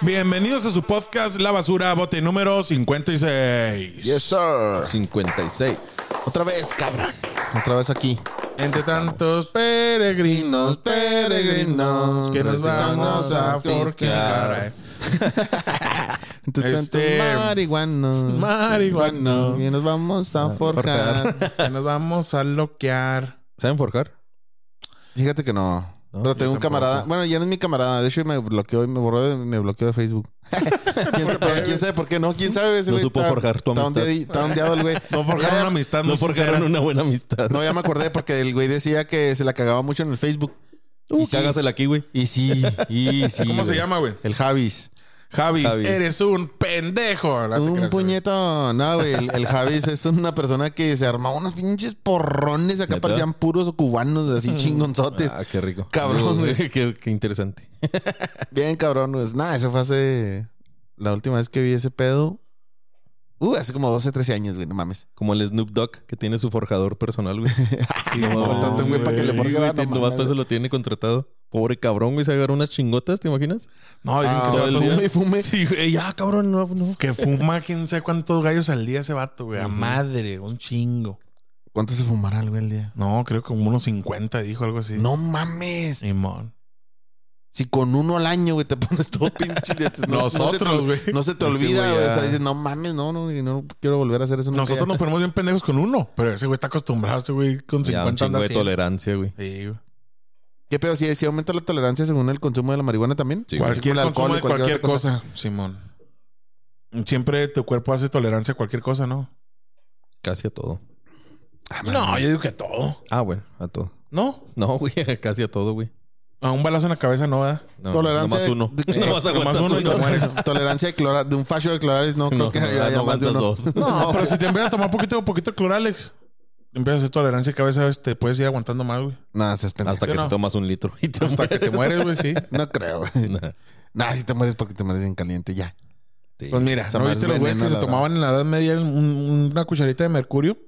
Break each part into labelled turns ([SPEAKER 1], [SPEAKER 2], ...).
[SPEAKER 1] Bienvenidos a su podcast La Basura, bote número 56.
[SPEAKER 2] Yes, sir.
[SPEAKER 3] 56.
[SPEAKER 2] Otra vez, cabrón. Otra vez aquí.
[SPEAKER 1] Entre tantos peregrinos, peregrinos, que nos vamos a forjar.
[SPEAKER 2] Entre tantos
[SPEAKER 1] Este-
[SPEAKER 2] marihuanos.
[SPEAKER 1] Marihuano,
[SPEAKER 2] Y nos vamos a forjar.
[SPEAKER 1] que nos vamos a loquear.
[SPEAKER 3] ¿Saben forjar?
[SPEAKER 2] Fíjate que no.
[SPEAKER 3] No,
[SPEAKER 2] Pero
[SPEAKER 3] yo
[SPEAKER 2] tengo un
[SPEAKER 1] tampoco.
[SPEAKER 2] camarada. Bueno, ya no es mi camarada. De hecho, me bloqueó y me borró de, me bloqueó de Facebook. ¿Quién sabe, pero quién sabe por qué no. ¿Quién sabe? Ese
[SPEAKER 3] No
[SPEAKER 2] güey
[SPEAKER 3] supo
[SPEAKER 2] está-
[SPEAKER 3] forjar tu
[SPEAKER 2] está
[SPEAKER 3] amistad.
[SPEAKER 2] hundi- Está ondeado el güey.
[SPEAKER 1] No forjaron una
[SPEAKER 2] Ya-
[SPEAKER 1] amistad,
[SPEAKER 3] No
[SPEAKER 1] muy
[SPEAKER 3] forjaron
[SPEAKER 1] sincera.
[SPEAKER 3] una buena amistad.
[SPEAKER 2] No, ya me acordé porque el güey decía que se la cagaba mucho en el Facebook.
[SPEAKER 3] y
[SPEAKER 2] y sí.
[SPEAKER 3] cágasela aquí, güey.
[SPEAKER 2] Y sí, y sí.
[SPEAKER 1] ¿Cómo se
[SPEAKER 2] güey.
[SPEAKER 1] llama, güey?
[SPEAKER 2] El Javis.
[SPEAKER 1] Javis,
[SPEAKER 3] Javis.
[SPEAKER 1] eres un pendejo. No te
[SPEAKER 2] Un
[SPEAKER 1] creas, güey.
[SPEAKER 2] puñeto. No, güey. El, el Javis es una persona que se armaba unos pinches porrones. Acá
[SPEAKER 3] ¿Neta?
[SPEAKER 2] parecían puros cubanos, así chingonzotes.
[SPEAKER 3] Ah, qué rico.
[SPEAKER 2] Este Cabrón,
[SPEAKER 3] Digo, qué, qué interesante.
[SPEAKER 2] Bien cabrón. Pues nada, eso fue hace. La última vez que vi ese pedo. Uh, hace como 12, 13 años, güey. No mames.
[SPEAKER 3] Como el Snoop Dogg que tiene su forjador personal, güey.
[SPEAKER 2] Sí,
[SPEAKER 3] No,
[SPEAKER 2] contrató un güey para que le
[SPEAKER 3] sí,
[SPEAKER 2] forgue,
[SPEAKER 3] güey,
[SPEAKER 2] no
[SPEAKER 3] tiene- nomás
[SPEAKER 2] mames.
[SPEAKER 3] todo se lo tiene contratado. Pobre cabrón, güey, se agarró unas chingotas, ¿te imaginas?
[SPEAKER 1] No, dicen
[SPEAKER 2] Ah,
[SPEAKER 1] que,
[SPEAKER 3] Todo
[SPEAKER 1] ese
[SPEAKER 3] el
[SPEAKER 1] vato-
[SPEAKER 3] día.
[SPEAKER 2] fume y fume.
[SPEAKER 3] Sí, güey, ya, cabrón, no, no.
[SPEAKER 1] que fuma quién sabe cuántos gallos al día ese vato, güey. A madre, un chingo.
[SPEAKER 2] ¿Cuánto se fumará el güey al día?
[SPEAKER 1] No, creo que como unos 50 dijo algo así.
[SPEAKER 2] No mames.
[SPEAKER 1] Simón.
[SPEAKER 2] Si con uno al año, güey, te pones todo pinche. no- no se te-
[SPEAKER 1] Nosotros, güey.
[SPEAKER 2] No se te
[SPEAKER 3] Sí,
[SPEAKER 2] olvida,
[SPEAKER 3] güey,
[SPEAKER 2] güey. O
[SPEAKER 3] ya.
[SPEAKER 2] sea, dices, no mames, no, no, no, quiero volver a hacer eso. nunca
[SPEAKER 1] Nosotros
[SPEAKER 2] ya.
[SPEAKER 1] nos ponemos bien pendejos con uno, pero ese güey está acostumbrado, ese güey con
[SPEAKER 3] Ya,
[SPEAKER 1] 50
[SPEAKER 3] un chingo
[SPEAKER 1] anda
[SPEAKER 3] de
[SPEAKER 1] así.
[SPEAKER 3] tolerancia, güey.
[SPEAKER 1] Sí, güey.
[SPEAKER 2] ¿Qué pedo? ¿Si, si aumenta la tolerancia según el consumo de la marihuana también?
[SPEAKER 3] Sí, güey.
[SPEAKER 1] Cualquier
[SPEAKER 2] Como el alcohol
[SPEAKER 1] consumo de
[SPEAKER 2] y cualquier
[SPEAKER 1] cualquier
[SPEAKER 2] otra
[SPEAKER 1] cosa, Simón. Siempre tu cuerpo hace tolerancia a cualquier cosa, ¿no?
[SPEAKER 3] Casi a todo.
[SPEAKER 2] Ah,
[SPEAKER 1] No, yo digo que a todo.
[SPEAKER 3] Ah, bueno, a todo.
[SPEAKER 1] ¿No?
[SPEAKER 3] No, güey, casi a todo, güey.
[SPEAKER 1] A un balazo en la cabeza no, ¿verdad?
[SPEAKER 3] No,
[SPEAKER 2] Tolerancia
[SPEAKER 3] Nomás
[SPEAKER 2] de-
[SPEAKER 3] uno.
[SPEAKER 2] de-
[SPEAKER 3] no vas a
[SPEAKER 1] nomás
[SPEAKER 3] aguantar
[SPEAKER 1] uno
[SPEAKER 3] uno.
[SPEAKER 1] y te mueres.
[SPEAKER 2] tolerancia de clora- de un facho de clorares, no, creo
[SPEAKER 3] No,
[SPEAKER 2] que
[SPEAKER 3] no,
[SPEAKER 2] haya
[SPEAKER 3] no
[SPEAKER 2] más de
[SPEAKER 3] aguantas
[SPEAKER 2] uno.
[SPEAKER 3] dos.
[SPEAKER 1] No, pero si te empiezan a tomar poquito, poquito Cloralex, empiezas a hacer tolerancia a cabeza, te puedes ir aguantando más, güey.
[SPEAKER 2] Nah, se espera.
[SPEAKER 3] Hasta
[SPEAKER 1] Yo
[SPEAKER 3] que
[SPEAKER 1] no.
[SPEAKER 3] te tomas un litro y te
[SPEAKER 1] Hasta que te mueres, güey, sí.
[SPEAKER 2] No creo, güey. Nah, si te mueres porque te mueres en caliente, ya.
[SPEAKER 3] Sí.
[SPEAKER 1] Pues mira,
[SPEAKER 2] Esa
[SPEAKER 1] ¿no
[SPEAKER 2] madre
[SPEAKER 1] viste
[SPEAKER 2] es
[SPEAKER 1] los güeyes que
[SPEAKER 2] veneno,
[SPEAKER 1] se
[SPEAKER 2] la
[SPEAKER 1] tomaban en la Edad Media un- un- una cucharita de mercurio?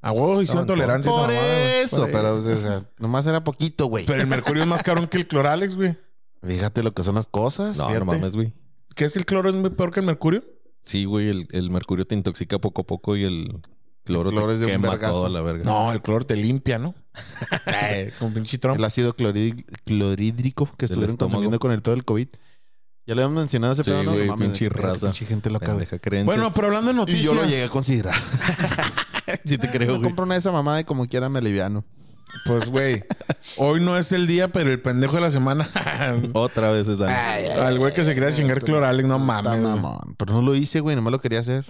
[SPEAKER 1] A huevo hicieron
[SPEAKER 3] Estaban
[SPEAKER 1] tolerancia a esa
[SPEAKER 2] Por
[SPEAKER 1] mamada, güey.
[SPEAKER 2] eso,
[SPEAKER 3] por
[SPEAKER 2] pero o sea, nomás era poquito, güey.
[SPEAKER 1] Pero el mercurio es más caro que el cloralex, güey.
[SPEAKER 2] Fíjate lo que son las cosas.
[SPEAKER 3] No,
[SPEAKER 1] fíjate.
[SPEAKER 3] no mames, güey.
[SPEAKER 1] ¿Crees que el cloro es peor que el mercurio?
[SPEAKER 3] Sí, güey, el, el mercurio te intoxica poco a poco y el cloro,
[SPEAKER 2] El cloro
[SPEAKER 3] te
[SPEAKER 2] es de un
[SPEAKER 3] quema
[SPEAKER 2] vergazo.
[SPEAKER 3] todo a la verga.
[SPEAKER 1] No, el cloro te limpia, ¿no? Eh, Con pinche Trump.
[SPEAKER 2] El ácido clorid- clorhídrico
[SPEAKER 3] Del
[SPEAKER 2] que estuvieron
[SPEAKER 3] estómago.
[SPEAKER 2] consumiendo con el todo el COVID. Ya le habíamos mencionado ese
[SPEAKER 3] Sí,
[SPEAKER 2] pedo, ¿no?
[SPEAKER 3] güey,
[SPEAKER 2] No mames,
[SPEAKER 3] pinche
[SPEAKER 2] fíjate,
[SPEAKER 3] raza.
[SPEAKER 2] Pinche gente loca, güey.
[SPEAKER 3] Pendeja creencias.
[SPEAKER 1] Bueno, pero hablando de
[SPEAKER 2] Y
[SPEAKER 1] noticias.
[SPEAKER 2] yo lo llegué a considerar.
[SPEAKER 3] sí te
[SPEAKER 2] Yo
[SPEAKER 3] creo, güey.
[SPEAKER 2] compro una de esa mamada y como quiera me aliviano.
[SPEAKER 1] Pues, güey, hoy no es el día, pero el pendejo de la semana.
[SPEAKER 3] Otra vez es
[SPEAKER 2] Ah,
[SPEAKER 3] Dani.
[SPEAKER 1] Al güey que se quería chingar cloralex, no
[SPEAKER 2] Está
[SPEAKER 1] mames. güey.
[SPEAKER 2] mamón. Pero no lo hice, güey. Nomás lo quería hacer.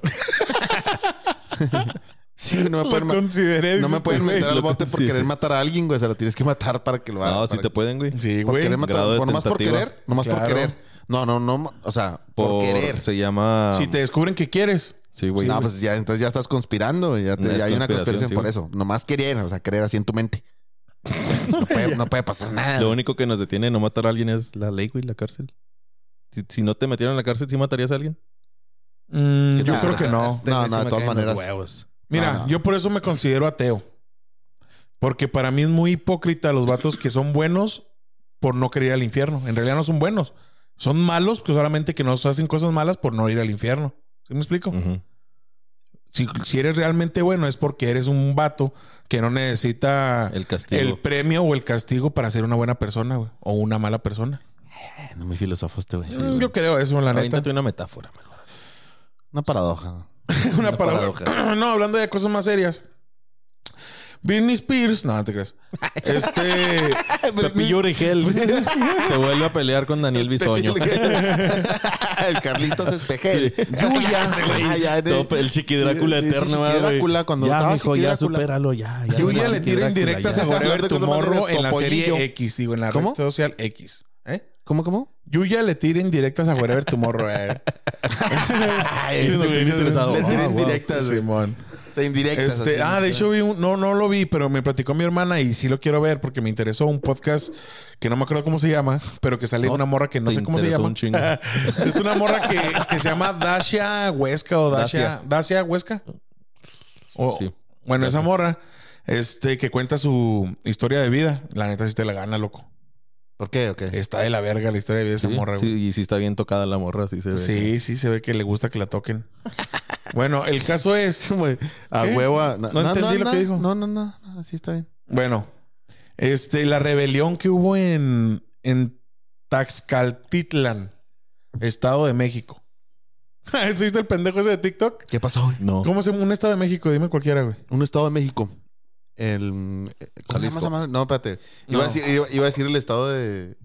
[SPEAKER 2] sí, güey, no me
[SPEAKER 1] Lo
[SPEAKER 2] pueden, ma-
[SPEAKER 1] consideré.
[SPEAKER 2] no me
[SPEAKER 1] dices,
[SPEAKER 2] pueden
[SPEAKER 1] güey.
[SPEAKER 2] meter al
[SPEAKER 3] lo
[SPEAKER 2] bote por
[SPEAKER 3] consideré.
[SPEAKER 2] querer matar a alguien, güey. O sea, lo tienes que matar para que lo haga.
[SPEAKER 3] No, sí
[SPEAKER 2] para
[SPEAKER 3] te pueden, güey.
[SPEAKER 1] Sí,
[SPEAKER 2] Por
[SPEAKER 1] güey.
[SPEAKER 2] querer matar.
[SPEAKER 3] grado de
[SPEAKER 2] por- nomás por
[SPEAKER 3] tentativa.
[SPEAKER 2] querer. Nomás por
[SPEAKER 1] Claro.
[SPEAKER 2] querer. No, no, no. O sea, por, querer.
[SPEAKER 3] Se llama...
[SPEAKER 1] Si te descubren que quieres.
[SPEAKER 3] Sí, güey.
[SPEAKER 2] no, pues ya, entonces ya estás conspirando. güey. Ya, te-
[SPEAKER 3] No es
[SPEAKER 2] ya hay una
[SPEAKER 3] conspiración,
[SPEAKER 2] conspiración
[SPEAKER 3] sí,
[SPEAKER 2] por
[SPEAKER 3] güey.
[SPEAKER 2] eso. Nomás querer. O sea, querer así en tu mente. No puede, no puede pasar nada.
[SPEAKER 3] Lo único que nos detiene de no matar a alguien es la ley, güey, la cárcel. Si, si no te metieran en la cárcel, ¿sí matarías a alguien?
[SPEAKER 1] Mm, yo
[SPEAKER 2] tal?
[SPEAKER 1] creo que no.
[SPEAKER 2] No, no, de todas maneras.
[SPEAKER 1] Mira,
[SPEAKER 2] No, no.
[SPEAKER 1] yo por eso me considero ateo. Porque para mí es muy hipócrita los vatos que son buenos por no querer ir al infierno. En realidad no son buenos. Son malos, que solamente que nos hacen cosas malas por no ir al infierno. ¿Sí me explico?
[SPEAKER 3] Ujú.
[SPEAKER 1] Si, si eres realmente bueno es porque eres un vato que no necesita el,
[SPEAKER 3] El castigo.
[SPEAKER 1] premio o el castigo para ser una buena persona, güey. O una mala persona.
[SPEAKER 2] No me filósofo este, güey.
[SPEAKER 1] Mm, yo creo eso, la neta.
[SPEAKER 3] Invéntate una metáfora mejor.
[SPEAKER 2] Una paradoja.
[SPEAKER 1] una paradoja. no, hablando de cosas más serias. Britney Spears. No, no te crees. Este.
[SPEAKER 3] Pepillo Origel. se vuelve a pelear con Daniel Bisoño.
[SPEAKER 2] el Carlitos Espejel. Yuya. Ah, ya, en el-
[SPEAKER 3] Todo el chiqui Drácula
[SPEAKER 2] Sí, sí, sí,
[SPEAKER 3] eterno,
[SPEAKER 2] Chiqui
[SPEAKER 3] ¿verdad, güey?
[SPEAKER 2] Drácula, cuando
[SPEAKER 3] ya,
[SPEAKER 2] estaba
[SPEAKER 3] mijo,
[SPEAKER 2] Chiqui
[SPEAKER 3] ya
[SPEAKER 2] Drácula.
[SPEAKER 3] supéralo, ya. ya
[SPEAKER 1] Yuya
[SPEAKER 3] no,
[SPEAKER 1] le
[SPEAKER 3] Chiqui
[SPEAKER 1] tira
[SPEAKER 3] Drácula,
[SPEAKER 1] indirectas
[SPEAKER 3] ya.
[SPEAKER 1] a Whatever
[SPEAKER 2] Hablando de cosas más
[SPEAKER 1] Tomorrow
[SPEAKER 2] serias,
[SPEAKER 1] en la
[SPEAKER 2] Topollillo.
[SPEAKER 1] serie X, digo, en la
[SPEAKER 2] ¿Cómo?
[SPEAKER 1] red social X. ¿Eh?
[SPEAKER 2] ¿Cómo, cómo?
[SPEAKER 1] Yuya le tira indirectas a Whatever Tomorrow. eh.
[SPEAKER 2] Ay,
[SPEAKER 3] Sí, no, bien interesado.
[SPEAKER 2] Le tiré
[SPEAKER 3] Ah, wow.
[SPEAKER 2] indirectas, güey.
[SPEAKER 1] Simón.
[SPEAKER 2] O sea, indirectas.
[SPEAKER 1] Este,
[SPEAKER 2] así.
[SPEAKER 1] ah, de hecho vi un, no, no lo vi, pero me platicó mi hermana y sí lo quiero ver porque me interesó un podcast que no me acuerdo cómo se llama, pero que sale
[SPEAKER 3] No,
[SPEAKER 1] una morra que no
[SPEAKER 3] te
[SPEAKER 1] sé cómo se
[SPEAKER 3] interesó
[SPEAKER 1] llama.
[SPEAKER 3] un chingo.
[SPEAKER 1] es una morra que, que se llama Dasha Huesca o Dasha,
[SPEAKER 3] Dacia.
[SPEAKER 1] Dacia Huesca. O-
[SPEAKER 3] Sí.
[SPEAKER 1] Bueno, esa morra, este, que cuenta su historia de vida. La neta sí te la gana, loco.
[SPEAKER 2] ¿Por qué? ¿O qué?
[SPEAKER 1] Está de la verga la historia de vida de esa
[SPEAKER 3] Sí,
[SPEAKER 1] morra,
[SPEAKER 3] sí,
[SPEAKER 1] güey.
[SPEAKER 3] y sí está bien tocada la morra, sí se ve.
[SPEAKER 1] Sí, sí, se ve que le gusta que la toquen. bueno, el caso es.
[SPEAKER 2] Güey, a
[SPEAKER 1] ¿Qué?
[SPEAKER 2] huevo. a-
[SPEAKER 1] No entendí lo que
[SPEAKER 2] no,
[SPEAKER 1] dijo.
[SPEAKER 2] No, no, no. no, Así está bien.
[SPEAKER 1] Bueno, este, la rebelión que hubo en, en Taxcaltitlan, Estado de México. ¿Existe el pendejo ese de TikTok?
[SPEAKER 2] ¿Qué pasó, güey?
[SPEAKER 3] No.
[SPEAKER 1] ¿Cómo se llama un Estado de México? Dime cualquiera, güey.
[SPEAKER 2] Un estado de México. El. eh, ¿cómo se llama
[SPEAKER 3] Jalisco.
[SPEAKER 2] esa madre? No, espérate. Iba,
[SPEAKER 1] No.
[SPEAKER 2] a decir, iba, iba a decir el estado de.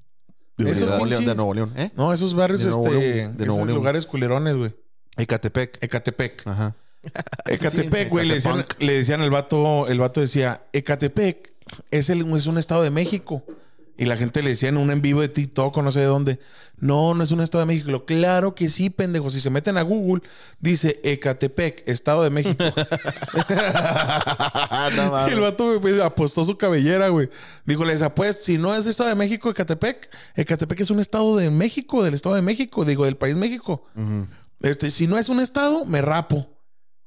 [SPEAKER 1] Esos
[SPEAKER 2] de, Nuevo
[SPEAKER 1] pinches-
[SPEAKER 2] León, de Nuevo León, ¿eh?
[SPEAKER 1] No, esos barrios,
[SPEAKER 2] De Nuevo
[SPEAKER 1] este,
[SPEAKER 2] León, de Nuevo
[SPEAKER 1] esos
[SPEAKER 2] León.
[SPEAKER 1] lugares culerones, güey.
[SPEAKER 2] Ecatepec.
[SPEAKER 1] Ecatepec.
[SPEAKER 2] Ajá.
[SPEAKER 1] Ecatepec,
[SPEAKER 2] Sí,
[SPEAKER 1] güey, le decían,
[SPEAKER 2] Ecatepec.
[SPEAKER 1] le decían al vato, el vato decía, Ecatepec es, el, es un estado de México. Y la gente le decía en un en vivo de TikTok o no sé de dónde, no, no es un estado de México. Lo, Claro que sí, pendejo. Si se meten a Google, dice Ecatepec, estado de México.
[SPEAKER 2] Ah, no
[SPEAKER 1] Y el
[SPEAKER 2] mames.
[SPEAKER 1] vato güey, pues, apostó su cabellera, güey. Dijo, les apuesto, si no es estado de México, Ecatepec, Ecatepec es un estado de México, del estado de México, digo, del país México.
[SPEAKER 2] Ujú.
[SPEAKER 1] Este, si no es un estado, me rapo.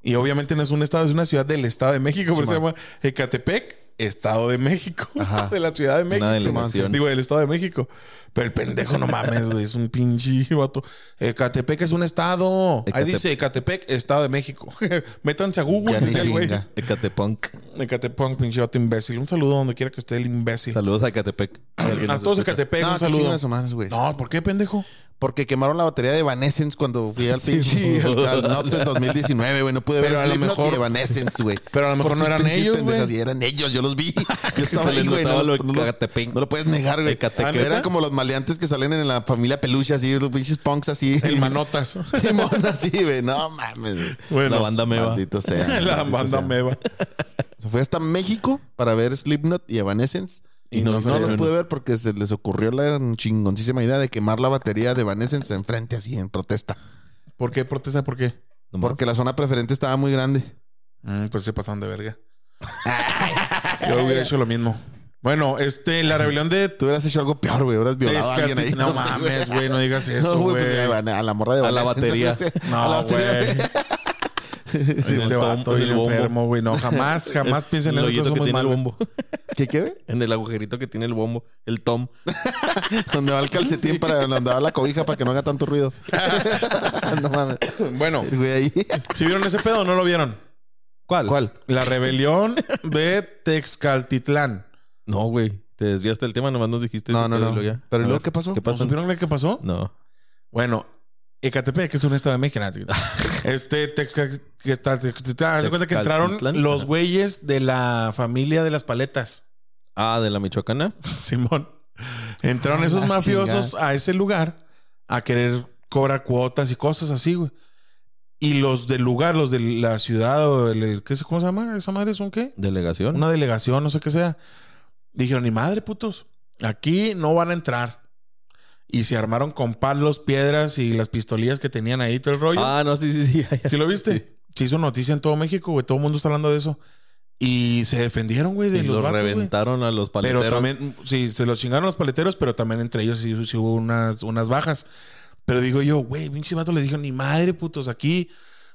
[SPEAKER 1] Y obviamente no es un estado, es una ciudad del Estado de México, por eso se llama Ecatepec, Estado de México,
[SPEAKER 2] Ajá.
[SPEAKER 1] de la Ciudad de México.
[SPEAKER 3] delegación.
[SPEAKER 1] Digo, del Estado de México. Pero el pendejo, no mames, güey, es un pinche vato. Ecatepec es un estado. Ahí
[SPEAKER 3] Ecatepec.
[SPEAKER 1] dice Ecatepec, Estado de México. Métanse a Google,
[SPEAKER 2] Ya ni
[SPEAKER 1] decía el güey.
[SPEAKER 2] chinga.
[SPEAKER 3] Ecatepunk.
[SPEAKER 1] Ecatepec, pinche vato imbécil. Un saludo donde quiera que esté el imbécil.
[SPEAKER 3] Saludos a Ecatepec.
[SPEAKER 1] A todos Ecatepec,
[SPEAKER 2] No,
[SPEAKER 1] un
[SPEAKER 2] que chingan
[SPEAKER 1] saludo.
[SPEAKER 2] a su madre, güey.
[SPEAKER 1] No, ¿por qué, pendejo?
[SPEAKER 2] Porque quemaron la batería de Evanescence cuando fui al
[SPEAKER 3] Sí,
[SPEAKER 2] pinche
[SPEAKER 3] güey.
[SPEAKER 2] al, al Knotfest 2019, güey. No pude
[SPEAKER 1] Pero
[SPEAKER 2] ver
[SPEAKER 1] a lo
[SPEAKER 2] Slipknot
[SPEAKER 1] mejor-
[SPEAKER 2] y Evanescence, güey.
[SPEAKER 1] Pero a lo mejor
[SPEAKER 2] Por
[SPEAKER 1] no
[SPEAKER 2] sus
[SPEAKER 1] eran
[SPEAKER 2] pinches
[SPEAKER 1] ellos,
[SPEAKER 2] pendejas.
[SPEAKER 1] güey.
[SPEAKER 2] Y eran ellos, yo los vi. Yo estaba
[SPEAKER 3] se les
[SPEAKER 2] ahí, güey.
[SPEAKER 3] notaba
[SPEAKER 2] No,
[SPEAKER 3] lo
[SPEAKER 2] lo- no lo-
[SPEAKER 3] Ecatepec.
[SPEAKER 2] no lo puedes negar, güey.
[SPEAKER 3] Ecatepec.
[SPEAKER 2] Ah, ¿neta? Eran como los maleantes que salen en la familia peluche, así, los pinches punks así.
[SPEAKER 1] El manotas.
[SPEAKER 2] Simón, así, güey. No mames. güey.
[SPEAKER 3] La
[SPEAKER 1] Bueno,
[SPEAKER 3] banda meva.
[SPEAKER 2] Maldito sea.
[SPEAKER 1] la
[SPEAKER 2] maldito
[SPEAKER 1] banda
[SPEAKER 2] sea.
[SPEAKER 1] meva.
[SPEAKER 2] Se fue hasta México para ver Slipknot y Evanescence.
[SPEAKER 3] Y
[SPEAKER 2] Y,
[SPEAKER 3] no
[SPEAKER 2] no,
[SPEAKER 3] los
[SPEAKER 2] no
[SPEAKER 3] vieron.
[SPEAKER 2] los pude ver porque se les ocurrió la chingoncísima idea de quemar la batería de Evanescence enfrente, así, en protesta.
[SPEAKER 1] ¿Por qué protesta? ¿Por qué?
[SPEAKER 3] Nomás.
[SPEAKER 2] Porque la zona preferente estaba muy grande.
[SPEAKER 1] Mm, pues se pasaron de verga. Yo hubiera hecho lo mismo. Bueno, este, la rebelión de
[SPEAKER 2] Tú hubieras hecho algo peor, güey. Hubieras violado a alguien ahí.
[SPEAKER 1] Descartes- No
[SPEAKER 2] sé,
[SPEAKER 1] mames, güey, no digas eso,
[SPEAKER 2] No, güey,
[SPEAKER 1] güey.
[SPEAKER 2] pues, ya, van a la morra de
[SPEAKER 3] A la
[SPEAKER 2] Evanescence,
[SPEAKER 3] batería.
[SPEAKER 2] güey.
[SPEAKER 1] No,
[SPEAKER 2] a la batería.
[SPEAKER 1] güey.
[SPEAKER 2] güey.
[SPEAKER 1] Sí,
[SPEAKER 3] En el
[SPEAKER 1] te
[SPEAKER 3] tom-
[SPEAKER 1] vato
[SPEAKER 3] en
[SPEAKER 1] bien
[SPEAKER 3] el bombo.
[SPEAKER 1] enfermo, güey. No, jamás, jamás piensen
[SPEAKER 3] El
[SPEAKER 1] en eso.
[SPEAKER 3] hoyito
[SPEAKER 1] cosas
[SPEAKER 3] que
[SPEAKER 1] muy
[SPEAKER 3] tiene el
[SPEAKER 1] malas.
[SPEAKER 3] bombo.
[SPEAKER 2] ¿Qué, qué, güey?
[SPEAKER 3] En el agujerito que tiene el bombo. El tom.
[SPEAKER 2] Donde va el calcetín para donde va la cobija para que no haga tanto ruido. no mames.
[SPEAKER 1] Bueno,
[SPEAKER 2] El Güey, ahí.
[SPEAKER 1] si vieron ese pedo o no lo vieron?
[SPEAKER 3] ¿Cuál?
[SPEAKER 2] ¿Cuál?
[SPEAKER 1] La rebelión de Texcaltitlán.
[SPEAKER 3] No, güey. Te desviaste del tema, nomás nos dijiste.
[SPEAKER 2] No,
[SPEAKER 3] ese
[SPEAKER 2] no,
[SPEAKER 3] pedo y
[SPEAKER 2] no.
[SPEAKER 3] luego ya.
[SPEAKER 2] Pero
[SPEAKER 3] A
[SPEAKER 2] luego,
[SPEAKER 3] ver,
[SPEAKER 2] ¿qué pasó?
[SPEAKER 3] ¿Qué
[SPEAKER 1] ¿No
[SPEAKER 3] pasó?
[SPEAKER 1] supieron lo que pasó?
[SPEAKER 3] No.
[SPEAKER 1] Bueno, Ecatepec es un estado de México. Este, Texca- que está- Textitlán. Haz de cuenta que entraron
[SPEAKER 3] Texcaltitlán.
[SPEAKER 1] los güeyes de la familia de las paletas.
[SPEAKER 3] Ah, de la Michoacana.
[SPEAKER 1] Simón. Entraron
[SPEAKER 2] Ah,
[SPEAKER 1] esos
[SPEAKER 2] la
[SPEAKER 1] mafiosos a ese lugar a querer cobrar cuotas y cosas así, güey. Y los del lugar, los de la ciudad o el- ¿qué se- ¿cómo se llama? ¿Esa madre es un qué?
[SPEAKER 3] Delegación.
[SPEAKER 1] Una delegación, no sé qué sea. Dijeron, ni madre, putos. Aquí no van a entrar. Y se armaron con palos, piedras y las pistolillas que tenían ahí, todo el rollo.
[SPEAKER 3] Ah, no, sí, sí, sí. ya, ya.
[SPEAKER 1] ¿Sí lo viste?
[SPEAKER 3] Sí.
[SPEAKER 1] Se hizo noticia en todo México, güey. Todo el mundo está hablando de eso. Y se defendieron, güey, de
[SPEAKER 3] Y
[SPEAKER 1] los,
[SPEAKER 3] los
[SPEAKER 1] vatos, güey.
[SPEAKER 3] reventaron a los paleteros.
[SPEAKER 1] Pero también, sí, se los chingaron los paleteros, pero también entre ellos sí, sí hubo unas, unas bajas. Pero digo yo, güey, pinche vato le dijo, ni madre, putos, aquí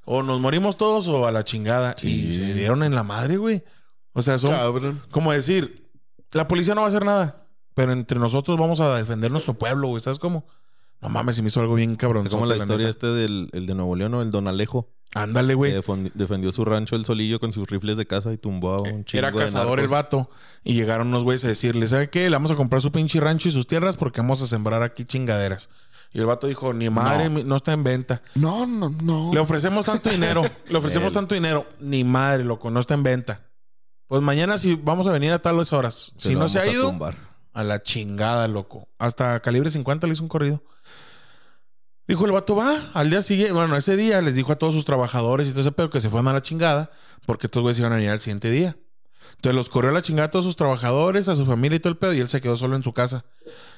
[SPEAKER 1] o nos morimos todos o a la chingada.
[SPEAKER 3] Sí.
[SPEAKER 1] Y se dieron en la madre, güey. O sea, son
[SPEAKER 2] Cabrón.
[SPEAKER 1] como decir, la policía no va a hacer nada, pero entre nosotros vamos a defender nuestro pueblo, güey, ¿sabes cómo? No mames, se me hizo algo bien cabrón.
[SPEAKER 3] Como la historia este del el de Nuevo León, ¿no? el Don Alejo,
[SPEAKER 1] Ándale,
[SPEAKER 3] que
[SPEAKER 1] güey.
[SPEAKER 3] defendi- defendió su rancho el solillo con sus rifles de caza y tumbó a un chingo
[SPEAKER 1] Eh, Era
[SPEAKER 3] de
[SPEAKER 1] cazador el
[SPEAKER 3] narcos.
[SPEAKER 1] vato. Y llegaron unos güeyes a decirle, ¿sabe qué? Le vamos a comprar su pinche rancho y sus tierras porque vamos a sembrar aquí chingaderas. Y el vato dijo, ni madre, mi- no, está en venta.
[SPEAKER 2] No, no, no.
[SPEAKER 1] Le ofrecemos tanto dinero, le ofrecemos
[SPEAKER 3] Él.
[SPEAKER 1] tanto dinero. Ni madre, loco, no está en venta. Pues mañana sí vamos a venir a tales horas.
[SPEAKER 3] Te
[SPEAKER 1] si
[SPEAKER 3] lo
[SPEAKER 1] no se ha
[SPEAKER 3] vamos a
[SPEAKER 1] ido,
[SPEAKER 3] tumbar.
[SPEAKER 1] a la chingada, loco. Hasta calibre 50 le hizo un corrido. Dijo el vato, va, al día siguiente, bueno, ese día les dijo a todos sus trabajadores y todo ese pedo que se fueron a la chingada, porque estos güeyes iban a venir al siguiente día. Entonces los corrió a la chingada a todos sus trabajadores, a su familia y todo el pedo, y él se quedó solo en su casa.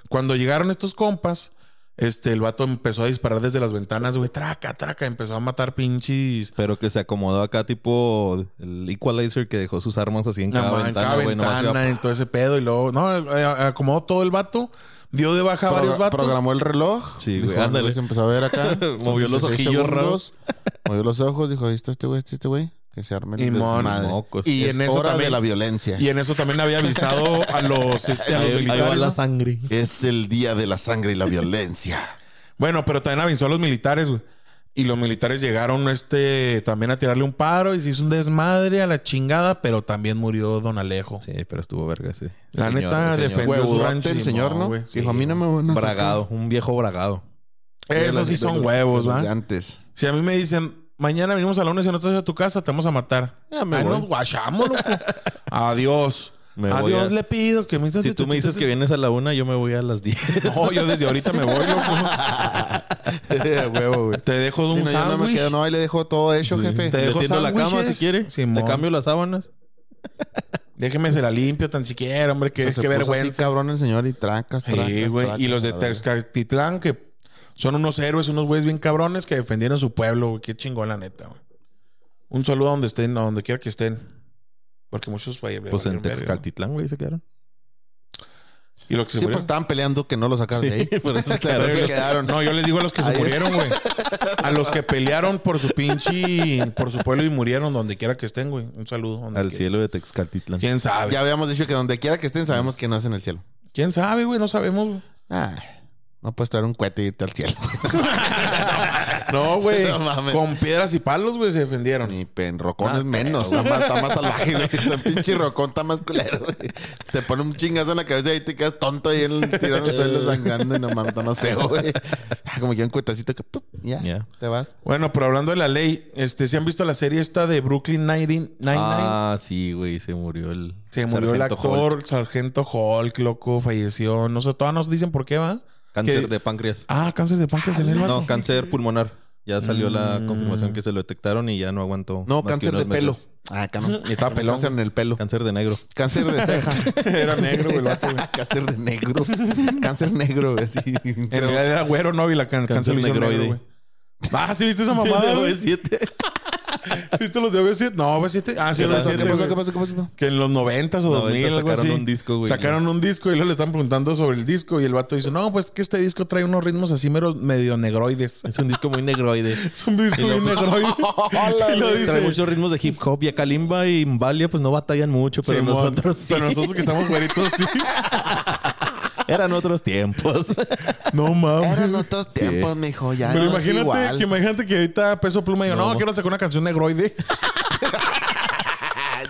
[SPEAKER 1] Cuando llegaron estos compas, este, el vato empezó a disparar desde las ventanas, güey, traca, traca, empezó a matar pinches.
[SPEAKER 3] Pero que se acomodó acá tipo el Equalizer que dejó sus armas así en cada
[SPEAKER 1] Nada más, en
[SPEAKER 3] ventana,
[SPEAKER 1] cada
[SPEAKER 3] güey. nomás iba-
[SPEAKER 1] ventana, en todo ese pedo, y luego, no, eh, acomodó todo el vato, dio de baja a
[SPEAKER 2] Progra-
[SPEAKER 1] varios vatos.
[SPEAKER 2] Programó el reloj.
[SPEAKER 3] Sí,
[SPEAKER 2] Dijo,
[SPEAKER 3] güey,
[SPEAKER 2] "Ah,
[SPEAKER 3] ándale".
[SPEAKER 2] Se empezó a ver acá.
[SPEAKER 3] Movió los
[SPEAKER 2] 16
[SPEAKER 3] ojillos
[SPEAKER 2] segundos. Movió los ojos. Dijo, ahí está este güey, este este güey. que se arme
[SPEAKER 1] Y
[SPEAKER 2] el
[SPEAKER 1] mon-
[SPEAKER 2] madre.
[SPEAKER 3] Mocos.
[SPEAKER 1] Y
[SPEAKER 2] es
[SPEAKER 1] en eso
[SPEAKER 2] hora
[SPEAKER 1] también-
[SPEAKER 2] de la violencia.
[SPEAKER 1] Y en eso también había avisado a los, este, a los
[SPEAKER 3] Ahí- ahí va
[SPEAKER 1] militares.
[SPEAKER 3] la
[SPEAKER 1] ¿no?
[SPEAKER 3] sangre.
[SPEAKER 2] Es el día de la sangre y la violencia.
[SPEAKER 1] Bueno, pero también avisó a los militares, güey. Y los militares llegaron este también a tirarle un paro y se hizo un desmadre a la chingada, pero también murió Don Alejo.
[SPEAKER 3] Sí, pero estuvo verga ese.
[SPEAKER 1] La
[SPEAKER 3] señor,
[SPEAKER 1] neta,
[SPEAKER 3] ese señor.
[SPEAKER 1] defendió su
[SPEAKER 2] Huevudote
[SPEAKER 1] rancho.
[SPEAKER 2] el señor,
[SPEAKER 1] Simón,
[SPEAKER 2] ¿no?
[SPEAKER 1] güey.
[SPEAKER 2] Dijo, a mí no me van a sacar".
[SPEAKER 3] Bragado, un viejo bragado.
[SPEAKER 1] Esos sí son huevos,
[SPEAKER 2] De los
[SPEAKER 1] ¿va?
[SPEAKER 2] Antes.
[SPEAKER 1] Si a mí me dicen, mañana venimos a la una y si no te vas a tu casa, te vamos a matar.
[SPEAKER 3] Ya me
[SPEAKER 1] Ahí
[SPEAKER 3] voy.
[SPEAKER 1] nos guachamos, loco. Adiós.
[SPEAKER 3] Me
[SPEAKER 1] a
[SPEAKER 3] voy
[SPEAKER 1] Dios
[SPEAKER 3] a-
[SPEAKER 1] le pido que me
[SPEAKER 3] Si tú me dices que vienes a la una, yo me voy a las 10.
[SPEAKER 1] No, yo desde ahorita me voy, loco.
[SPEAKER 3] Huevo, güey.
[SPEAKER 1] Te dejo
[SPEAKER 2] Sí,
[SPEAKER 1] un
[SPEAKER 2] no, yo no me
[SPEAKER 1] sándwich.
[SPEAKER 2] quedo, no, ahí le dejo todo hecho, jefe.
[SPEAKER 1] Te
[SPEAKER 3] Le
[SPEAKER 1] dejo
[SPEAKER 3] tiendo la cama si
[SPEAKER 1] sándwiches.
[SPEAKER 3] quiere.
[SPEAKER 1] Simón.
[SPEAKER 3] Le cambio las sábanas.
[SPEAKER 1] Déjeme se la limpio tan siquiera, hombre, que,
[SPEAKER 2] O sea, se
[SPEAKER 1] que
[SPEAKER 2] puso
[SPEAKER 1] vergüenza.
[SPEAKER 2] así, cabrón el señor y trancas, trancas,
[SPEAKER 1] Sí, güey.
[SPEAKER 2] tracas,
[SPEAKER 1] Y los de
[SPEAKER 2] a ver.
[SPEAKER 1] Texcatitlán, que son unos héroes, unos güeyes bien cabrones que defendieron su pueblo, güey. Qué chingón, la neta, güey. Un saludo a donde estén, a donde quiera que estén. Porque muchos países.
[SPEAKER 3] Pues en
[SPEAKER 1] valieron verga.
[SPEAKER 3] Texcaltitlán, güey, se quedaron.
[SPEAKER 1] Y los que se
[SPEAKER 2] Sí, pues
[SPEAKER 1] murieron.
[SPEAKER 2] estaban peleando que no lo sacaran de ahí.
[SPEAKER 3] Por eso se
[SPEAKER 2] Pero
[SPEAKER 3] quedaron.
[SPEAKER 2] se quedaron.
[SPEAKER 1] este, No, yo les digo a los que se
[SPEAKER 2] Ahí.
[SPEAKER 1] murieron, güey. A los que pelearon por su pinche, por su pueblo y murieron donde quiera que estén, güey. Un saludo. donde
[SPEAKER 3] Al
[SPEAKER 1] quiera.
[SPEAKER 3] cielo de Texcaltitlán.
[SPEAKER 1] ¿Quién sabe?
[SPEAKER 2] Ya habíamos dicho que donde quiera que estén, sabemos que no es en el cielo.
[SPEAKER 1] ¿Quién sabe, güey? No sabemos, güey.
[SPEAKER 2] Ah, no puedes traer un cohete y irte al cielo.
[SPEAKER 1] No, güey.
[SPEAKER 2] No mames.
[SPEAKER 1] Con piedras y palos, güey, se defendieron.
[SPEAKER 2] Ni penrocones menos. Está más, está más salvaje, güey. Ese pinche rocón está más culero, güey. Te pone un chingazo en la cabeza y ahí te quedas tonto ahí en el, tirado en el suelo sangrando y no mames, está más feo, güey. Ah, Como ya un cuetacito que ¡pup! ya,
[SPEAKER 3] Ya.
[SPEAKER 2] te vas.
[SPEAKER 1] Bueno, pero hablando de la ley, este, ¿se han visto la serie esta de Brooklyn 99?
[SPEAKER 3] Ah, sí, güey, se murió el.
[SPEAKER 1] Se murió el
[SPEAKER 3] sargento
[SPEAKER 1] actor,
[SPEAKER 3] Holt.
[SPEAKER 1] Sargento Hulk, loco, falleció. No sé, todavía nos dicen por qué va.
[SPEAKER 3] Cáncer
[SPEAKER 1] Que-
[SPEAKER 3] de páncreas.
[SPEAKER 1] Ah, cáncer de páncreas en el vato. Mm.
[SPEAKER 3] No, cáncer pulmonar. Ya salió la confirmación que se lo detectaron y ya no aguantó.
[SPEAKER 2] No,
[SPEAKER 3] más que
[SPEAKER 2] cáncer de
[SPEAKER 3] unos
[SPEAKER 2] pelo.
[SPEAKER 3] meses.
[SPEAKER 2] Ah, acá no.
[SPEAKER 1] Y estaba pelón.
[SPEAKER 2] Cáncer en el pelo.
[SPEAKER 3] Cáncer de negro.
[SPEAKER 2] Cáncer de ceja.
[SPEAKER 1] Era negro, güey, el vato, güey.
[SPEAKER 2] Cáncer de negro. Cáncer negro, güey. Sí.
[SPEAKER 1] En realidad era güero, no, y la can- cáncer lo hicieron negro,
[SPEAKER 3] negroide.
[SPEAKER 1] güey. Ah, ¿sí viste esa mamada, güey?
[SPEAKER 3] Sí, de OV7.
[SPEAKER 1] ¿Viste los de B7? No, B7. Ah, sí,
[SPEAKER 2] ¿Qué pasó?
[SPEAKER 1] B7.
[SPEAKER 2] ¿Qué pasó? ¿Qué
[SPEAKER 1] güey.
[SPEAKER 2] pasó? ¿Qué pasó?
[SPEAKER 1] Que en los 90s o 2000,
[SPEAKER 3] 90s
[SPEAKER 1] algo así.
[SPEAKER 3] sacaron un disco, güey.
[SPEAKER 1] Sacaron un disco y luego le están preguntando sobre el disco. Y el vato dice: No, pues que este disco trae unos ritmos así meros medio negroides.
[SPEAKER 3] Es un disco muy negroide.
[SPEAKER 1] Es un disco bien negroide. y lo
[SPEAKER 3] Trae
[SPEAKER 1] dice.
[SPEAKER 3] muchos ritmos de hip hop y a Kalimba y Mbalia pues no batallan mucho, pero
[SPEAKER 1] Simón,
[SPEAKER 3] nosotros sí.
[SPEAKER 1] Pero nosotros que estamos güeritos, sí.
[SPEAKER 3] Eran otros tiempos.
[SPEAKER 1] No mames.
[SPEAKER 2] Eran otros tiempos, mijo. Ya
[SPEAKER 1] Pero
[SPEAKER 2] no es
[SPEAKER 1] imagínate
[SPEAKER 2] igual.
[SPEAKER 1] que imagínate que ahorita peso pluma y yo, no,
[SPEAKER 3] No.
[SPEAKER 1] quiero sacar una canción negroide.
[SPEAKER 2] Ah,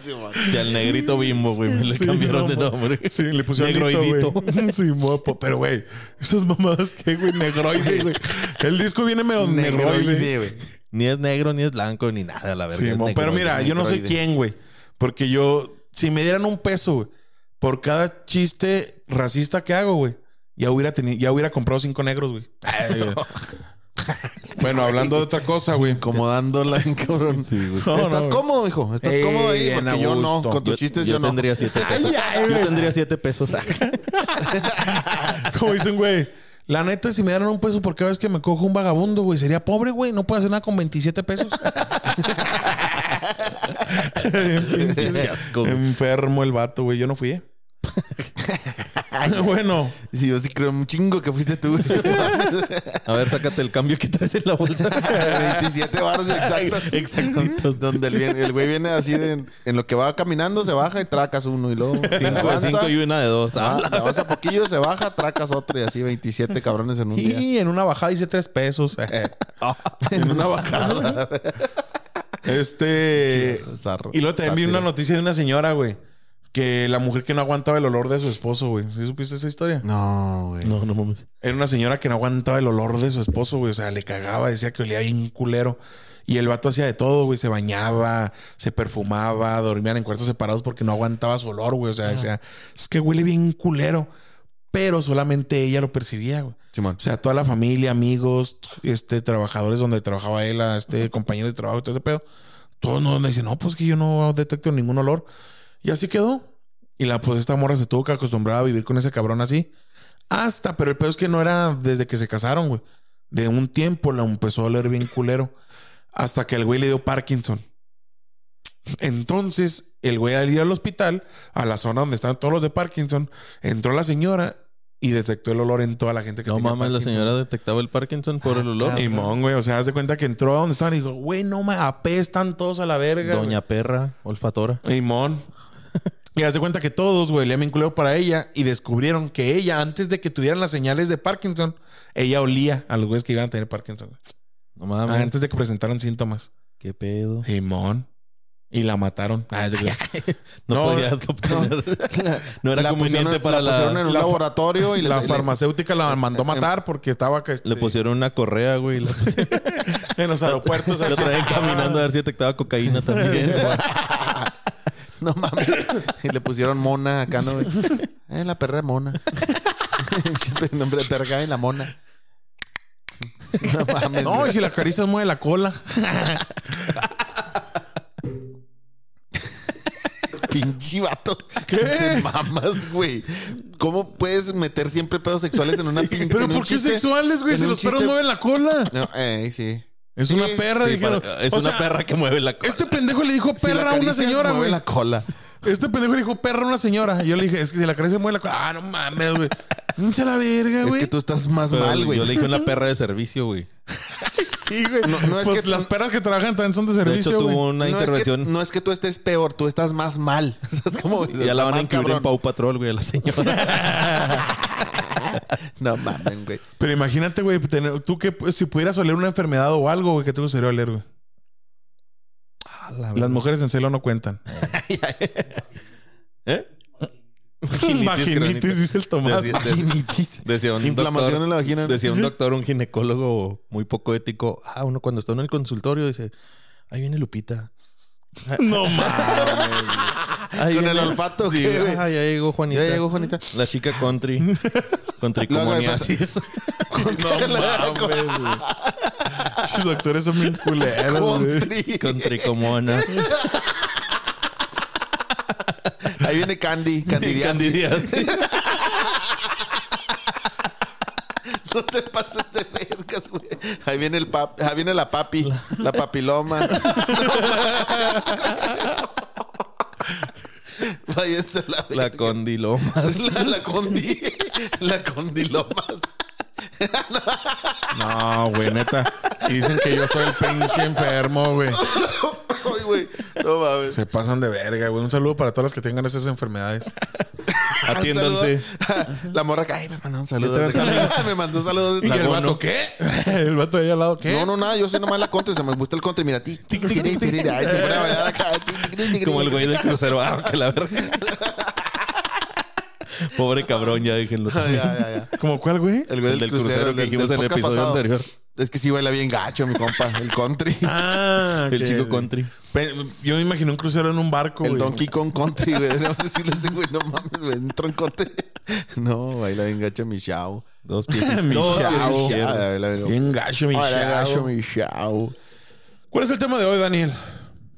[SPEAKER 3] Si al negrito bimbo, güey, me le
[SPEAKER 1] Sí,
[SPEAKER 3] cambiaron
[SPEAKER 1] no,
[SPEAKER 3] de
[SPEAKER 1] ma-
[SPEAKER 3] nombre.
[SPEAKER 1] Sí, le pusieron
[SPEAKER 3] Negroidito.
[SPEAKER 1] Lito, güey. Sí, mopo. Pero, güey, esas mamadas que, güey, negroide, güey. El disco viene medio negroide.
[SPEAKER 2] Negroide, güey.
[SPEAKER 3] Ni es negro, ni es blanco, ni nada, la
[SPEAKER 1] Sí,
[SPEAKER 3] verdad.
[SPEAKER 1] mo- pero mira, yo no sé
[SPEAKER 2] negroide.
[SPEAKER 1] quién, güey. Porque yo, si me dieran un peso, güey, por cada chiste racista que hago, güey, ya hubiera tenido, ya hubiera comprado cinco negros, güey.
[SPEAKER 3] Ah,
[SPEAKER 1] bueno, hablando de otra cosa, güey.
[SPEAKER 2] Incomodándola, cabrón.
[SPEAKER 1] No, no,
[SPEAKER 2] Estás
[SPEAKER 1] güey.
[SPEAKER 2] cómodo, hijo. Estás
[SPEAKER 1] Ey,
[SPEAKER 2] cómodo ahí.
[SPEAKER 1] bien
[SPEAKER 2] Porque
[SPEAKER 1] a
[SPEAKER 2] yo no.
[SPEAKER 1] gusto.
[SPEAKER 2] Con tus
[SPEAKER 3] Eh, Yo-
[SPEAKER 2] chistes
[SPEAKER 3] yo
[SPEAKER 2] yo, no.
[SPEAKER 3] tendría siete pesos. yo tendría siete pesos.
[SPEAKER 1] Como dicen, güey. La neta, si me dieran un peso por cada vez que me cojo un vagabundo, güey, sería pobre, güey. No puedo hacer nada con 27 pesos.
[SPEAKER 3] Qué asco, güey.
[SPEAKER 1] Enfermo el vato, güey. Yo no fui, ¿eh? bueno,
[SPEAKER 2] Sí, yo sí creo un chingo que fuiste tú.
[SPEAKER 3] A ver, sácate el cambio que traes en la bolsa.
[SPEAKER 2] 27 baros exactos.
[SPEAKER 3] Exactitos.
[SPEAKER 2] Donde el, bien- el güey viene así de- en lo que va caminando, se baja y tracas uno y luego.
[SPEAKER 3] Cinco de
[SPEAKER 2] avanza,
[SPEAKER 3] cinco y una de dos.
[SPEAKER 2] ah, avanza poquillo, se baja, tracas otro y así 27 cabrones en un día. Eh.
[SPEAKER 1] y en una bajada hice 3 pesos.
[SPEAKER 2] en una bajada.
[SPEAKER 3] Eh,
[SPEAKER 1] este.
[SPEAKER 2] Zarro.
[SPEAKER 1] Y luego también vi una
[SPEAKER 2] Sátiro.
[SPEAKER 1] noticia de una señora, güey. Que la mujer que no aguantaba el olor de su esposo, güey. ¿Sí supiste esa historia?
[SPEAKER 2] No, güey.
[SPEAKER 3] No, no mames.
[SPEAKER 1] Era una señora que no aguantaba el olor de su esposo, güey. O sea, le cagaba, decía que olía bien culero. Y el vato hacía de todo, güey. Se bañaba, se perfumaba, dormían en cuartos separados porque no aguantaba su olor, güey. O sea, decía, es que huele bien culero. Pero solamente ella lo percibía, güey.
[SPEAKER 2] Simón.
[SPEAKER 1] O sea, toda la familia, amigos, este, trabajadores donde trabajaba él, a este compañero de trabajo, todo ese pedo. Todos nos dicen, no, pues que yo no detecto ningún olor. Y así quedó. Y la, pues esta morra se tuvo que acostumbrar a vivir con ese cabrón así. Hasta, pero el pedo es que no era desde que se casaron, güey. De un tiempo la empezó a oler bien culero. Hasta que el güey le dio Parkinson. Entonces, el güey al ir al hospital, a la zona donde están todos los de Parkinson, entró la señora y detectó el olor en toda la gente que
[SPEAKER 3] No
[SPEAKER 1] tenía
[SPEAKER 3] mames, la
[SPEAKER 1] Parkinson. Ah,
[SPEAKER 3] señora detectaba el Parkinson por el olor.
[SPEAKER 1] Y mon, güey, o sea, haz de cuenta que entró a donde estaban y dijo, güey, no mames, apestan todos a la verga. güey".
[SPEAKER 3] Doña perra, olfatora.
[SPEAKER 1] Simón. Y hace cuenta que todos, güey, le me incluido para ella y descubrieron que ella, antes de que tuvieran las señales de Parkinson, ella olía a los güeyes que iban a tener Parkinson. güey.
[SPEAKER 3] No mames.
[SPEAKER 1] Ah, Antes de que presentaran síntomas.
[SPEAKER 3] ¿Qué pedo?
[SPEAKER 1] Simón. Y la mataron. Ah, es de-
[SPEAKER 3] No,
[SPEAKER 1] No,
[SPEAKER 3] podías obtener. No era
[SPEAKER 2] La
[SPEAKER 3] conveniente
[SPEAKER 2] pusieron-
[SPEAKER 3] para
[SPEAKER 2] la
[SPEAKER 3] la.
[SPEAKER 2] pusieron en un
[SPEAKER 1] la-
[SPEAKER 2] laboratorio y
[SPEAKER 1] la
[SPEAKER 2] les-
[SPEAKER 1] farmacéutica la mandó matar porque estaba que, este,
[SPEAKER 3] Le pusieron una correa, güey. y la pusieron-
[SPEAKER 1] en los aeropuertos.
[SPEAKER 3] lo
[SPEAKER 1] así.
[SPEAKER 3] traían caminando a ver si detectaba cocaína también.
[SPEAKER 2] No mames. Y le pusieron mona acá, ¿no? Eh, la perra mona. El nombre de perra acá y la mona. No mames.
[SPEAKER 1] No,
[SPEAKER 2] güey.
[SPEAKER 1] y si la caricia mueve la cola.
[SPEAKER 2] pinche vato. ¿Qué? Te mamas, güey. ¿Cómo puedes meter siempre pedos sexuales en una pinche.
[SPEAKER 1] Pero
[SPEAKER 2] en un
[SPEAKER 1] ¿por qué
[SPEAKER 2] chiste?
[SPEAKER 1] sexuales, güey?
[SPEAKER 2] en
[SPEAKER 1] Si
[SPEAKER 2] un
[SPEAKER 1] los perros
[SPEAKER 2] chiste-
[SPEAKER 1] mueven la cola.
[SPEAKER 2] No, eh, sí.
[SPEAKER 1] Es
[SPEAKER 2] Sí,
[SPEAKER 1] una perra,
[SPEAKER 3] Sí,
[SPEAKER 1] dijeron.
[SPEAKER 3] para- es
[SPEAKER 1] O
[SPEAKER 3] una
[SPEAKER 1] sea,
[SPEAKER 3] perra que mueve la cola.
[SPEAKER 1] Este pendejo le dijo
[SPEAKER 2] Si la
[SPEAKER 1] perra a una
[SPEAKER 2] acaricias,
[SPEAKER 1] señora,
[SPEAKER 2] mueve
[SPEAKER 1] güey.
[SPEAKER 2] la cola.
[SPEAKER 1] Este pendejo le dijo perra a una señora. Yo le dije, es que si la crece mueve la cola. Ah, no mames, güey. Pinche la verga,
[SPEAKER 2] Es
[SPEAKER 1] güey.
[SPEAKER 2] que tú estás más
[SPEAKER 3] Pero
[SPEAKER 2] mal, güey.
[SPEAKER 3] Yo le dije una perra de servicio, güey.
[SPEAKER 1] sí, güey.
[SPEAKER 2] No, no es
[SPEAKER 1] pues
[SPEAKER 2] que
[SPEAKER 1] las perras que trabajan también son de
[SPEAKER 3] De hecho,
[SPEAKER 1] servicio, güey.
[SPEAKER 3] tuvo una
[SPEAKER 2] no, es que,
[SPEAKER 3] intervención.
[SPEAKER 2] no es que tú estés peor, tú estás más mal. O sea, es como,
[SPEAKER 3] Ya la van a
[SPEAKER 2] más
[SPEAKER 3] incluir en
[SPEAKER 2] cabrón.
[SPEAKER 3] Pau Patrol, güey, a la señora.
[SPEAKER 2] No mames, güey.
[SPEAKER 1] Pero imagínate, güey, tener- tú que pues, si pudieras oler una enfermedad o algo, güey, que te gustaría oler, güey. Las mujeres en celo no cuentan.
[SPEAKER 3] ¿Eh?
[SPEAKER 1] Vaginitis, dice el Tomás.
[SPEAKER 3] Decía- de- Decía un
[SPEAKER 2] Inflamación
[SPEAKER 3] doctor,
[SPEAKER 2] en la vagina.
[SPEAKER 3] Decía un doctor, un ginecólogo muy poco ético. Ah, uno cuando está en el consultorio dice, ahí viene Lupita. Ah,
[SPEAKER 1] No mames.
[SPEAKER 3] Ahí
[SPEAKER 2] Con el
[SPEAKER 3] viene-
[SPEAKER 2] olfato,
[SPEAKER 3] Sí,
[SPEAKER 2] ¿qué, güey?
[SPEAKER 3] ah, ya llegó Juanita.
[SPEAKER 2] Ya llegó Juanita.
[SPEAKER 3] La chica country. Con
[SPEAKER 2] Luego, güey,
[SPEAKER 3] tricomoniasis.
[SPEAKER 1] No mames, güey. Los doctores son bien culeros, güey.
[SPEAKER 2] Country.
[SPEAKER 3] con tricomona.
[SPEAKER 2] Ahí viene Candy, Candidiasis.
[SPEAKER 3] Candidiasis.
[SPEAKER 2] No te pases de vergas, güey. Ahí viene el pap, ahí viene la papi, la papiloma. Váyanse a la
[SPEAKER 3] La
[SPEAKER 2] verga.
[SPEAKER 3] condiloma.
[SPEAKER 2] la, la condi, la condilomas.
[SPEAKER 1] No, güey, neta. Y Dicen que yo soy el pinche enfermo, güey.
[SPEAKER 2] Ay, güey. No mames.
[SPEAKER 1] Se pasan de verga, güey. Un saludo para todas las que tengan esas enfermedades.
[SPEAKER 3] Atiéndanse.
[SPEAKER 2] Saludo. La morra que, ay, me mandaron saludos.
[SPEAKER 1] Literal,
[SPEAKER 2] me mandó saludos.
[SPEAKER 1] ¿Y el
[SPEAKER 2] Abono.
[SPEAKER 1] vato qué? ¿El vato de ahí al lado qué?
[SPEAKER 2] No, no, nada, yo soy nomás la contra y se me gusta el contra y mira ti. Ay, se pone a bailar acá.
[SPEAKER 3] Como el güey del crucero. Ah, que la verga. Pobre cabrón, Ah, ya déjenlo.
[SPEAKER 2] Ya, ya, ya.
[SPEAKER 1] ¿Como cuál, güey?
[SPEAKER 2] El güey
[SPEAKER 3] El
[SPEAKER 2] del,
[SPEAKER 3] del
[SPEAKER 2] crucero,
[SPEAKER 3] crucero que
[SPEAKER 2] del-
[SPEAKER 3] dijimos
[SPEAKER 2] del
[SPEAKER 3] en el
[SPEAKER 2] podcast
[SPEAKER 3] episodio
[SPEAKER 2] pasado.
[SPEAKER 3] anterior.
[SPEAKER 2] Es que sí baila bien gacho, mi compa. El country.
[SPEAKER 1] Ah,
[SPEAKER 3] El
[SPEAKER 1] que-
[SPEAKER 3] chico country.
[SPEAKER 1] Pe- Yo me imaginé un crucero en un barco,
[SPEAKER 2] el
[SPEAKER 1] güey.
[SPEAKER 2] Donkey Kong Country, güey. Debemos decirle a ese güey, no mames, güey, un troncote. No, baila bien gacho mi chao.
[SPEAKER 3] Dos pies.
[SPEAKER 1] Mi
[SPEAKER 3] Dos pies
[SPEAKER 1] chavo. Ah.
[SPEAKER 3] izquierdos.
[SPEAKER 2] Baila bien
[SPEAKER 1] Bien gacho, mi
[SPEAKER 2] Baila
[SPEAKER 1] chavo.
[SPEAKER 2] gacho mi chao.
[SPEAKER 1] ¿Cuál es el tema de hoy, Daniel?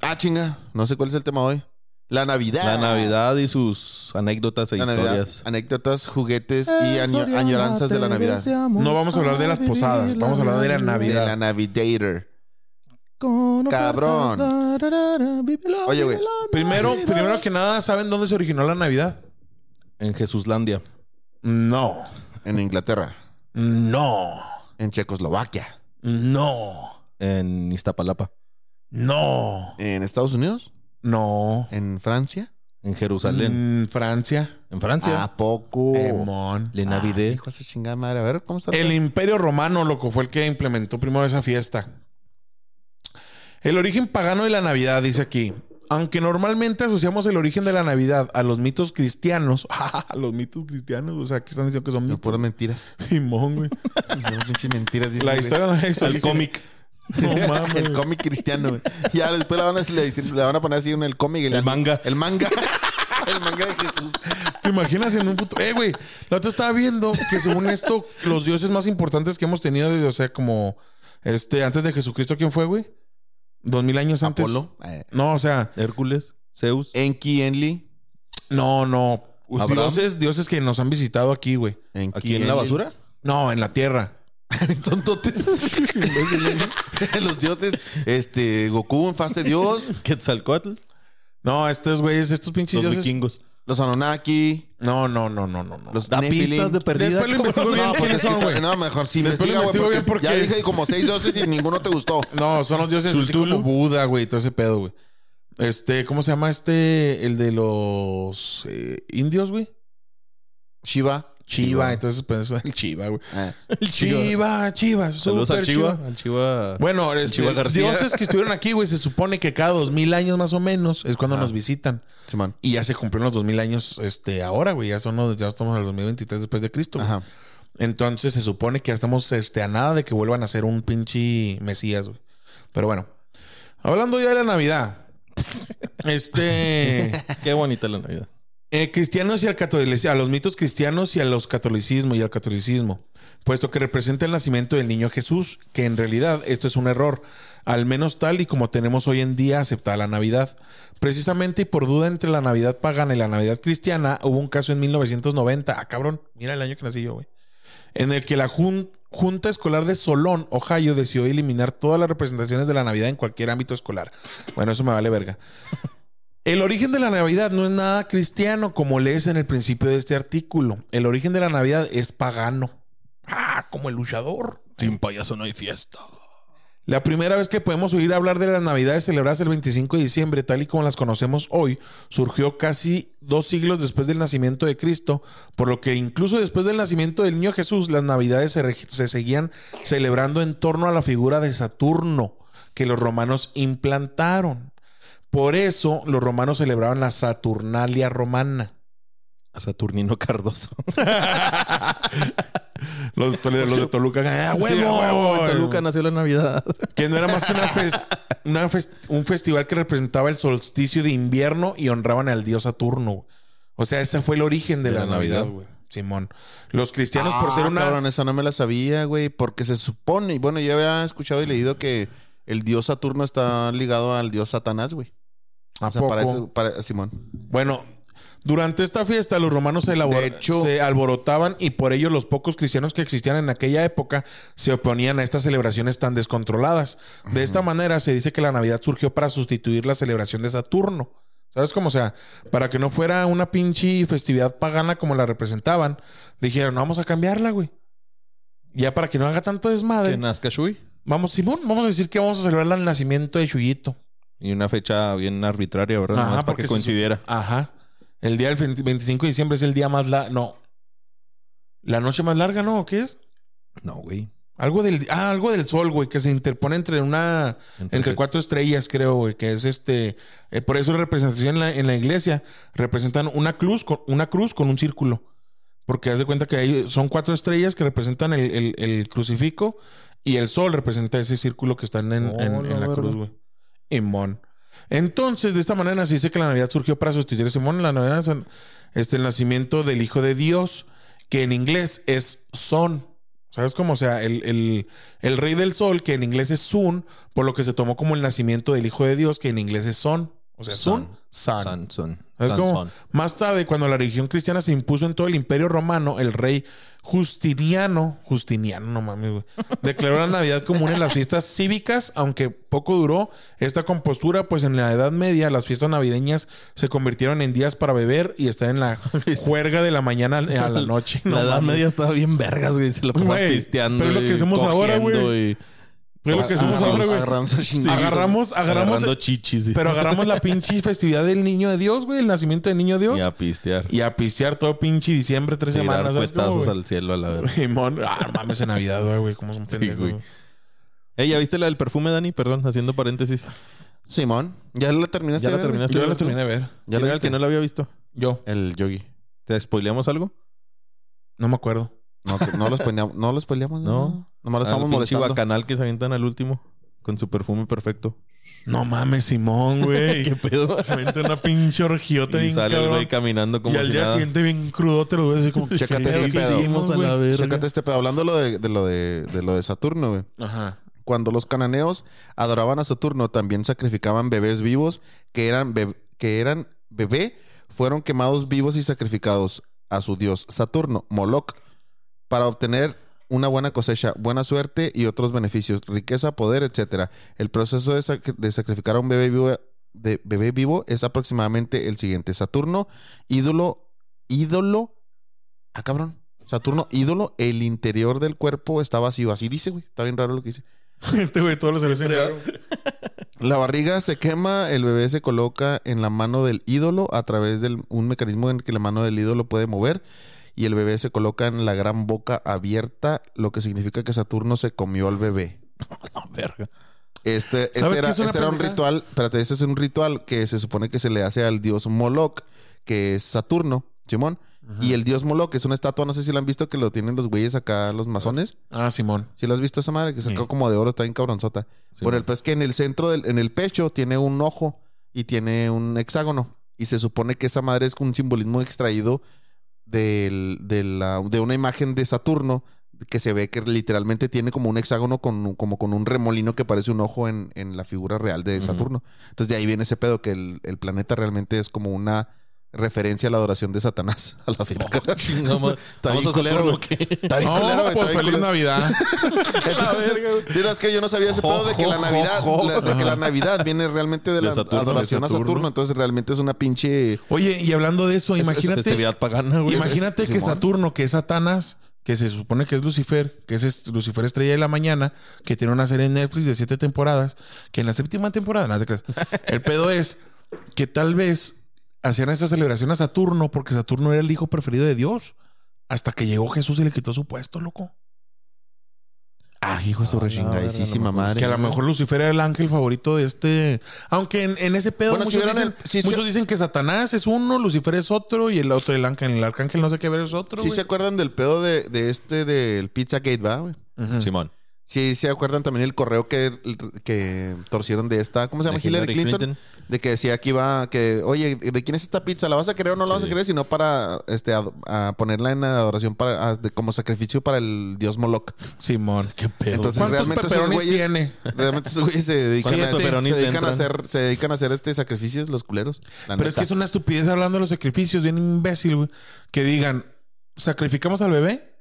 [SPEAKER 2] Ah, chinga. No sé cuál es el tema hoy. La Navidad.
[SPEAKER 3] La Navidad y sus anécdotas e
[SPEAKER 2] La Navidad.
[SPEAKER 3] historias.
[SPEAKER 2] Anécdotas, juguetes y año- añoranzas de la Navidad.
[SPEAKER 1] No vamos a hablar de las posadas. Vamos a hablar de la
[SPEAKER 2] De la
[SPEAKER 1] Navidad.
[SPEAKER 2] Navidator. Cabrón. Oye, güey.
[SPEAKER 1] Primero, primero que nada, ¿saben dónde se originó la Navidad?
[SPEAKER 3] En Jesuslandia.
[SPEAKER 1] No.
[SPEAKER 2] En Inglaterra.
[SPEAKER 1] No.
[SPEAKER 2] En Checoslovaquia.
[SPEAKER 1] No.
[SPEAKER 3] En Iztapalapa.
[SPEAKER 1] No.
[SPEAKER 2] En Estados Unidos.
[SPEAKER 1] No.
[SPEAKER 2] En Francia.
[SPEAKER 3] En Jerusalén.
[SPEAKER 1] Mm, Ah. Francia.
[SPEAKER 3] En Francia.
[SPEAKER 2] ¿A poco?
[SPEAKER 1] Emón.
[SPEAKER 3] Le
[SPEAKER 2] Ah,
[SPEAKER 3] Navidé.
[SPEAKER 2] hijo de su chingada madre. A ver, ¿cómo está?
[SPEAKER 1] El Imperio Romano, loco, fue el que implementó primero esa fiesta. El origen pagano de la Navidad, dice aquí. Aunque normalmente asociamos el origen de la Navidad a los mitos cristianos, a los mitos cristianos, o sea, que están diciendo que son
[SPEAKER 2] No,
[SPEAKER 1] mitos.
[SPEAKER 2] puras mentiras.
[SPEAKER 1] Simón, güey.
[SPEAKER 2] No, pinches mentiras. dice,
[SPEAKER 1] La
[SPEAKER 2] güey.
[SPEAKER 1] historia la hizo
[SPEAKER 2] El cómic.
[SPEAKER 1] No mames.
[SPEAKER 2] el cómic cristiano. güey. Ya después la van a, le dicen- le van a poner así en el cómic.
[SPEAKER 3] El manga.
[SPEAKER 2] El manga. el manga de Jesús.
[SPEAKER 1] ¿Te imaginas en un futuro? Eh, güey. La otra estaba viendo que según esto, los dioses más importantes que hemos tenido, desde, o sea, como este, antes de Jesucristo, ¿quién fue, güey? Dos mil años antes.
[SPEAKER 2] Apolo. eh,
[SPEAKER 1] No, o sea,
[SPEAKER 3] Hércules. Zeus.
[SPEAKER 2] Enki, Enli.
[SPEAKER 1] no, no.
[SPEAKER 3] ¿Abraham?
[SPEAKER 1] Dioses, dioses que nos han visitado aquí, güey.
[SPEAKER 2] Enki,
[SPEAKER 3] Aquí en la
[SPEAKER 2] Enlil.
[SPEAKER 3] basura.
[SPEAKER 1] No, en la tierra.
[SPEAKER 2] Tontotes. Los dioses. Este, Goku en fase dios.
[SPEAKER 3] Quetzalcoatl.
[SPEAKER 1] No, estos güeyes, estos pinches
[SPEAKER 3] Los
[SPEAKER 1] dioses.
[SPEAKER 3] vikingos.
[SPEAKER 2] Los Anunnaki.
[SPEAKER 1] No, no, no, no, no. no.
[SPEAKER 2] Los
[SPEAKER 3] Da
[SPEAKER 2] nefilim.
[SPEAKER 3] pistas de perdida.
[SPEAKER 1] Después lo
[SPEAKER 3] cabrón.
[SPEAKER 1] investigo bien
[SPEAKER 2] No, pues
[SPEAKER 1] quiénes
[SPEAKER 2] es que
[SPEAKER 1] son, güey.
[SPEAKER 2] te- no, mejor sí
[SPEAKER 1] Después
[SPEAKER 2] investiga,
[SPEAKER 1] lo investigo
[SPEAKER 2] güey. Porque
[SPEAKER 1] bien porque-
[SPEAKER 2] Ya dije como seis dosis y ninguno te gustó.
[SPEAKER 1] No, son los dioses así
[SPEAKER 3] Zultulu.
[SPEAKER 1] como Buda, güey, todo ese pedo, güey. Este, ¿cómo se llama este? El de los eh, indios, güey.
[SPEAKER 2] Shiva.
[SPEAKER 1] Chiva, entonces pues eso es el Chiva, güey.
[SPEAKER 2] Ah.
[SPEAKER 1] Chiva, Chiva,
[SPEAKER 3] Saludos al
[SPEAKER 1] super
[SPEAKER 3] Chiva.
[SPEAKER 1] Chiva.
[SPEAKER 3] Al Chiva.
[SPEAKER 1] Bueno,
[SPEAKER 3] El
[SPEAKER 1] este,
[SPEAKER 3] Chiva García.
[SPEAKER 1] dioses que estuvieron aquí, güey, se supone que cada dos mil años más o menos es cuando
[SPEAKER 2] Ah.
[SPEAKER 1] nos visitan.
[SPEAKER 2] Simón.
[SPEAKER 1] Y ya se cumplieron los dos mil años, este, ahora, güey, ya son los- ya estamos en el 2023 después de Cristo. güey.
[SPEAKER 2] Ajá.
[SPEAKER 1] Entonces se supone que ya estamos este, a nada de que vuelvan a ser un pinche Mesías, güey. Pero bueno, hablando ya de la Navidad. este.
[SPEAKER 3] Qué bonita la Navidad.
[SPEAKER 1] eh, cristianos y al catolicismo, a los mitos cristianos y a los catolicismo y al catolicismo, puesto que representa el nacimiento del niño Jesús, que en realidad esto es un error, al menos tal y como tenemos hoy en día aceptada la Navidad. Precisamente y por duda entre la Navidad pagana y la Navidad cristiana, hubo un caso en 1990, ah cabrón, mira el año que nací yo, güey, en el que la jun- Junta Escolar de Solón, Ohio, decidió eliminar todas las representaciones de la Navidad en cualquier ámbito escolar. Bueno, eso me vale verga. El origen de la Navidad no es nada cristiano, como lees en el principio de este artículo. El origen de la Navidad es pagano. Ah, como el luchador.
[SPEAKER 3] Sin payaso no hay fiesta.
[SPEAKER 1] La primera vez que podemos oír hablar de las Navidades celebradas el 25 de diciembre, tal y como las conocemos hoy, surgió casi dos siglos después del nacimiento de Cristo, por lo que incluso después del nacimiento del niño Jesús, las Navidades se, reg- se seguían celebrando en torno a la figura de Saturno que los romanos implantaron. Por eso los romanos celebraban la Saturnalia romana.
[SPEAKER 3] A Saturnino Cardoso.
[SPEAKER 1] Los, de- los de Toluca, ¡ah,
[SPEAKER 3] Sí,
[SPEAKER 1] huevo!
[SPEAKER 3] a huevo, en Toluca nació la Navidad.
[SPEAKER 1] Que no era más que una fes- una fes- un festival que representaba el solsticio de invierno y honraban al dios Saturno. O sea, ese fue el origen de,
[SPEAKER 3] De
[SPEAKER 1] la,
[SPEAKER 3] la
[SPEAKER 1] Navidad,
[SPEAKER 3] Navidad.
[SPEAKER 1] güey. Simón. Los cristianos, por
[SPEAKER 2] Ah,
[SPEAKER 1] ser una.
[SPEAKER 2] Cabrón, esa no me la sabía, güey. Porque se supone. Y bueno, yo había escuchado y leído que el dios Saturno está ligado al dios Satanás, güey.
[SPEAKER 1] ¿A
[SPEAKER 2] O sea,
[SPEAKER 1] poco?
[SPEAKER 2] para eso- para Simón.
[SPEAKER 1] Bueno, durante esta fiesta los romanos se, elabor-
[SPEAKER 2] De hecho-
[SPEAKER 1] se alborotaban y por ello los pocos cristianos que existían en aquella época se oponían a estas celebraciones tan descontroladas. De esta manera se dice que la Navidad surgió para sustituir la celebración de Saturno. ¿Sabes cómo? O sea, para que no fuera una pinche festividad pagana como la representaban, dijeron, vamos a cambiarla, güey. Ya para que no haga tanto
[SPEAKER 3] Que
[SPEAKER 1] desmadre,
[SPEAKER 3] nazca Shui.
[SPEAKER 1] vamos, Simón, vamos a decir que vamos a celebrar el nacimiento de Chuyito.
[SPEAKER 3] Y una fecha bien arbitraria, ¿verdad?
[SPEAKER 1] Ajá,
[SPEAKER 3] Nomás para
[SPEAKER 1] porque
[SPEAKER 3] que
[SPEAKER 1] se-
[SPEAKER 3] coincidiera.
[SPEAKER 1] Ajá. El día del 20 25 de diciembre es el día más largo. No. La noche más larga, ¿no? ¿O ¿Qué es?
[SPEAKER 3] No, güey.
[SPEAKER 1] Algo del, ah, algo del sol, güey, que se interpone entre una. Entre cuatro estrellas, creo, güey, que es este. eh, por eso la representación en la, en la iglesia representan una cruz, con, una cruz con un círculo. Porque haz de cuenta que ahí son cuatro estrellas que representan el, el- el crucifijo y el sol representa ese círculo que están en,
[SPEAKER 3] Oh,
[SPEAKER 1] en- en
[SPEAKER 3] la
[SPEAKER 1] la
[SPEAKER 3] verga.
[SPEAKER 1] cruz, güey. Y mon. Entonces, de esta manera se dice que la Navidad surgió para sustituir ese mon. La Navidad es el- este, el nacimiento del Hijo de Dios, que en inglés es son. ¿Sabes cómo? O sea, el, el- el rey del sol, que en inglés es sun, por lo que se tomó como el nacimiento del Hijo de Dios, que en inglés es son. O sea, sun, sun.
[SPEAKER 3] San, son.
[SPEAKER 1] ¿Sabes
[SPEAKER 3] San,
[SPEAKER 1] cómo?
[SPEAKER 3] son.
[SPEAKER 1] Más tarde, cuando la religión cristiana se impuso en todo el imperio romano, el rey Justiniano, Justiniano, no mames, güey, declaró la Navidad común en las fiestas cívicas, aunque poco duró esta compostura, pues en la Edad Media las fiestas navideñas se convirtieron en días para beber y estar en la juerga de la mañana eh, a la noche. No
[SPEAKER 3] la edad
[SPEAKER 1] mames.
[SPEAKER 3] media estaba bien vergas, güey. Se la pasaban
[SPEAKER 1] Güey,
[SPEAKER 3] pisteando.
[SPEAKER 1] pero es lo
[SPEAKER 3] y
[SPEAKER 1] que hacemos ahora,
[SPEAKER 3] cogiendo
[SPEAKER 1] güey.
[SPEAKER 3] y
[SPEAKER 1] Fue lo que somos ahora, güey.
[SPEAKER 2] Agarrándose a chingazos.
[SPEAKER 1] Agarramos, agarramos,
[SPEAKER 3] Agarrando chichis. y-
[SPEAKER 1] pero agarramos la pinche festividad del niño de Dios, güey, el nacimiento del niño Dios.
[SPEAKER 3] Y a pistear.
[SPEAKER 1] Y a pistear todo pinche diciembre, tres
[SPEAKER 3] Tirar
[SPEAKER 1] semanas. ¿sabes cómo,
[SPEAKER 3] cuetazos
[SPEAKER 1] güey?
[SPEAKER 3] al cielo a la verga.
[SPEAKER 1] Simón, ah, mames en Navidad, güey, güey, cómo son pendejos.
[SPEAKER 3] güey.
[SPEAKER 1] güey.
[SPEAKER 3] Ey, ¿ya viste la del perfume, Dani? Perdón, haciendo paréntesis.
[SPEAKER 2] Simón. ¿Ya la terminaste?
[SPEAKER 3] ¿Ya la
[SPEAKER 2] de ver, güey?
[SPEAKER 3] terminaste?
[SPEAKER 1] Yo ya la terminé de ver.
[SPEAKER 2] ¿Ya
[SPEAKER 3] ¿Quién era
[SPEAKER 2] la
[SPEAKER 3] el que
[SPEAKER 2] viste?
[SPEAKER 3] no la había visto?
[SPEAKER 1] Yo,
[SPEAKER 2] El yogi.
[SPEAKER 3] ¿Te spoileamos algo?
[SPEAKER 1] no me acuerdo.
[SPEAKER 2] No, que no los peleamos. No los peleamos.
[SPEAKER 3] No.
[SPEAKER 2] Nomás lo
[SPEAKER 3] Al
[SPEAKER 2] estamos
[SPEAKER 3] pinche
[SPEAKER 2] molestando.
[SPEAKER 3] bacanal que se avientan al último. Con su perfume perfecto.
[SPEAKER 1] No mames, Simón, güey.
[SPEAKER 3] ¿Qué pedo?
[SPEAKER 1] Se mete una pinche orgiota
[SPEAKER 3] Y
[SPEAKER 1] bien
[SPEAKER 3] sale el
[SPEAKER 1] cabrón.
[SPEAKER 3] güey caminando como
[SPEAKER 1] Y al
[SPEAKER 3] si
[SPEAKER 1] día
[SPEAKER 3] nada.
[SPEAKER 1] siguiente bien crudo te lo voy a decir como que
[SPEAKER 2] Chécate ese
[SPEAKER 1] hicimos,
[SPEAKER 2] pedo.
[SPEAKER 3] Hicimos a la
[SPEAKER 1] güey?
[SPEAKER 3] verga.
[SPEAKER 2] Chécate este pedo. Hablando de lo de, de lo de, de lo de Saturno, güey.
[SPEAKER 1] Ajá.
[SPEAKER 2] Cuando los cananeos adoraban a Saturno, también sacrificaban bebés vivos que eran, beb- que eran bebé, fueron quemados vivos y sacrificados a su dios Saturno, Moloch, para obtener una buena cosecha, buena suerte y otros beneficios, riqueza, poder, etc. El proceso de, sac- de sacrificar a un bebé vivo, de bebé vivo es aproximadamente el siguiente. Saturno, ídolo ídolo. Ah, cabrón. Saturno, ídolo, el interior del cuerpo está vacío. Así dice, güey. Está bien raro lo que dice.
[SPEAKER 1] Este güey, todos los seleccionados.
[SPEAKER 2] La barriga se quema, el bebé se coloca en la mano del ídolo a través de un mecanismo en el que la mano del ídolo puede mover y el bebé se coloca en la gran boca abierta, lo que significa que Saturno se comió al bebé.
[SPEAKER 3] No, verga.
[SPEAKER 2] Este, este
[SPEAKER 1] ¿Sabes qué
[SPEAKER 2] era,
[SPEAKER 1] es una
[SPEAKER 2] este era un
[SPEAKER 1] pendejada?
[SPEAKER 2] ritual, espérate, este es un ritual que se supone que se le hace al dios Moloch, que es Saturno, Simón. Y el dios Moloch es una estatua, no sé si la han visto, que lo tienen los güeyes acá, los masones.
[SPEAKER 1] Ah, Simón.
[SPEAKER 2] Si lo has visto esa madre que sacó
[SPEAKER 1] Sí.
[SPEAKER 2] como de oro, está bien cabronzota. bueno, el pues que en el centro, del, en el pecho, tiene un ojo y tiene un hexágono. Y se supone que esa madre es un simbolismo extraído del- de, la- de una imagen de Saturno que se ve que literalmente tiene como un hexágono con, como con un remolino que parece un ojo en, en la figura real de
[SPEAKER 3] Ujú.
[SPEAKER 2] Saturno. Entonces de ahí viene ese pedo que el, el planeta realmente es como una referencia a la adoración de Satanás a la vida.
[SPEAKER 3] No, ma- ¿Vamos a
[SPEAKER 2] bien
[SPEAKER 3] Saturno
[SPEAKER 2] culero, güey.
[SPEAKER 3] o qué?
[SPEAKER 2] Está bien
[SPEAKER 1] No,
[SPEAKER 2] culero, güey, está
[SPEAKER 1] pues
[SPEAKER 2] bien
[SPEAKER 1] feliz
[SPEAKER 2] culero.
[SPEAKER 1] Navidad.
[SPEAKER 2] Entonces, dirás que yo no sabía ese
[SPEAKER 3] Jo,
[SPEAKER 2] pedo de que la
[SPEAKER 3] jo,
[SPEAKER 2] Navidad,
[SPEAKER 3] jo, jo.
[SPEAKER 2] la- de que la Navidad viene realmente de
[SPEAKER 3] De
[SPEAKER 2] la
[SPEAKER 3] Saturno,
[SPEAKER 2] adoración
[SPEAKER 3] de
[SPEAKER 2] a Saturno,
[SPEAKER 3] Saturno.
[SPEAKER 2] entonces realmente es una pinche
[SPEAKER 1] Oye, y hablando de eso,
[SPEAKER 2] Es- es
[SPEAKER 1] imagínate.
[SPEAKER 3] Festividad pagana, güey.
[SPEAKER 1] Imagínate
[SPEAKER 2] es-
[SPEAKER 1] que
[SPEAKER 2] Simón.
[SPEAKER 1] Saturno, que es Satanás, que se supone que es Lucifer, que es est- Lucifer Estrella de la Mañana, que tiene una serie en Netflix de siete temporadas, que en la séptima temporada, no te creas. El pedo es que tal vez hacían esa celebración a Saturno porque Saturno era el hijo preferido de Dios. Hasta que llegó Jesús y le quitó su puesto, loco.
[SPEAKER 2] ah, hijo de su
[SPEAKER 3] Ah, la
[SPEAKER 2] rechingadísima
[SPEAKER 3] verga, no me
[SPEAKER 2] madre.
[SPEAKER 3] acuerdo.
[SPEAKER 1] Que a lo mejor Lucifer era el ángel favorito de este. Aunque en, en ese pedo
[SPEAKER 2] Bueno, si
[SPEAKER 1] muchos,
[SPEAKER 2] vieron
[SPEAKER 1] dicen,
[SPEAKER 2] el- si se-
[SPEAKER 1] muchos dicen que Satanás es uno, Lucifer es otro y el otro, el ángel, el arcángel, no sé qué ver es otro.
[SPEAKER 2] ¿Sí
[SPEAKER 1] güey.
[SPEAKER 2] se acuerdan del pedo de, de este del Pizza Gate, va, güey?
[SPEAKER 1] Ujú.
[SPEAKER 3] Simón.
[SPEAKER 2] Sí, se acuerdan también el correo que, que torcieron de esta, ¿cómo se llama?
[SPEAKER 3] De
[SPEAKER 2] Hillary, Clinton, de que decía que iba que, "Oye, ¿de quién es esta pizza? ¿La vas a querer o no la vas a
[SPEAKER 3] Sí.
[SPEAKER 2] querer?" sino para este ad- a ponerla en adoración para a- de- como sacrificio para el dios Moloch.
[SPEAKER 1] Simón.
[SPEAKER 3] Qué pedo.
[SPEAKER 2] Entonces,
[SPEAKER 1] ¿Cuántos
[SPEAKER 2] realmente esos
[SPEAKER 1] peperonis
[SPEAKER 2] güeyes-
[SPEAKER 1] tiene?
[SPEAKER 2] Realmente esos güeyes se dedican,
[SPEAKER 3] ¿Cuántos
[SPEAKER 2] a, se,
[SPEAKER 3] peperonis
[SPEAKER 2] dedican a
[SPEAKER 3] entran?
[SPEAKER 2] hacer, se dedican a hacer este sacrificios los culeros. La
[SPEAKER 1] Pero es
[SPEAKER 2] neta.
[SPEAKER 1] que es una estupidez hablando de los sacrificios, bien imbécil, güey. Que digan, sacrificamos al bebé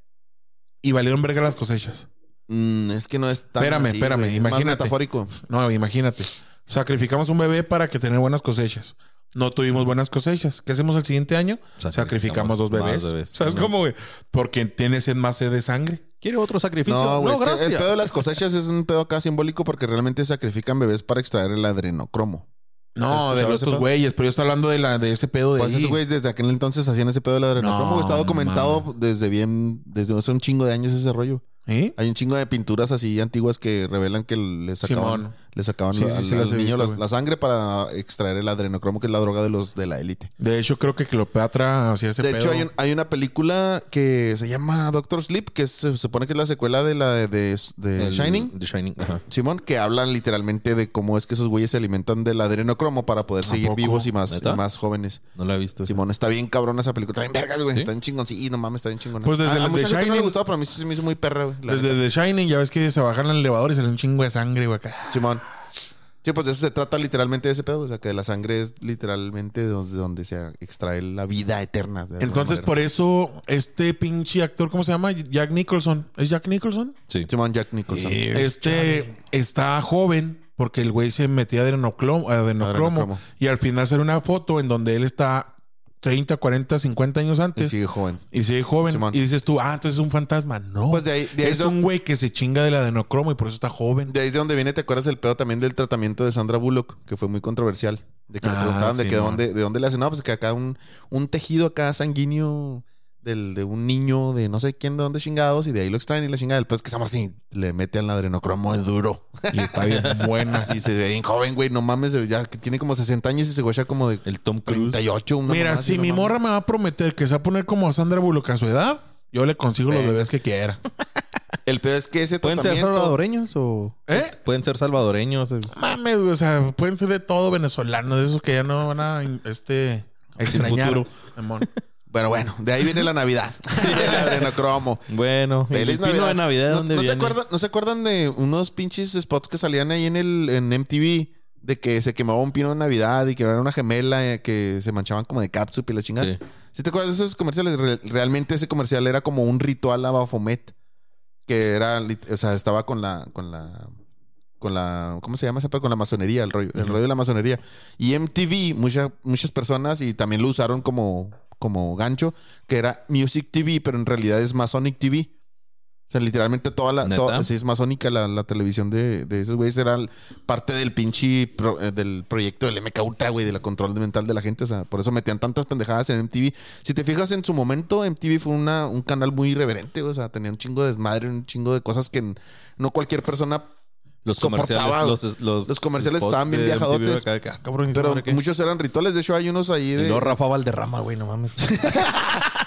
[SPEAKER 1] y valieron verga las cosechas.
[SPEAKER 2] Mm, es que no es tan
[SPEAKER 1] Espérame,
[SPEAKER 2] así,
[SPEAKER 1] espérame,
[SPEAKER 2] güey. Es Más
[SPEAKER 1] imagínate.
[SPEAKER 2] metafórico.
[SPEAKER 1] No, imagínate. Sacrificamos un bebé para que tener buenas cosechas. No tuvimos buenas cosechas. ¿Qué hacemos el siguiente año?
[SPEAKER 3] Sacrificamos
[SPEAKER 1] Sacrificamos, dos
[SPEAKER 3] más
[SPEAKER 1] bebés.
[SPEAKER 3] bebés.
[SPEAKER 1] ¿Sabes
[SPEAKER 3] Sí.
[SPEAKER 1] cómo, güey? Porque tienes en más sed de sangre.
[SPEAKER 3] ¿Quiere otro sacrificio?
[SPEAKER 2] No,
[SPEAKER 3] No,
[SPEAKER 2] güey, es que
[SPEAKER 3] gracias.
[SPEAKER 2] el pedo de las cosechas es un pedo acá simbólico porque realmente sacrifican bebés para extraer el adrenocromo.
[SPEAKER 1] No,
[SPEAKER 2] ¿Sabes
[SPEAKER 1] de
[SPEAKER 2] ese
[SPEAKER 1] los
[SPEAKER 2] pedo?
[SPEAKER 1] otros güeyes, pero yo estoy hablando de, la, de ese pedo de.
[SPEAKER 2] Pues
[SPEAKER 1] ahí.
[SPEAKER 2] esos güeyes desde aquel entonces hacían ese pedo del adrenocromo.
[SPEAKER 1] No,
[SPEAKER 2] güey. Está documentado desde bien, desde hace un chingo de años ese rollo.
[SPEAKER 1] ¿Eh?
[SPEAKER 2] Hay un chingo de pinturas así antiguas que revelan que le sacaban,
[SPEAKER 1] Simón.
[SPEAKER 2] le sacaban
[SPEAKER 1] Sí, sí,
[SPEAKER 2] al,
[SPEAKER 1] sí,
[SPEAKER 2] al
[SPEAKER 1] las he
[SPEAKER 2] niño
[SPEAKER 1] visto,
[SPEAKER 2] la-
[SPEAKER 1] güey.
[SPEAKER 2] la sangre para extraer el adrenocromo, que es la droga de los de la élite.
[SPEAKER 1] De hecho, creo que Cleopatra hacía ese
[SPEAKER 2] De
[SPEAKER 1] pedo.
[SPEAKER 2] hecho, hay, un- hay una película que se llama Doctor Sleep, que se supone que es la secuela de la de, de- de
[SPEAKER 3] El-
[SPEAKER 2] Shining.
[SPEAKER 3] The Shining, ajá.
[SPEAKER 2] Simón, que hablan literalmente de cómo es que esos güeyes se alimentan del adrenocromo para poder seguir
[SPEAKER 1] poco?
[SPEAKER 2] vivos y más, y
[SPEAKER 3] ¿Neta?
[SPEAKER 2] más jóvenes.
[SPEAKER 3] No la he visto.
[SPEAKER 2] Simón, está bien cabrona esa película. Está bien vergas, güey.
[SPEAKER 3] ¿Sí?
[SPEAKER 2] Está bien chingón. Sí, no mames, está bien chingona.
[SPEAKER 1] Pues desde
[SPEAKER 2] a,
[SPEAKER 1] la
[SPEAKER 2] a
[SPEAKER 1] de
[SPEAKER 2] mucha gente no le
[SPEAKER 1] Shining-
[SPEAKER 2] gustaba, pero a mí sí se me hizo muy perra, güey. la
[SPEAKER 1] Desde The Shining, ya ves que se bajan al elevador y sale un chingo de sangre, güey, acá.
[SPEAKER 2] Simón. Sí, pues de eso se trata literalmente de ese pedo. O sea, que la sangre es literalmente de donde, donde se extrae la vida eterna. de alguna
[SPEAKER 1] Entonces,
[SPEAKER 2] manera.
[SPEAKER 1] por eso, este pinche actor, ¿cómo se llama? Jack Nicholson. ¿Es Jack Nicholson?
[SPEAKER 3] Sí.
[SPEAKER 2] Simón Jack Nicholson.
[SPEAKER 3] Sí. Es
[SPEAKER 1] este está joven porque el güey se metía adenocromo, adenocromo
[SPEAKER 2] Adenocromo.
[SPEAKER 1] y al final sale una foto en donde él está 30, 40, 50 años
[SPEAKER 2] Y
[SPEAKER 1] antes
[SPEAKER 2] sigue joven.
[SPEAKER 1] y sigue joven.
[SPEAKER 2] Simón.
[SPEAKER 1] Y dices tú, ah, entonces es un fantasma. No.
[SPEAKER 2] Pues de ahí- de ahí
[SPEAKER 1] es
[SPEAKER 2] do-
[SPEAKER 1] un güey que se chinga del adenocromo y por eso está joven.
[SPEAKER 2] De ahí es de donde viene, ¿te acuerdas el pedo también del tratamiento de Sandra Bullock? Que fue muy controversial. De que le
[SPEAKER 1] Ah,
[SPEAKER 2] preguntaban de, que
[SPEAKER 1] Simón.
[SPEAKER 2] dónde, de dónde le hacen. No, pues que acá un, un tejido acá sanguíneo del, de un niño de no sé quién, de dónde chingados. Y de ahí lo extraen y la chingada. El pedo es que esa morra sí le mete al adrenocromo el duro.
[SPEAKER 1] Y está bien buena.
[SPEAKER 2] Y se ve bien joven, güey. No mames, ya que tiene como 60 años y se guacha como de
[SPEAKER 3] El Tom Cruise.
[SPEAKER 2] 38. una
[SPEAKER 1] Mira,
[SPEAKER 2] mamá así,
[SPEAKER 1] si
[SPEAKER 2] no
[SPEAKER 1] mi
[SPEAKER 2] mames.
[SPEAKER 1] morra me va a prometer que se va a poner como a Sandra Bullock a su edad, yo le consigo los
[SPEAKER 2] Venga.
[SPEAKER 1] bebés que quiera.
[SPEAKER 2] El pedo es que ese
[SPEAKER 3] ¿Pueden ser
[SPEAKER 2] tratamiento...
[SPEAKER 3] salvadoreños o...?
[SPEAKER 1] ¿Eh?
[SPEAKER 3] Pueden ser salvadoreños. eh.
[SPEAKER 1] Mames, güey, o sea, pueden ser de todo venezolanos, de esos que ya no van a este extrañar.
[SPEAKER 3] futuro.
[SPEAKER 1] Mamón.
[SPEAKER 2] Pero bueno, de ahí viene la Navidad. el adrenocromo.
[SPEAKER 3] Bueno. ¿y
[SPEAKER 2] Feliz
[SPEAKER 3] el pino
[SPEAKER 2] Navidad.
[SPEAKER 3] de Navidad
[SPEAKER 2] ¿No,
[SPEAKER 3] dónde
[SPEAKER 2] no
[SPEAKER 3] viene?
[SPEAKER 2] Se acuerdan, ¿No se acuerdan de unos pinches spots que salían ahí en el en MTV? De que se quemaba un pino de Navidad y que era una gemela eh, que se manchaban como de capsup y la chingada.
[SPEAKER 3] Sí.
[SPEAKER 2] ¿Sí te acuerdas de esos comerciales? Re- realmente ese comercial era como un ritual a Bafomet. Que era, lit- o sea, estaba con la, con la, con la, ¿cómo se llama esa? Con la masonería, el rollo, el rollo de la masonería. Y MTV, mucha- muchas personas y también lo usaron como como gancho, que era Music TV, pero en realidad es Masonic TV. O sea, literalmente toda la...
[SPEAKER 3] ¿Neta?
[SPEAKER 2] toda- sí, es masónica la, la televisión de, de esos güeyes. Era parte del pinche... pro- eh, del proyecto del MK Ultra, güey, de la control mental de la gente. O sea, por eso metían tantas pendejadas en MTV. Si te fijas, en su momento MTV fue una, un canal muy irreverente. güey. O sea, tenía un chingo de desmadre, un chingo de cosas que n- no cualquier persona
[SPEAKER 3] Los
[SPEAKER 2] Soportaba,
[SPEAKER 3] comerciales, los, es- los,
[SPEAKER 2] los comerciales
[SPEAKER 3] spots
[SPEAKER 2] estaban bien
[SPEAKER 3] de MTV
[SPEAKER 2] viajadotes.
[SPEAKER 3] acá, acá, cabrón, ¿y
[SPEAKER 2] Pero
[SPEAKER 3] sobre qué?
[SPEAKER 2] muchos eran rituales. De hecho, hay unos ahí de.
[SPEAKER 4] No, Rafa Valderrama, güey, no mames.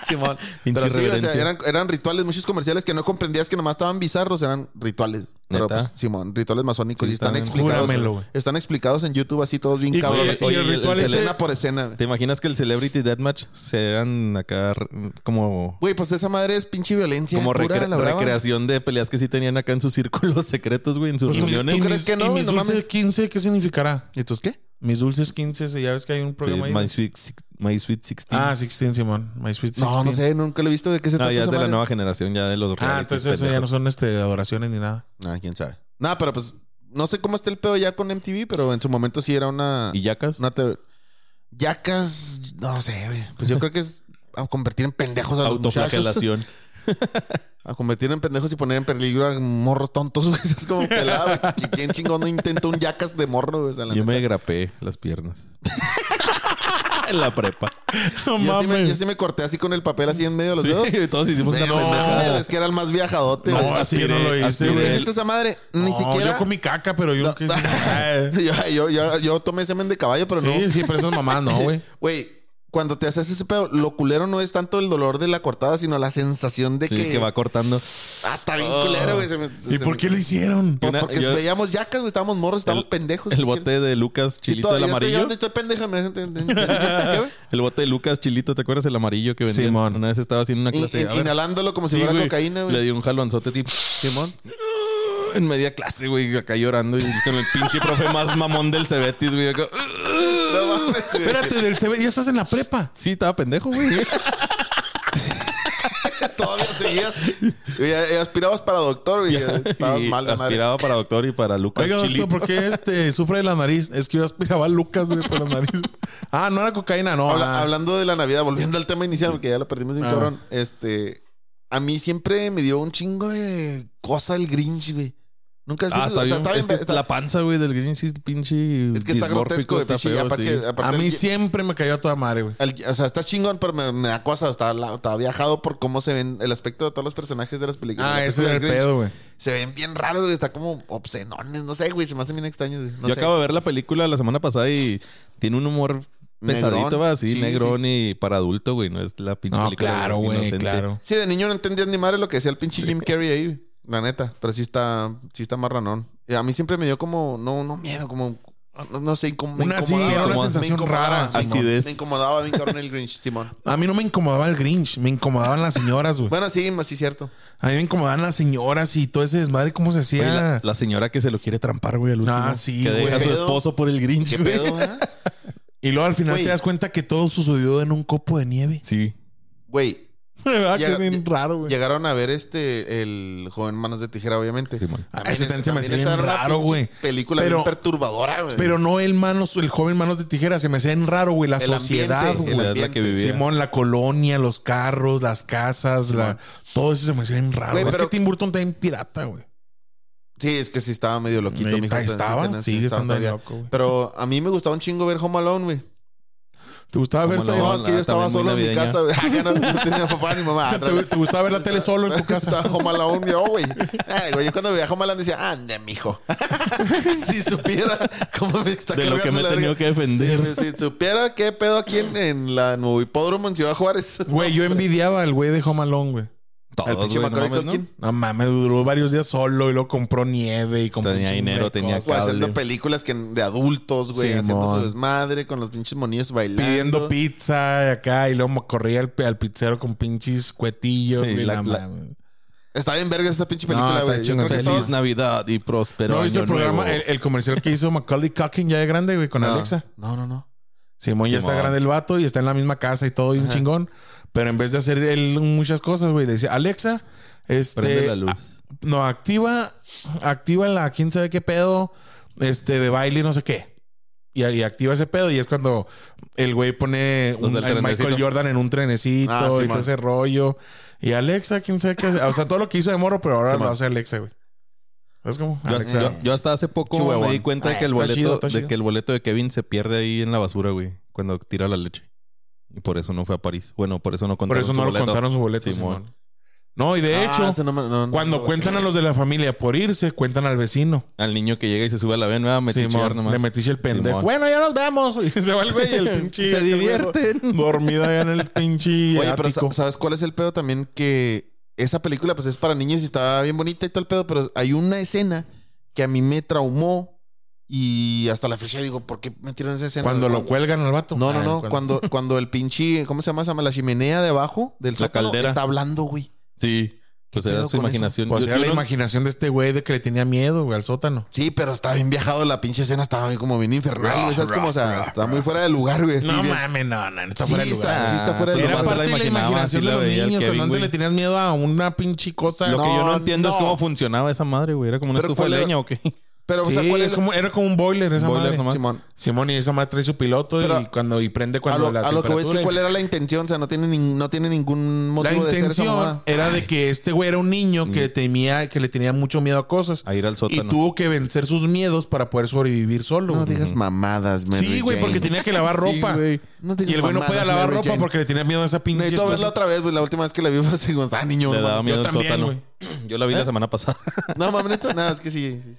[SPEAKER 2] Simón.
[SPEAKER 3] Pinche
[SPEAKER 2] Pero sí, o sea,
[SPEAKER 3] irreverencia.
[SPEAKER 2] eran, eran rituales, muchos comerciales que no comprendías que nomás estaban bizarros, eran rituales. Pero
[SPEAKER 3] ¿Neta?
[SPEAKER 2] pues, Simón, rituales masónicos.
[SPEAKER 3] Sí,
[SPEAKER 2] y están,
[SPEAKER 3] están-
[SPEAKER 2] explicados.
[SPEAKER 1] Júramelo, güey.
[SPEAKER 2] están explicados en YouTube así todos bien
[SPEAKER 1] Y-
[SPEAKER 2] cabrones.
[SPEAKER 1] oye, y el
[SPEAKER 3] Oye, el-
[SPEAKER 1] ritual
[SPEAKER 3] el-
[SPEAKER 1] ese-
[SPEAKER 2] escena por escena. güey.
[SPEAKER 3] ¿Te imaginas que el Celebrity Deathmatch serán acá re- como,
[SPEAKER 2] Güey, pues esa madre es pinche violencia.
[SPEAKER 3] como
[SPEAKER 2] pura,
[SPEAKER 3] recre-
[SPEAKER 2] la brava.
[SPEAKER 3] recreación de peleas que sí tenían acá en sus círculos secretos, güey, en sus
[SPEAKER 1] Pues, ¿tú-
[SPEAKER 3] reuniones?
[SPEAKER 1] y
[SPEAKER 2] crees
[SPEAKER 1] mis-
[SPEAKER 2] que no,
[SPEAKER 1] y
[SPEAKER 2] güey?
[SPEAKER 1] mis
[SPEAKER 2] No
[SPEAKER 1] dulces
[SPEAKER 2] mames.
[SPEAKER 1] 15 qué significará?
[SPEAKER 2] ¿Y tus qué?
[SPEAKER 1] Mis dulces 15, ya ves que hay un
[SPEAKER 3] Sí,
[SPEAKER 1] programa ahí.
[SPEAKER 3] My, Sweet, Six- My Sweet 16.
[SPEAKER 1] Ah, 16, Simón. My Sweet 16.
[SPEAKER 2] No, no sé, nunca lo he visto de qué se
[SPEAKER 3] no,
[SPEAKER 2] trata.
[SPEAKER 3] ya es de
[SPEAKER 2] esa
[SPEAKER 3] la
[SPEAKER 2] madre?
[SPEAKER 3] nueva generación, ya de los
[SPEAKER 1] Ah,
[SPEAKER 3] realities
[SPEAKER 1] entonces eso ya no
[SPEAKER 3] pendejos.
[SPEAKER 1] son este, adoraciones ni nada.
[SPEAKER 2] Ah, quién sabe. Nada, pero pues no sé cómo está el pedo ya con MTV, pero en su momento sí era una.
[SPEAKER 3] ¿Y yacas?
[SPEAKER 2] Una Pues te... Yacas, no sé, güey. Pues yo creo que es a convertir en pendejos a los muchachos.
[SPEAKER 3] Autoflagelación.
[SPEAKER 2] A convertir en pendejos y poner en peligro a morros tontos, güey. Es como pelada, güey. ¿Qui- ¿Quién chingón no intenta un yacas de morro, güey? O sea, la
[SPEAKER 3] Yo
[SPEAKER 2] neta.
[SPEAKER 3] me grapé las piernas. en la prepa.
[SPEAKER 1] No
[SPEAKER 2] yo, sí me, yo
[SPEAKER 1] mames.
[SPEAKER 2] sí me corté así con el papel así en medio de los dedos.
[SPEAKER 3] Sí, todos hicimos una
[SPEAKER 2] No,
[SPEAKER 3] pendejada.
[SPEAKER 2] mames, es que era el más viajadote.
[SPEAKER 1] No,
[SPEAKER 2] güey.
[SPEAKER 1] así yo no lo
[SPEAKER 3] aspiré,
[SPEAKER 1] hice,
[SPEAKER 2] ¿Tú
[SPEAKER 3] aspiré.
[SPEAKER 1] güey.
[SPEAKER 3] el-
[SPEAKER 2] hiciste esa madre? Ni
[SPEAKER 1] No,
[SPEAKER 2] siquiera.
[SPEAKER 1] Yo comí caca, pero yo que.
[SPEAKER 2] yo, yo, yo, yo tomé semen de caballo, pero no.
[SPEAKER 1] Sí, sí, pero esas mamás no, güey.
[SPEAKER 2] Güey, cuando te haces ese pedo, lo culero no es tanto el dolor de la cortada, sino la sensación de
[SPEAKER 3] Sí,
[SPEAKER 2] que.
[SPEAKER 3] que va cortando.
[SPEAKER 2] Ah, está bien culero, güey. se me-
[SPEAKER 1] ¿Y
[SPEAKER 2] se
[SPEAKER 1] por
[SPEAKER 2] Este, me-
[SPEAKER 1] qué lo hicieron?
[SPEAKER 2] Pues
[SPEAKER 3] Una-
[SPEAKER 2] porque
[SPEAKER 3] Oh. yo-
[SPEAKER 2] veíamos yacas, güey. Estábamos morros, estábamos pendejos.
[SPEAKER 3] El bote de Lucas
[SPEAKER 2] Pues Sí,
[SPEAKER 3] Chilito, el
[SPEAKER 2] todavía estoy
[SPEAKER 3] amarillo.
[SPEAKER 2] llorando y estoy pendeja. me- ¿Qué, güey?
[SPEAKER 3] El bote de Lucas Chilito, ¿te acuerdas? El amarillo que vendía.
[SPEAKER 1] Simón.
[SPEAKER 3] Una vez estaba haciendo una clase.
[SPEAKER 2] In-
[SPEAKER 3] a
[SPEAKER 2] in-
[SPEAKER 3] ver.
[SPEAKER 2] Inhalándolo como si
[SPEAKER 3] Sí,
[SPEAKER 2] fuera
[SPEAKER 3] güey.
[SPEAKER 2] cocaína,
[SPEAKER 3] Le
[SPEAKER 2] güey.
[SPEAKER 3] dio un jalonzote tipo Simón. En media clase, güey, acá llorando y con el pinche profe más mamón del Cebetis, güey. acá.
[SPEAKER 2] No mames, güey.
[SPEAKER 1] Espérate, del CB, ya estás en la prepa.
[SPEAKER 3] Sí, estaba pendejo, güey.
[SPEAKER 2] Todavía seguías. güey, y eh, aspirabas para doctor, güey. Estabas
[SPEAKER 3] Y
[SPEAKER 2] mal de madre.
[SPEAKER 3] aspiraba para doctor y para Lucas
[SPEAKER 1] Oiga,
[SPEAKER 3] Chilito.
[SPEAKER 1] doctor, ¿por qué este sufre de la nariz? Es que yo aspiraba a Lucas, güey, por la nariz. Ah, no era cocaína, no.
[SPEAKER 2] Habla-
[SPEAKER 1] ah.
[SPEAKER 2] hablando de la Navidad, volviendo al tema inicial, porque ya lo perdimos bien,
[SPEAKER 1] Ah.
[SPEAKER 2] cabrón. Este. A mí siempre me dio un chingo de cosa el Grinch, güey. Nunca
[SPEAKER 3] Ah, está
[SPEAKER 2] o sea,
[SPEAKER 3] bien.
[SPEAKER 2] está bien,
[SPEAKER 3] es que
[SPEAKER 2] está-
[SPEAKER 3] la panza, güey, del Grinch es pinche.
[SPEAKER 2] es que está
[SPEAKER 3] dismórfico,
[SPEAKER 2] grotesco, güey.
[SPEAKER 3] está
[SPEAKER 2] pinche, y
[SPEAKER 3] feo,
[SPEAKER 2] aparte-
[SPEAKER 3] sí.
[SPEAKER 1] A
[SPEAKER 2] aparte
[SPEAKER 1] mí
[SPEAKER 2] el-
[SPEAKER 1] siempre me cayó a toda madre, güey.
[SPEAKER 2] Al- o sea, está chingón, pero me, me da cosa. Está, la- está viajado por cómo se ven el aspecto de todos los personajes de las películas.
[SPEAKER 1] Ah,
[SPEAKER 2] Las
[SPEAKER 1] ese era el
[SPEAKER 2] películas de
[SPEAKER 1] pedo,
[SPEAKER 2] Grinch
[SPEAKER 1] güey.
[SPEAKER 2] Se ven bien raros, güey. Está como obscenones. No sé, güey. Se me hacen bien extraños, güey. No
[SPEAKER 3] Yo
[SPEAKER 2] sé.
[SPEAKER 3] acabo de ver la película la semana pasada y tiene un humor pesadito,
[SPEAKER 2] Negrón.
[SPEAKER 3] va así,
[SPEAKER 2] Sí,
[SPEAKER 3] negrón y para adulto, güey. No es la pinche
[SPEAKER 1] No,
[SPEAKER 3] película.
[SPEAKER 1] claro, güey,
[SPEAKER 3] inocente.
[SPEAKER 1] claro.
[SPEAKER 2] Sí, de niño no entendías ni madre lo que decía el pinche Jim Carrey ahí, güey. La neta. Pero sí está, sí está marranón. Y a mí siempre me dio como, no, no miedo, como. No, no sé, como me
[SPEAKER 1] Una sí,
[SPEAKER 2] incomodaba,
[SPEAKER 1] era una
[SPEAKER 2] como- me
[SPEAKER 1] sensación
[SPEAKER 2] incomodaba,
[SPEAKER 1] rara.
[SPEAKER 2] Simón.
[SPEAKER 3] Acidez.
[SPEAKER 2] Me incomodaba bien cabrón el Grinch, Simón.
[SPEAKER 1] A mí no me incomodaba el Grinch, me incomodaban las señoras, güey.
[SPEAKER 2] Bueno, sí, más sí, cierto.
[SPEAKER 1] A mí me incomodaban las señoras y todo ese desmadre, cómo se
[SPEAKER 3] Oye,
[SPEAKER 1] hacía.
[SPEAKER 3] la, la señora que se lo quiere trampar, güey, al último.
[SPEAKER 1] Ah, sí,
[SPEAKER 3] Que
[SPEAKER 1] güey.
[SPEAKER 3] deja a su
[SPEAKER 2] Pedo.
[SPEAKER 3] esposo por el Grinch,
[SPEAKER 2] ¿Qué
[SPEAKER 3] güey.
[SPEAKER 2] pedo, eh?
[SPEAKER 1] Y luego al final
[SPEAKER 2] Güey.
[SPEAKER 1] te das cuenta que todo sucedió en un copo de nieve.
[SPEAKER 3] Sí.
[SPEAKER 2] Güey,
[SPEAKER 1] ¿Verdad?
[SPEAKER 2] Llega-
[SPEAKER 1] Ah, que es bien raro, güey.
[SPEAKER 2] Llegaron a ver este el joven manos de tijera, obviamente. Ah,
[SPEAKER 3] Sí, man.
[SPEAKER 1] A mí Ah, ese también se me
[SPEAKER 2] También
[SPEAKER 1] hacía bien
[SPEAKER 2] esa era una
[SPEAKER 1] raro,
[SPEAKER 2] pinche
[SPEAKER 1] güey.
[SPEAKER 2] Película
[SPEAKER 1] Pero-
[SPEAKER 2] bien perturbadora, güey.
[SPEAKER 1] Pero no el manos, el joven manos de tijera, se me hacía bien raro, güey. La
[SPEAKER 2] El
[SPEAKER 1] sociedad,
[SPEAKER 2] ambiente, el
[SPEAKER 1] güey.
[SPEAKER 3] Es la que
[SPEAKER 2] ambiente.
[SPEAKER 3] vivía.
[SPEAKER 1] Simón, la colonia, los carros, las casas, la... todo eso se me hacía bien raro.
[SPEAKER 2] Güey,
[SPEAKER 1] güey. es
[SPEAKER 2] pero-
[SPEAKER 1] que Tim Burton está bien pirata, güey.
[SPEAKER 2] Sí, es que sí estaba medio loquito,
[SPEAKER 1] Ahí
[SPEAKER 2] mijo.
[SPEAKER 1] está-
[SPEAKER 2] O sea, sí
[SPEAKER 1] estaba,
[SPEAKER 2] tenía- sí
[SPEAKER 1] sigue
[SPEAKER 2] estaba
[SPEAKER 1] estando bien
[SPEAKER 2] todavía.
[SPEAKER 1] loco, güey.
[SPEAKER 2] Pero a mí me gustaba un chingo ver Home Alone, güey.
[SPEAKER 1] ¿Te gustaba ver
[SPEAKER 3] Como
[SPEAKER 1] esa-
[SPEAKER 3] la-
[SPEAKER 2] No, es que yo estaba
[SPEAKER 3] también muy
[SPEAKER 2] solo en mi
[SPEAKER 3] navideña.
[SPEAKER 2] casa, güey. Acá no, no tenía papá ni mamá.
[SPEAKER 1] ¿Te, te gustaba ver la tele solo en tu casa?
[SPEAKER 2] Estaba Home Alone, yo, güey. Ay, güey, yo cuando veía Home Alone decía, anda, mijo. si supiera cómo me está
[SPEAKER 3] De lo que
[SPEAKER 2] cargando
[SPEAKER 3] me he
[SPEAKER 2] la
[SPEAKER 3] tenido
[SPEAKER 2] verga.
[SPEAKER 3] que defender.
[SPEAKER 2] Sí, güey, si supiera qué pedo aquí en, en la nuevo hipódromo en Ciudad Juárez.
[SPEAKER 1] Güey, yo envidiaba al güey de Home Alone, güey.
[SPEAKER 2] Al
[SPEAKER 3] Todos,
[SPEAKER 2] pinche
[SPEAKER 3] güey, no
[SPEAKER 2] Macaulay
[SPEAKER 3] mames, ¿no?
[SPEAKER 2] Culkin.
[SPEAKER 1] No mames, duró varios días solo y luego compró nieve y compró.
[SPEAKER 3] Tenía
[SPEAKER 1] un chingo
[SPEAKER 3] dinero,
[SPEAKER 1] de
[SPEAKER 3] tenía
[SPEAKER 1] cosas.
[SPEAKER 2] Güey, haciendo
[SPEAKER 3] Cable.
[SPEAKER 2] películas que de adultos, güey,
[SPEAKER 1] Sí,
[SPEAKER 2] haciendo
[SPEAKER 1] mon.
[SPEAKER 2] su desmadre con los pinches monillos bailando.
[SPEAKER 1] Pidiendo pizza acá y luego me corría al, al pizzero con pinches cuetillos,
[SPEAKER 3] Sí,
[SPEAKER 1] güey.
[SPEAKER 3] la-
[SPEAKER 1] no
[SPEAKER 3] la-
[SPEAKER 1] mames.
[SPEAKER 2] Está bien verga esa pinche
[SPEAKER 1] No,
[SPEAKER 2] película,
[SPEAKER 1] está
[SPEAKER 2] güey. Yo creo que
[SPEAKER 1] chingón.
[SPEAKER 2] todos-
[SPEAKER 3] Feliz Navidad y próspero.
[SPEAKER 1] pues, ¿No viste el
[SPEAKER 3] Año
[SPEAKER 1] programa, eh,
[SPEAKER 3] Nuevo. Ah.
[SPEAKER 1] el, el comercial que hizo Macaulay Culkin ya de grande, güey, con
[SPEAKER 2] No.
[SPEAKER 1] Alexa?
[SPEAKER 2] No, no, no.
[SPEAKER 1] Simón ya está
[SPEAKER 3] Simón.
[SPEAKER 1] grande el vato y está en la misma casa y todo y un chingón. Pero en vez de hacer él muchas cosas, güey, le decía, Alexa,
[SPEAKER 3] Prende
[SPEAKER 1] este,
[SPEAKER 3] la
[SPEAKER 1] a-
[SPEAKER 3] luz.
[SPEAKER 1] no, activa, activa la quién sabe qué pedo, este, de baile, y no sé qué. Y, y activa ese pedo y es cuando el güey pone
[SPEAKER 3] Los
[SPEAKER 1] un-
[SPEAKER 3] del
[SPEAKER 1] al Michael
[SPEAKER 3] trenecito.
[SPEAKER 1] Jordan en un trenecito
[SPEAKER 2] Ah, sí,
[SPEAKER 1] y todo
[SPEAKER 2] man.
[SPEAKER 1] ese rollo. Y Alexa, quién sabe qué hace. O sea, todo lo que hizo de morro, pero ahora
[SPEAKER 2] Sí,
[SPEAKER 1] lo
[SPEAKER 2] man.
[SPEAKER 1] hace Alexa, güey. ¿Sabes cómo?
[SPEAKER 3] Yo,
[SPEAKER 1] Alexa.
[SPEAKER 3] yo- yo hasta hace poco
[SPEAKER 2] Chihuahua.
[SPEAKER 3] me di cuenta de que, el
[SPEAKER 1] Ay, está
[SPEAKER 3] boleto,
[SPEAKER 1] chido, está
[SPEAKER 3] de
[SPEAKER 1] chido.
[SPEAKER 3] que el boleto de Kevin se pierde ahí en la basura, güey. Cuando tira la leche. Y por eso no fue a París. Bueno, por eso no
[SPEAKER 1] Por
[SPEAKER 3] contaron
[SPEAKER 1] eso
[SPEAKER 3] su
[SPEAKER 1] no
[SPEAKER 3] boleto.
[SPEAKER 1] lo contaron su boleto,
[SPEAKER 3] Simón.
[SPEAKER 1] Simón. No, y de
[SPEAKER 2] Ah,
[SPEAKER 1] hecho,
[SPEAKER 2] ese no me- no, no,
[SPEAKER 1] cuando
[SPEAKER 2] no, güey.
[SPEAKER 1] cuentan a los de la familia por irse, cuentan al vecino.
[SPEAKER 3] Al niño que llega y se sube a la ven, me va a metichear
[SPEAKER 1] Simón,
[SPEAKER 3] nomás.
[SPEAKER 1] le metiste el pendejo.
[SPEAKER 3] Simón.
[SPEAKER 1] Bueno, ya nos vemos. Y se va el güey y el pinche.
[SPEAKER 3] Se
[SPEAKER 1] el güey
[SPEAKER 3] divierten.
[SPEAKER 1] Dormido allá en el pinche.
[SPEAKER 2] Oye, pero
[SPEAKER 1] ático.
[SPEAKER 2] sa- ¿sabes cuál es el pedo también? Que esa película, pues es para niños y está bien bonita y todo el pedo, pero hay una escena que a mí me traumó y hasta la fecha digo, ¿por qué metieron esa escena?
[SPEAKER 1] Cuando lo cuelgan al vato.
[SPEAKER 2] No, no,
[SPEAKER 1] Ah,
[SPEAKER 2] no. Cuando, cuando el pinche, ¿cómo se llama? Se llama la chimenea de abajo del
[SPEAKER 3] La
[SPEAKER 2] sótano
[SPEAKER 3] caldera.
[SPEAKER 2] está hablando, güey.
[SPEAKER 3] Sí. Pues
[SPEAKER 2] pedo
[SPEAKER 3] era su
[SPEAKER 2] con eso?
[SPEAKER 3] imaginación.
[SPEAKER 1] Pues
[SPEAKER 3] Yo-
[SPEAKER 1] era
[SPEAKER 3] yo
[SPEAKER 1] la
[SPEAKER 3] no-
[SPEAKER 1] imaginación de este güey de que le tenía miedo, güey, al sótano.
[SPEAKER 2] Sí, pero está bien viajado la pinche escena, estaba bien como bien infernal, güey. ¿Sabes
[SPEAKER 1] Rah,
[SPEAKER 2] cómo? O sea,
[SPEAKER 1] rah,
[SPEAKER 2] está muy fuera de lugar, güey. así
[SPEAKER 1] no
[SPEAKER 2] bien.
[SPEAKER 1] mames, no, no, está
[SPEAKER 2] Sí,
[SPEAKER 1] fuera de lugar.
[SPEAKER 3] Ah,
[SPEAKER 2] está- sí está fuera de
[SPEAKER 3] pero
[SPEAKER 1] Era
[SPEAKER 2] lugar.
[SPEAKER 3] nomás se
[SPEAKER 1] parte de la
[SPEAKER 3] imaginaba,
[SPEAKER 1] imaginación
[SPEAKER 3] así
[SPEAKER 1] de
[SPEAKER 3] la
[SPEAKER 1] los
[SPEAKER 3] veía el
[SPEAKER 1] niños.
[SPEAKER 3] Kevin,
[SPEAKER 1] Cuando antes
[SPEAKER 3] güey.
[SPEAKER 1] le tenías miedo a una pinche cosa.
[SPEAKER 3] Lo que yo no
[SPEAKER 2] No,
[SPEAKER 3] entiendo es
[SPEAKER 2] no.
[SPEAKER 3] cómo funcionaba esa madre, güey. Era como una
[SPEAKER 2] Pero
[SPEAKER 3] estufa de
[SPEAKER 2] ¿cuál era?
[SPEAKER 3] leña o qué.
[SPEAKER 2] Pero, o
[SPEAKER 1] Sí,
[SPEAKER 2] sea, ¿cuál
[SPEAKER 1] es
[SPEAKER 2] es
[SPEAKER 1] como, era como un boiler esa
[SPEAKER 3] Boiler
[SPEAKER 1] madre.
[SPEAKER 3] nomás.
[SPEAKER 2] Simón.
[SPEAKER 1] Simón y esa madre trae su piloto y
[SPEAKER 2] Pero-
[SPEAKER 1] cuando y prende
[SPEAKER 2] A
[SPEAKER 1] cuando
[SPEAKER 2] lo,
[SPEAKER 1] la
[SPEAKER 2] a lo que voy es que
[SPEAKER 1] temperatura-
[SPEAKER 2] cuál era la intención, o sea, no tiene, nin- no tiene ningún
[SPEAKER 1] La
[SPEAKER 2] motivo de ser esa
[SPEAKER 1] intención
[SPEAKER 2] mamada. Mm.
[SPEAKER 1] era de que este güey era un niño que temía, que le tenía mucho miedo a cosas.
[SPEAKER 3] A ir al
[SPEAKER 1] Y
[SPEAKER 3] sótano.
[SPEAKER 1] tuvo que vencer sus miedos para poder sobrevivir solo.
[SPEAKER 2] No
[SPEAKER 1] güey.
[SPEAKER 2] digas mamadas, Mary
[SPEAKER 1] sí, güey,
[SPEAKER 2] Jane.
[SPEAKER 1] porque tenía que lavar
[SPEAKER 3] Sí,
[SPEAKER 1] ropa.
[SPEAKER 3] güey.
[SPEAKER 2] No digas
[SPEAKER 1] y el güey no
[SPEAKER 2] mamadas,
[SPEAKER 1] podía lavar
[SPEAKER 2] Mary
[SPEAKER 1] ropa
[SPEAKER 2] Jane.
[SPEAKER 1] porque le tenía miedo a esa pinche.
[SPEAKER 2] Necesito verla
[SPEAKER 1] esposa.
[SPEAKER 2] otra vez, güey. La última vez que la vi fue así cuando estaba niño.
[SPEAKER 3] Le
[SPEAKER 2] no
[SPEAKER 3] daba
[SPEAKER 2] mames.
[SPEAKER 3] miedo al
[SPEAKER 1] también,
[SPEAKER 3] sótano.
[SPEAKER 1] güey.
[SPEAKER 3] Yo la vi la semana pasada.
[SPEAKER 2] No, mames, neta. Nada, es que sí. sí.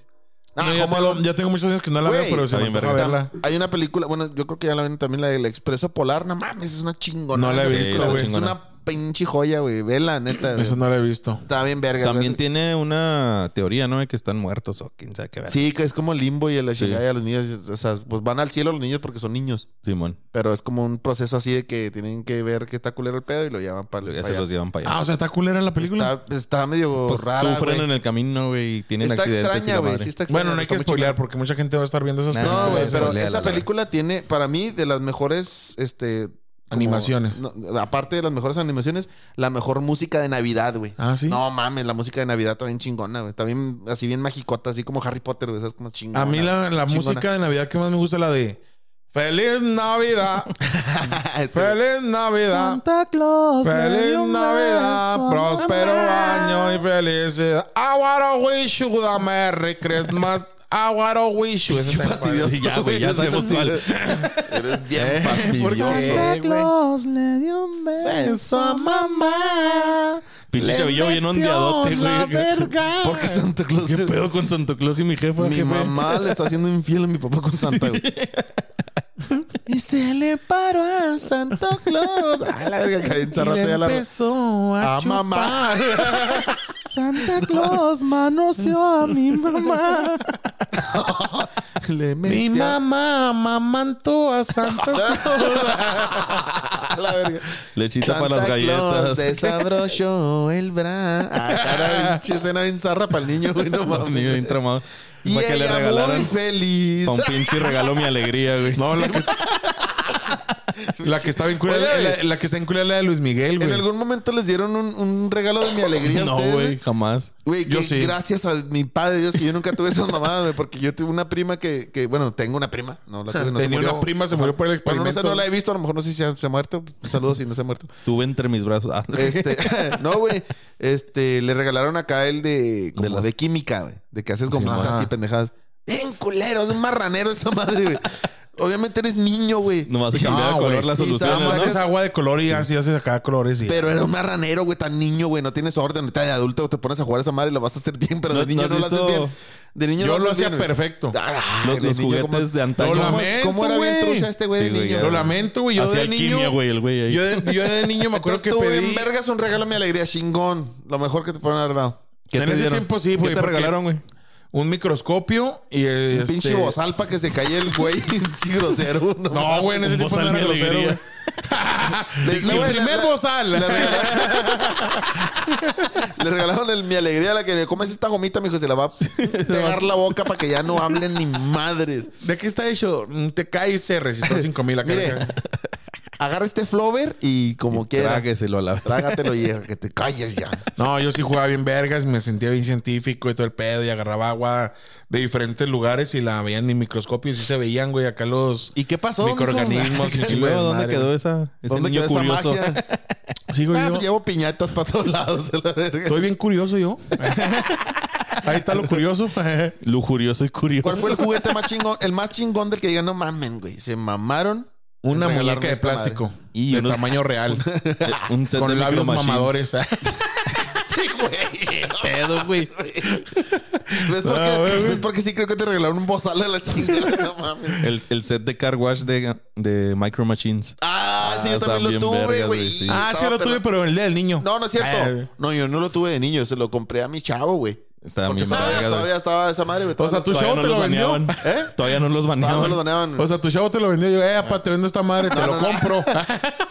[SPEAKER 2] Ah,
[SPEAKER 1] No, ya,
[SPEAKER 2] ¿cómo
[SPEAKER 1] tengo,
[SPEAKER 2] lo-
[SPEAKER 1] ya tengo muchos años que no la
[SPEAKER 2] Güey.
[SPEAKER 1] veo, pero se
[SPEAKER 3] Está
[SPEAKER 1] me
[SPEAKER 3] bien,
[SPEAKER 1] antoja
[SPEAKER 3] verga.
[SPEAKER 1] verla.
[SPEAKER 2] Hay una película, bueno, yo creo que ya la ven también, la del Expreso Polar. No mames, es una chingona.
[SPEAKER 1] No la he
[SPEAKER 2] Esa
[SPEAKER 1] visto,
[SPEAKER 2] película,
[SPEAKER 1] güey.
[SPEAKER 2] Es una pinche joya, güey. Vela, neta. güey.
[SPEAKER 1] Eso no la he visto.
[SPEAKER 2] Está bien verga.
[SPEAKER 3] También
[SPEAKER 2] güey.
[SPEAKER 3] tiene una teoría, ¿no? De que están muertos o quién sabe qué ver.
[SPEAKER 2] Sí, que es como el limbo y el chingada y a los niños. O sea, pues van al cielo los niños porque son niños.
[SPEAKER 3] Simón.
[SPEAKER 2] Pero es como un proceso así de que tienen que ver que está culero el pedo y lo llevan para
[SPEAKER 3] Ya se los llevan para allá.
[SPEAKER 1] Ah, o sea, está culera la película.
[SPEAKER 2] Está, está medio
[SPEAKER 3] Pues
[SPEAKER 2] rara,
[SPEAKER 3] sufren
[SPEAKER 2] güey.
[SPEAKER 3] en el camino, güey, y tienen
[SPEAKER 2] Está
[SPEAKER 3] accidentes y
[SPEAKER 2] extraña,
[SPEAKER 3] la
[SPEAKER 2] güey.
[SPEAKER 3] madre.
[SPEAKER 2] Sí está extraña.
[SPEAKER 1] bueno, no hay
[SPEAKER 2] está
[SPEAKER 1] que
[SPEAKER 2] muy chingona.
[SPEAKER 1] spoilear porque mucha gente va a estar viendo esas
[SPEAKER 3] No,
[SPEAKER 2] No,
[SPEAKER 3] Ah,
[SPEAKER 2] güey,
[SPEAKER 3] eso
[SPEAKER 2] pero
[SPEAKER 3] olea la
[SPEAKER 2] esa
[SPEAKER 3] verga.
[SPEAKER 2] película tiene, para mí, de las mejores, este... como-
[SPEAKER 1] Animaciones.
[SPEAKER 2] no, aparte de las mejores animaciones, la mejor música de Navidad, güey.
[SPEAKER 1] Ah, sí.
[SPEAKER 2] No mames, la música de Navidad está bien chingona, güey. Está bien, así bien magicota, así como Harry Potter, güey. Esas como chingona.
[SPEAKER 1] A mí la, la
[SPEAKER 2] Chingona.
[SPEAKER 1] música de Navidad que más me gusta es la de Feliz Navidad,
[SPEAKER 2] Este,
[SPEAKER 1] Feliz Navidad,
[SPEAKER 4] Claus.
[SPEAKER 1] Feliz Navidad, próspero año y felicidad. I wanna wish you a Merry Christmas. I wanna wish you. Esa
[SPEAKER 2] Qué
[SPEAKER 1] está padre.
[SPEAKER 2] fastidioso,
[SPEAKER 3] Sí, ya, güey, ya
[SPEAKER 2] Eres
[SPEAKER 3] sabemos cuál.
[SPEAKER 2] Eres bien
[SPEAKER 1] Eh, ¿por
[SPEAKER 2] fastidioso.
[SPEAKER 1] qué?
[SPEAKER 4] Claus le dio un beso a mamá.
[SPEAKER 3] Pinche
[SPEAKER 4] Le
[SPEAKER 3] chavillo bien
[SPEAKER 4] metió
[SPEAKER 3] ondeadote,
[SPEAKER 4] la
[SPEAKER 3] güey.
[SPEAKER 4] verga.
[SPEAKER 2] ¿Por qué Santa Claus?
[SPEAKER 3] ¿Qué pedo con Santo Claus y mi jefa?
[SPEAKER 2] Mi
[SPEAKER 3] jefe?
[SPEAKER 2] mamá le está haciendo infiel a mi papá con Santa, güey.
[SPEAKER 4] Y se le paró a Santa Claus.
[SPEAKER 2] A la verga, que en
[SPEAKER 4] Y
[SPEAKER 2] Zarrate
[SPEAKER 4] le
[SPEAKER 2] ya la...
[SPEAKER 4] empezó a,
[SPEAKER 2] A mamá.
[SPEAKER 4] chupar. Santa Claus manoseó a mi mamá.
[SPEAKER 2] Le
[SPEAKER 1] Mi
[SPEAKER 2] metí a-
[SPEAKER 1] mamá mamantó a Santa
[SPEAKER 2] A la verga.
[SPEAKER 3] Lechita para las galletas.
[SPEAKER 2] desabrochó el brazo. Ah, cara, pinche escena bien zarra para el niño, güey, no
[SPEAKER 3] Un niño bien
[SPEAKER 2] mames.
[SPEAKER 3] tramado.
[SPEAKER 2] Y
[SPEAKER 3] Para que le
[SPEAKER 2] ella muy
[SPEAKER 3] regalaran
[SPEAKER 2] feliz.
[SPEAKER 3] pa' un pinche regalo mi alegría, güey.
[SPEAKER 1] No, la que, la que está bien culera,
[SPEAKER 2] Oye,
[SPEAKER 1] la, la que está en culera es la de Luis Miguel,
[SPEAKER 2] En
[SPEAKER 1] güey.
[SPEAKER 2] algún momento les dieron un, un regalo de mi alegría a
[SPEAKER 3] No,
[SPEAKER 2] ustedes,
[SPEAKER 3] güey, jamás.
[SPEAKER 2] Güey,
[SPEAKER 1] Yo
[SPEAKER 2] que
[SPEAKER 1] sí.
[SPEAKER 2] gracias a mi padre Dios que yo nunca tuve esas mamadas, güey, porque yo tuve una prima que, que bueno, tengo una prima, no la tuve, no
[SPEAKER 1] Tenía
[SPEAKER 2] se murió.
[SPEAKER 1] una prima, se murió por el
[SPEAKER 2] Bueno, no
[SPEAKER 1] experimento.
[SPEAKER 2] sé, no la he visto, a lo mejor no sé si se ha, se ha muerto. Un saludo si no se ha muerto.
[SPEAKER 3] Tuve entre mis brazos. Ah,
[SPEAKER 2] Este, no, güey. Este, le regalaron acá el de como
[SPEAKER 3] De
[SPEAKER 2] de,
[SPEAKER 3] las-
[SPEAKER 2] química, güey. De que haces gomitas
[SPEAKER 1] Ajá.
[SPEAKER 2] así pendejadas. Bien culero, es un marranero esa madre, güey. Obviamente eres niño, güey.
[SPEAKER 3] Nomás se cambiaba de
[SPEAKER 1] güey.
[SPEAKER 3] color las
[SPEAKER 2] Y
[SPEAKER 3] soluciones,
[SPEAKER 2] nada
[SPEAKER 1] Nada más
[SPEAKER 3] ¿no?
[SPEAKER 1] es agua de color y así haces acá colores. Y...
[SPEAKER 2] Pero era un marranero, güey, tan niño, güey. No tienes orden. Ahorita de adulto te pones a jugar esa madre y lo vas a hacer bien, pero
[SPEAKER 3] ¿No-
[SPEAKER 2] de niño
[SPEAKER 3] no has
[SPEAKER 2] no, lo haces
[SPEAKER 3] visto?
[SPEAKER 2] bien. De
[SPEAKER 1] Yo
[SPEAKER 2] niño no Ah.
[SPEAKER 1] lo
[SPEAKER 2] haces
[SPEAKER 1] hacía
[SPEAKER 2] bien, güey.
[SPEAKER 1] perfecto.
[SPEAKER 2] Ay,
[SPEAKER 3] Los,
[SPEAKER 2] de
[SPEAKER 3] los
[SPEAKER 2] niño,
[SPEAKER 3] juguetes
[SPEAKER 2] ¿cómo-
[SPEAKER 3] de antaño.
[SPEAKER 1] Lo
[SPEAKER 2] ¿Cómo,
[SPEAKER 1] lamento,
[SPEAKER 2] cómo era bien
[SPEAKER 1] güey.
[SPEAKER 2] trucha este güey
[SPEAKER 3] Sí,
[SPEAKER 2] de
[SPEAKER 3] güey,
[SPEAKER 2] niño?
[SPEAKER 3] ya.
[SPEAKER 1] Lo lamento, güey. Yo
[SPEAKER 3] Hacía
[SPEAKER 1] de
[SPEAKER 3] alquimia,
[SPEAKER 1] niño.
[SPEAKER 3] güey, el güey ahí.
[SPEAKER 1] Yo de, yo de niño me acuerdo
[SPEAKER 2] Entonces
[SPEAKER 1] que
[SPEAKER 2] tú,
[SPEAKER 1] pedí.
[SPEAKER 2] en vergas, un regalo a mi alegría chingón. Lo mejor que te ponen haber dado.
[SPEAKER 3] ¿Qué
[SPEAKER 1] en
[SPEAKER 3] te
[SPEAKER 1] ese
[SPEAKER 3] dieron?
[SPEAKER 1] tiempo sí,
[SPEAKER 3] ¿Qué
[SPEAKER 1] güey,
[SPEAKER 3] te
[SPEAKER 1] porque-
[SPEAKER 3] regalaron, güey?
[SPEAKER 1] Un microscopio y eh,
[SPEAKER 2] Un
[SPEAKER 1] este-
[SPEAKER 2] pinche bozal para que se calle el güey. Pinche grosero.
[SPEAKER 1] No, Ah, güey, en ese
[SPEAKER 3] Un
[SPEAKER 1] tiempo no
[SPEAKER 3] bozal
[SPEAKER 1] era
[SPEAKER 3] de
[SPEAKER 1] grosero,
[SPEAKER 3] alegría.
[SPEAKER 1] güey.
[SPEAKER 2] Le-
[SPEAKER 1] Mi
[SPEAKER 2] no, güey,
[SPEAKER 1] primer
[SPEAKER 2] la-
[SPEAKER 1] bozal.
[SPEAKER 2] Le regalaron el, mi alegría a la que le comes esta gomita, mijo, y se la va a pegar la boca para que ya no hablen ni madres.
[SPEAKER 1] ¿De qué está hecho? Mm, Te cae y se resistó 5000 acá.
[SPEAKER 2] Mire, agarra este flover y como quiera.
[SPEAKER 3] Trágueselo a la
[SPEAKER 2] Trágatelo y deja que te calles ya.
[SPEAKER 1] No, yo sí jugaba bien vergas, me sentía bien científico y todo el pedo, y agarraba agua de diferentes lugares y la veían en mi microscopio y sí se veían, güey, acá los
[SPEAKER 2] ¿Y qué pasó? mijo?
[SPEAKER 1] microorganismos y un
[SPEAKER 3] ¿Y
[SPEAKER 1] chingo de
[SPEAKER 3] luego dónde
[SPEAKER 1] madre,
[SPEAKER 3] quedó
[SPEAKER 1] güey.
[SPEAKER 3] esa, ese
[SPEAKER 2] ¿Dónde
[SPEAKER 3] niño
[SPEAKER 2] quedó esa
[SPEAKER 3] curioso?
[SPEAKER 2] magia?
[SPEAKER 1] Sí, güey,
[SPEAKER 2] Ah,
[SPEAKER 1] yo-
[SPEAKER 2] pues llevo piñatas para todos lados. a la verga.
[SPEAKER 1] estoy bien curioso yo. Ahí está lo curioso.
[SPEAKER 3] Lujurioso y curioso.
[SPEAKER 2] ¿Cuál fue el juguete más chingón? El más chingón del que digan, no mamen, güey. Se mamaron.
[SPEAKER 1] Una
[SPEAKER 2] Regalarme
[SPEAKER 1] muñeca de
[SPEAKER 2] esta madre.
[SPEAKER 1] plástico
[SPEAKER 3] Y
[SPEAKER 1] de
[SPEAKER 3] unos-
[SPEAKER 1] tamaño real,
[SPEAKER 3] Un set de
[SPEAKER 1] con labios
[SPEAKER 3] Micro Machines.
[SPEAKER 1] mamadores.
[SPEAKER 3] Pedo, güey.
[SPEAKER 2] ¿Ves por
[SPEAKER 1] Ah,
[SPEAKER 2] qué?
[SPEAKER 1] güey, güey.
[SPEAKER 2] ¿Ves por qué sí creo que te regalaron un bozal a la chingada? No mames.
[SPEAKER 3] El, el set de car wash de, de Micro Machines.
[SPEAKER 2] Ah, sí,
[SPEAKER 3] Ah,
[SPEAKER 2] yo también
[SPEAKER 3] están bien
[SPEAKER 2] lo tuve,
[SPEAKER 3] vergas,
[SPEAKER 2] güey.
[SPEAKER 3] güey, sí. Ah,
[SPEAKER 1] ah, sí,
[SPEAKER 2] Estaba
[SPEAKER 1] lo tuve, pero el día del niño.
[SPEAKER 2] No, no es
[SPEAKER 1] Eh,
[SPEAKER 2] cierto. No, yo no lo tuve de niño, se lo compré a mi chavo, güey.
[SPEAKER 3] Estaba
[SPEAKER 2] Porque
[SPEAKER 3] bien
[SPEAKER 2] todavía,
[SPEAKER 3] vergas, güey.
[SPEAKER 2] todavía estaba esa madre, güey.
[SPEAKER 1] o sea,
[SPEAKER 2] Todavía
[SPEAKER 1] tu
[SPEAKER 3] Todavía
[SPEAKER 1] chavo
[SPEAKER 3] no
[SPEAKER 1] te lo
[SPEAKER 3] los
[SPEAKER 1] vendió.
[SPEAKER 3] baneaban.
[SPEAKER 2] ¿Eh?
[SPEAKER 3] Todavía no los
[SPEAKER 2] no- no
[SPEAKER 3] baneaban.
[SPEAKER 2] lo donaban.
[SPEAKER 1] O sea, tu chavo te lo vendió. Yo, eh, pa, te vendo esta madre, te
[SPEAKER 2] No,
[SPEAKER 1] lo
[SPEAKER 2] no, no.
[SPEAKER 1] compro.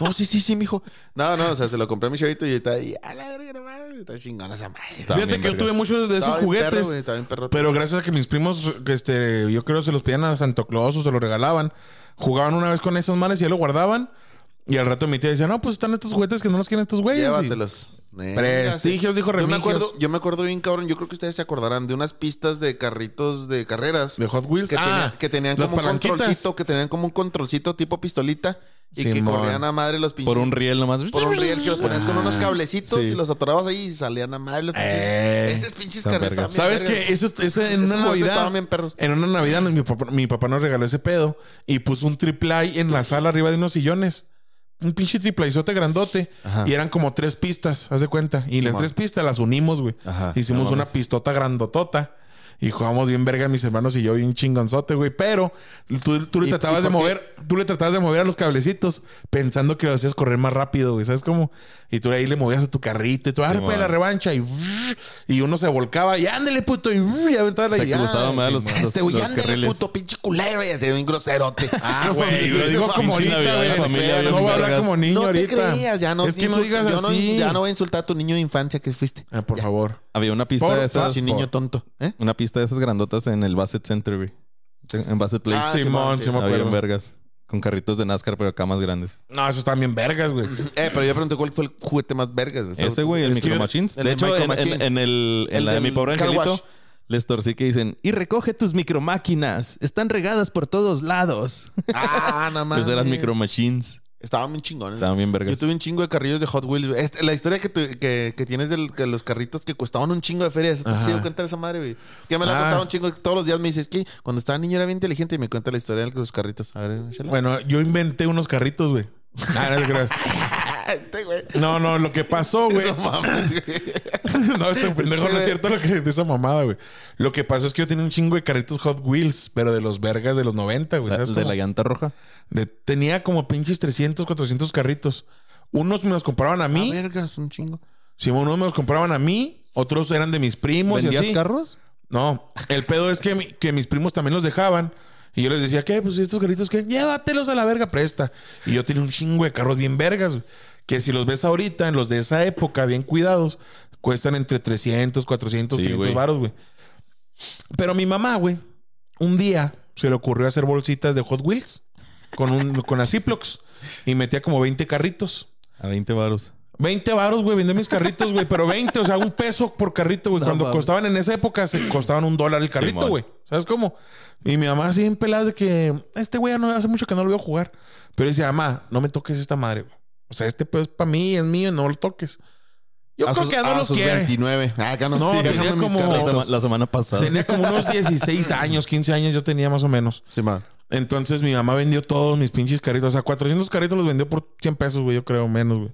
[SPEAKER 2] No, sí, sí, sí, mijo. No, no, o sea, se lo compré a mi chavito y está ahí. A la verga, no mames. Está chingona esa madre.
[SPEAKER 3] Está
[SPEAKER 1] Fíjate
[SPEAKER 3] bien
[SPEAKER 1] que yo
[SPEAKER 3] vergas.
[SPEAKER 1] tuve muchos de esos
[SPEAKER 2] Estaba bien
[SPEAKER 1] juguetes.
[SPEAKER 2] perro, güey, estaba bien perro.
[SPEAKER 1] Pero gracias a que mis primos, que, este, yo creo se los pedían a Santo Claus o se los regalaban, jugaban una vez con esas malas y ya lo guardaban. Y al rato mi tía decía, no, pues están estos juguetes que no los quieren estos güeyes. Y-
[SPEAKER 2] Llévatelos. Eh,
[SPEAKER 1] Prestigios, dijo
[SPEAKER 2] yo me
[SPEAKER 1] Remigios.
[SPEAKER 2] acuerdo, Yo me acuerdo bien, cabrón. Yo creo que ustedes se acordarán de unas pistas de carritos de carreras.
[SPEAKER 1] De Hot Wheels.
[SPEAKER 2] Que,
[SPEAKER 1] Ah,
[SPEAKER 2] tenía- que tenían
[SPEAKER 1] las
[SPEAKER 2] como un
[SPEAKER 1] palanquitas.
[SPEAKER 2] controlcito, que tenían como un controlcito tipo pistolita. Y que
[SPEAKER 1] Simón.
[SPEAKER 2] corrían a madre los pinches.
[SPEAKER 3] Por un riel nomás.
[SPEAKER 2] por un riel que los ponías con unos cablecitos
[SPEAKER 3] Sí.
[SPEAKER 2] y los atorabas ahí y salían a madre los pinches.
[SPEAKER 1] Eh,
[SPEAKER 2] Esos pinches
[SPEAKER 3] tan
[SPEAKER 2] carretas.
[SPEAKER 3] verga.
[SPEAKER 2] también,
[SPEAKER 1] ¿Sabes
[SPEAKER 2] verga.
[SPEAKER 1] qué? Eso, eso en
[SPEAKER 2] Esos
[SPEAKER 1] una
[SPEAKER 2] juguetes
[SPEAKER 1] Navidad.
[SPEAKER 2] estaban bien perros.
[SPEAKER 1] En una Navidad mi papá, mi papá nos regaló ese pedo y puso un triple A en la sala arriba de unos sillones. Un pinche triple Azote grandote. Y eran como tres pistas, haz de cuenta. Y las
[SPEAKER 2] Simón.
[SPEAKER 1] tres pistas las unimos, güey.
[SPEAKER 2] Ajá,
[SPEAKER 1] Hicimos
[SPEAKER 2] no
[SPEAKER 1] una pistota grandotota. Y jugamos bien verga mis hermanos y yo bien chingonzote, güey. Pero tú, tú le
[SPEAKER 2] ¿Y-
[SPEAKER 1] tratabas
[SPEAKER 2] y
[SPEAKER 1] de
[SPEAKER 2] por qué?
[SPEAKER 1] mover, tú le tratabas de mover a los cablecitos pensando que lo hacías correr más rápido, güey. ¿Sabes cómo? Y tú ahí le movías a tu carrito y tú,
[SPEAKER 3] Sí,
[SPEAKER 1] arpa de la
[SPEAKER 3] man.
[SPEAKER 1] revancha y, y uno se volcaba y ándale puto y, y aventaba la
[SPEAKER 3] Se
[SPEAKER 1] llave.
[SPEAKER 3] cruzaba más los, los,
[SPEAKER 2] Este güey,
[SPEAKER 3] los
[SPEAKER 2] ándale,
[SPEAKER 3] carriles.
[SPEAKER 2] puto pinche culero. Y así, un groserote.
[SPEAKER 1] Ah, güey, lo digo como
[SPEAKER 3] Pinche
[SPEAKER 1] ahorita,
[SPEAKER 3] Navidad,
[SPEAKER 1] güey.
[SPEAKER 3] la familia,
[SPEAKER 1] No
[SPEAKER 3] bien
[SPEAKER 1] voy a hablar
[SPEAKER 3] vergas.
[SPEAKER 1] como niño
[SPEAKER 2] No
[SPEAKER 1] ahorita.
[SPEAKER 2] te creas, ya no.
[SPEAKER 1] es que no digas
[SPEAKER 2] yo no-
[SPEAKER 1] así.
[SPEAKER 2] ya no voy a insultar a tu niño de infancia que fuiste.
[SPEAKER 1] Ah, por favor.
[SPEAKER 3] Había una pista
[SPEAKER 1] Por-
[SPEAKER 3] de
[SPEAKER 1] Ah,
[SPEAKER 3] esas.
[SPEAKER 1] sí,
[SPEAKER 2] Sin niño tonto. ¿Eh?
[SPEAKER 3] Una pista de esas grandotas en el Bassett Center, güey. En Bassett Place.
[SPEAKER 2] Ah,
[SPEAKER 1] Simón,
[SPEAKER 2] Simón, sí.
[SPEAKER 1] sí me
[SPEAKER 3] Había en
[SPEAKER 1] acuerdo.
[SPEAKER 3] vergas. Con carritos de NASCAR, pero acá más grandes.
[SPEAKER 1] No, esos están bien vergas, güey.
[SPEAKER 2] Eh, pero yo pregunté cuál fue el juguete más vergas. güey.
[SPEAKER 3] Ese güey, el
[SPEAKER 1] es que
[SPEAKER 3] Micro
[SPEAKER 1] yo-
[SPEAKER 3] Machines.
[SPEAKER 2] el
[SPEAKER 3] De
[SPEAKER 2] de
[SPEAKER 3] hecho,
[SPEAKER 2] Micro
[SPEAKER 3] en, en-
[SPEAKER 2] Machines.
[SPEAKER 3] en el, en
[SPEAKER 2] El
[SPEAKER 3] la de
[SPEAKER 2] del
[SPEAKER 3] mi pobre
[SPEAKER 2] Car
[SPEAKER 3] angelito,
[SPEAKER 2] Wash.
[SPEAKER 3] les torcí que dicen: Y recoge tus micro máquinas. Están regadas por todos lados.
[SPEAKER 2] Ah, nada más.
[SPEAKER 3] Esos eran Micro Machines.
[SPEAKER 2] Estaban bien chingones.
[SPEAKER 3] Estaban bien
[SPEAKER 2] ¿eh? Yo
[SPEAKER 3] vergas.
[SPEAKER 2] tuve un chingo de carrillos de Hot Wheels. güey. Este- la historia que, tu- que, que tienes de los carritos que costaban un chingo de ferias. ¿Te has dado cuenta de esa madre, güey? Es que me la
[SPEAKER 1] Ah.
[SPEAKER 2] ha contado un chingo. Todos los días me dices que cuando estaba niño era bien inteligente y me cuenta la historia de los carritos. A ver, échala.
[SPEAKER 1] Bueno, yo inventé unos carritos, güey. Ah, no, te creas.
[SPEAKER 2] Este güey.
[SPEAKER 1] no, no, lo que pasó, güey.
[SPEAKER 2] No mames, güey.
[SPEAKER 1] no, este pendejo no es cierto lo que de esa mamada, güey. Lo que pasó es que yo tenía un chingo de carritos Hot Wheels, pero de los vergas de los 90, güey.
[SPEAKER 3] La-
[SPEAKER 1] pues, ¿sabes
[SPEAKER 3] de
[SPEAKER 1] cómo?
[SPEAKER 3] la llanta roja.
[SPEAKER 1] De- tenía como pinches 300, 400 carritos. Unos me los compraban a
[SPEAKER 2] Ah,
[SPEAKER 1] mí.
[SPEAKER 2] Vergas, un chingo.
[SPEAKER 1] Sí, unos me los compraban a mí. Otros eran de mis primos y
[SPEAKER 3] ¿Vendías
[SPEAKER 1] así.
[SPEAKER 3] carros?
[SPEAKER 1] No, el pedo es que, mi- que mis primos también los dejaban. Y yo les decía, ¿qué? Pues estos carritos, ¿qué? Llévatelos a la verga, presta. Y yo tenía un chingo de carros bien vergas. güey, Que si los ves ahorita, en los de esa época, bien cuidados, cuestan entre 300, 400,
[SPEAKER 3] Sí,
[SPEAKER 1] 500
[SPEAKER 3] güey.
[SPEAKER 1] baros, güey. Pero mi mamá, güey, un día se le ocurrió hacer bolsitas de Hot Wheels con, un, con las Ziplocs. Y metía como 20 carritos.
[SPEAKER 3] A 20 varos.
[SPEAKER 1] 20 varos, güey, vendí mis carritos, güey, pero 20, o sea, un peso por carrito, güey.
[SPEAKER 3] No
[SPEAKER 1] Cuando
[SPEAKER 3] mames.
[SPEAKER 1] costaban en esa época, se costaban un dólar el carrito,
[SPEAKER 3] Simón.
[SPEAKER 1] güey. ¿Sabes cómo? Y mi mamá así en peladas de que este güey ya no hace mucho que no lo veo jugar. Pero dice, mamá, no me toques esta madre, güey. O sea, este pedo es para mí, es mío, no lo toques. Yo
[SPEAKER 2] a
[SPEAKER 1] creo
[SPEAKER 2] sus,
[SPEAKER 1] que ya no
[SPEAKER 2] a
[SPEAKER 1] los
[SPEAKER 2] sus
[SPEAKER 1] quiere.
[SPEAKER 2] 29. Ah, acá no,
[SPEAKER 1] No,
[SPEAKER 2] sí,
[SPEAKER 1] tenía
[SPEAKER 2] déjame mis
[SPEAKER 1] como-
[SPEAKER 3] La,
[SPEAKER 1] Carritos.
[SPEAKER 3] sema- la semana pasada.
[SPEAKER 1] Tenía como unos 16 años, 15 años yo tenía más o menos.
[SPEAKER 2] Sí, ma.
[SPEAKER 1] Entonces mi mamá vendió todos mis pinches carritos. O sea, 400 carritos los vendió por 100 pesos, güey, yo creo, menos, güey.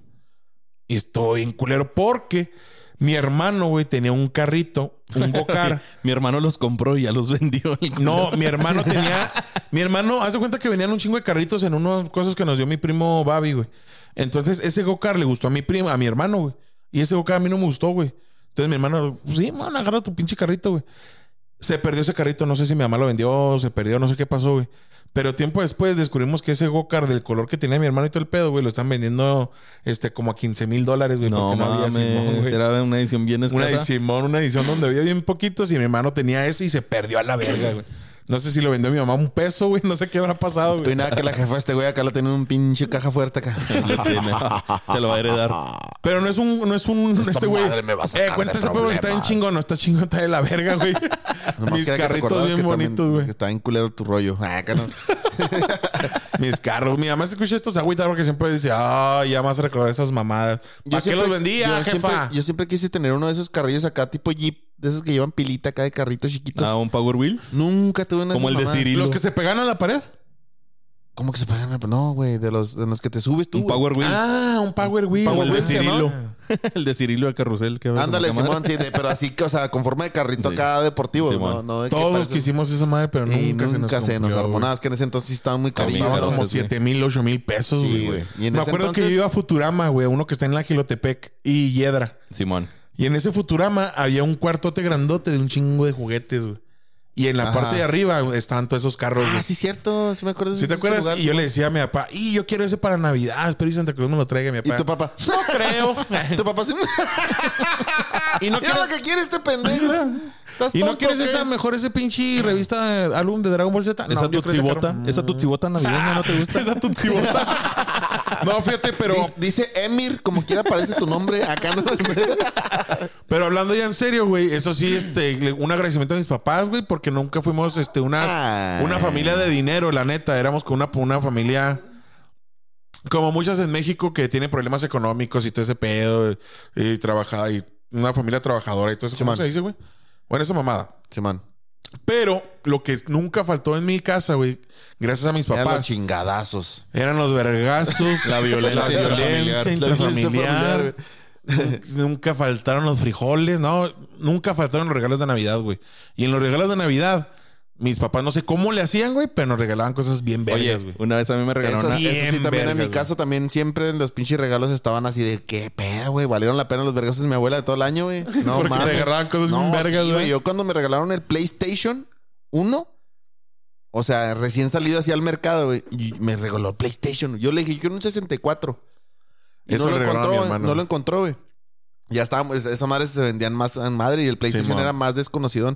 [SPEAKER 1] Y estoy en culero porque mi hermano, güey, tenía un carrito, un go-kart.
[SPEAKER 3] Mi hermano los compró y ya los vendió. El-
[SPEAKER 1] No, mi hermano tenía. Mi hermano, hace cuenta que venían un chingo de carritos en unas cosas que nos dio mi primo Babi, güey. Entonces, ese go-kart le gustó a mi primo, a mi hermano, güey. Y ese go-kart a mí no me gustó, güey. Entonces, mi hermano, pues, sí, man, agarra tu pinche carrito, güey. Se perdió ese carrito, no sé si mi mamá lo vendió, se perdió, no sé qué pasó, güey. Pero tiempo después descubrimos que ese go-kart del color que tenía mi hermano y todo el pedo, güey, lo están vendiendo este, como a 15 mil dólares, güey.
[SPEAKER 3] No,
[SPEAKER 1] porque había
[SPEAKER 3] mames.
[SPEAKER 1] Simón, güey.
[SPEAKER 3] Era una edición bien escasa.
[SPEAKER 1] Una edición, una edición donde había bien poquitos y mi hermano tenía ese y se perdió a la verga, güey. No sé si lo vendió mi mamá un peso, güey. No sé qué habrá pasado,
[SPEAKER 2] Y
[SPEAKER 1] güey.
[SPEAKER 2] nada, que la jefa de este güey acá la tiene en un pinche caja fuerte acá.
[SPEAKER 3] Tiene- Se lo va a heredar.
[SPEAKER 1] Pero no es un, no es un, este güey.
[SPEAKER 2] madre me va a sacar
[SPEAKER 1] eh, cuenta
[SPEAKER 2] de
[SPEAKER 1] ese pedo que está bien
[SPEAKER 2] problemas.
[SPEAKER 1] chingón. No está chingón, está de la verga, güey.
[SPEAKER 2] Nomás
[SPEAKER 1] Mis
[SPEAKER 2] quería que te
[SPEAKER 1] carritos
[SPEAKER 2] acordaras
[SPEAKER 1] bien
[SPEAKER 2] que también-
[SPEAKER 1] bonitos, güey.
[SPEAKER 2] que Está en culero tu rollo. Ah, acá no.
[SPEAKER 1] Mis carros. Mi mamá se escucha estos agüitas porque siempre dice, ah, ya más recordé esas mamadas. ¿Para qué los vendía, jefa?
[SPEAKER 2] yo Siempre, yo siempre quise tener uno de esos carrillos acá, tipo Jeep, de esos que llevan pilita acá de carritos chiquitos.
[SPEAKER 3] Ah, un Power Wheels.
[SPEAKER 2] Nunca tuve una
[SPEAKER 3] Como el de Cyril.
[SPEAKER 1] Los que se pegan a la pared.
[SPEAKER 2] ¿Cómo que se pagan? No, güey, de los, de los que te subes tú.
[SPEAKER 3] Un
[SPEAKER 2] güey.
[SPEAKER 3] Power Wheels.
[SPEAKER 1] Ah, un Power Wheel.
[SPEAKER 3] el de
[SPEAKER 1] ¿Cómo se llamaba?
[SPEAKER 3] Cirilo. el de Cirilo de Carrusel. que-
[SPEAKER 2] Ándale,
[SPEAKER 3] ¿cómo se llama?
[SPEAKER 2] Simón, sí, de- pero así, que, o sea, con forma de carrito
[SPEAKER 3] Sí.
[SPEAKER 2] acá deportivo.
[SPEAKER 3] Simón.
[SPEAKER 2] No, no de que
[SPEAKER 1] Todos
[SPEAKER 2] parece-
[SPEAKER 1] quisimos esa madre, pero
[SPEAKER 2] Y
[SPEAKER 1] nunca, se nos
[SPEAKER 2] armó
[SPEAKER 1] cumplió,
[SPEAKER 2] nada. Es que en ese entonces sí estaban muy
[SPEAKER 1] güey.
[SPEAKER 2] caritos.
[SPEAKER 1] Costaban
[SPEAKER 3] Sí,
[SPEAKER 1] como
[SPEAKER 3] güey.
[SPEAKER 1] 7 mil, 8 mil pesos,
[SPEAKER 2] Sí,
[SPEAKER 1] güey.
[SPEAKER 2] güey. Y en
[SPEAKER 1] Me
[SPEAKER 2] ese
[SPEAKER 1] acuerdo que
[SPEAKER 2] entonces-
[SPEAKER 1] yo iba a Futurama, güey, uno que está en la Gilotepec y Hiedra.
[SPEAKER 3] Simón.
[SPEAKER 1] Y en ese Futurama había un cuartote grandote de un chingo de juguetes, güey. Y en la
[SPEAKER 2] Ajá.
[SPEAKER 1] parte de arriba güey, estaban todos esos carros, güey.
[SPEAKER 2] Ah, sí, cierto. Sí me acuerdo. de
[SPEAKER 1] ¿Sí
[SPEAKER 2] ese
[SPEAKER 1] te acuerdas?
[SPEAKER 2] lugar,
[SPEAKER 1] y yo
[SPEAKER 2] Simón.
[SPEAKER 1] le decía a mi papá, y yo quiero ese para Navidad, espero que Santa Cruz me lo traiga mi papá.
[SPEAKER 2] Y tu papá.
[SPEAKER 1] No creo.
[SPEAKER 2] Tu papá sí.
[SPEAKER 1] y no
[SPEAKER 2] Mira
[SPEAKER 1] quiero
[SPEAKER 2] lo que quiere este pendejo. ¿Estás
[SPEAKER 1] ¿Y no
[SPEAKER 2] tonto
[SPEAKER 1] quieres
[SPEAKER 2] o qué?
[SPEAKER 1] esa mejor ese pinche revista de- álbum de Dragon Ball Z? No,
[SPEAKER 3] Esa
[SPEAKER 1] yo creo que
[SPEAKER 3] tutsibota.
[SPEAKER 1] sacaron-
[SPEAKER 3] Esa tutsibota navideña no te gusta.
[SPEAKER 1] Esa tutsibota. no, fíjate, pero,
[SPEAKER 2] Dice- Dice Emir, como quiera aparece tu nombre acá. ¿no?
[SPEAKER 1] pero hablando ya en serio, güey, eso sí, este, le- un agradecimiento a mis papás, güey, porque nunca fuimos este, una,
[SPEAKER 2] Ah.
[SPEAKER 1] una familia de dinero, la neta. Éramos con una, una familia. Como muchas en México que tienen problemas económicos y todo ese pedo, y trabajada, y una familia trabajadora y todo eso. ¿Cómo
[SPEAKER 2] Simón.
[SPEAKER 1] se dice, güey? Bueno, esa mamada.
[SPEAKER 2] Simón.
[SPEAKER 1] Pero lo que nunca faltó en mi casa, güey, gracias a mis
[SPEAKER 2] Eran los
[SPEAKER 1] papás,
[SPEAKER 2] chingadazos.
[SPEAKER 1] eran los vergazos, la
[SPEAKER 3] violencia
[SPEAKER 1] la
[SPEAKER 3] intrafamiliar.
[SPEAKER 1] violencia intrafamiliar.
[SPEAKER 2] familiar.
[SPEAKER 1] nunca faltaron los frijoles, no, nunca faltaron los regalos de Navidad, güey. Y en los regalos de Navidad, mis papás no sé cómo le hacían, güey, pero nos regalaban cosas bien
[SPEAKER 3] Oye,
[SPEAKER 1] bellas, güey.
[SPEAKER 3] una vez a mí me regalaron
[SPEAKER 2] Eso,
[SPEAKER 3] una...
[SPEAKER 2] sí, eso sí,
[SPEAKER 1] bien
[SPEAKER 2] también en mi
[SPEAKER 1] vergas,
[SPEAKER 2] caso, también siempre en los pinches regalos estaban así de qué pedo, güey. Valieron la pena los vergazos de mi abuela de todo el año, güey. No,
[SPEAKER 1] Porque te
[SPEAKER 2] mames.
[SPEAKER 1] agarraban cosas
[SPEAKER 2] no,
[SPEAKER 1] bien vergas,
[SPEAKER 2] sí,
[SPEAKER 1] güey.
[SPEAKER 2] güey. Yo cuando me regalaron el PlayStation 1, o sea, recién salido así al mercado, güey, y me regaló el PlayStation. Yo le dije, yo quiero un 64. Y
[SPEAKER 1] Eso
[SPEAKER 2] no
[SPEAKER 1] le
[SPEAKER 2] lo
[SPEAKER 1] regalaron a mi
[SPEAKER 2] encontró, güey.
[SPEAKER 1] hermano.
[SPEAKER 2] No lo encontró, güey. Ya estábamos, esa madre se vendían más en madre y el PlayStation
[SPEAKER 1] Simón.
[SPEAKER 2] era más desconocido.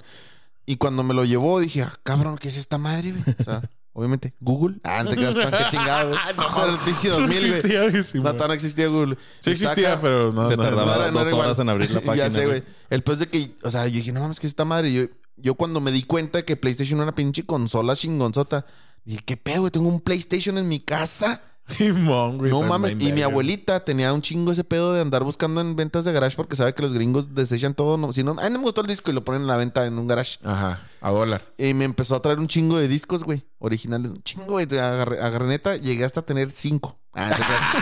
[SPEAKER 2] Y cuando me lo llevó, dije, ah, cabrón, ¿qué es esta madre, güey? O sea, obviamente, Google. Ah, no te creas, tan que chingado, güey. Pero el pinche 2000, güey.
[SPEAKER 1] Ah, existía, güey, sí,
[SPEAKER 2] No,
[SPEAKER 1] güey.
[SPEAKER 2] todavía no existía Google.
[SPEAKER 1] Sí
[SPEAKER 2] Y está
[SPEAKER 1] existía,
[SPEAKER 2] acá.
[SPEAKER 1] pero no,
[SPEAKER 3] Se
[SPEAKER 1] no,
[SPEAKER 3] tardaba.
[SPEAKER 1] no.
[SPEAKER 3] Tardaba dos
[SPEAKER 2] igual.
[SPEAKER 3] horas en abrir la página,
[SPEAKER 2] ya sé,
[SPEAKER 3] güey.
[SPEAKER 2] güey. El pues de que, o sea, yo dije, no mames, que es esta madre. Yo, yo cuando me di cuenta que PlayStation era una pinche consola chingonzota, dije, ¿qué pedo, güey? Tengo un PlayStation en mi casa.
[SPEAKER 1] Simón, güey, pues,
[SPEAKER 2] No
[SPEAKER 3] pues,
[SPEAKER 1] está
[SPEAKER 2] mames.
[SPEAKER 1] bien
[SPEAKER 2] Y mi
[SPEAKER 1] verga.
[SPEAKER 2] abuelita tenía un chingo ese pedo de andar buscando en ventas de garage porque sabe que los gringos desechan todo. No, si no, ay, no me gustó el disco y lo ponen en la venta en un garage.
[SPEAKER 1] Ajá, a dólar.
[SPEAKER 2] Y me empezó a traer un chingo de discos, güey. Originales. Un chingo, güey. Te Agarré, agarré neta. Llegué hasta tener cinco. Ah, no te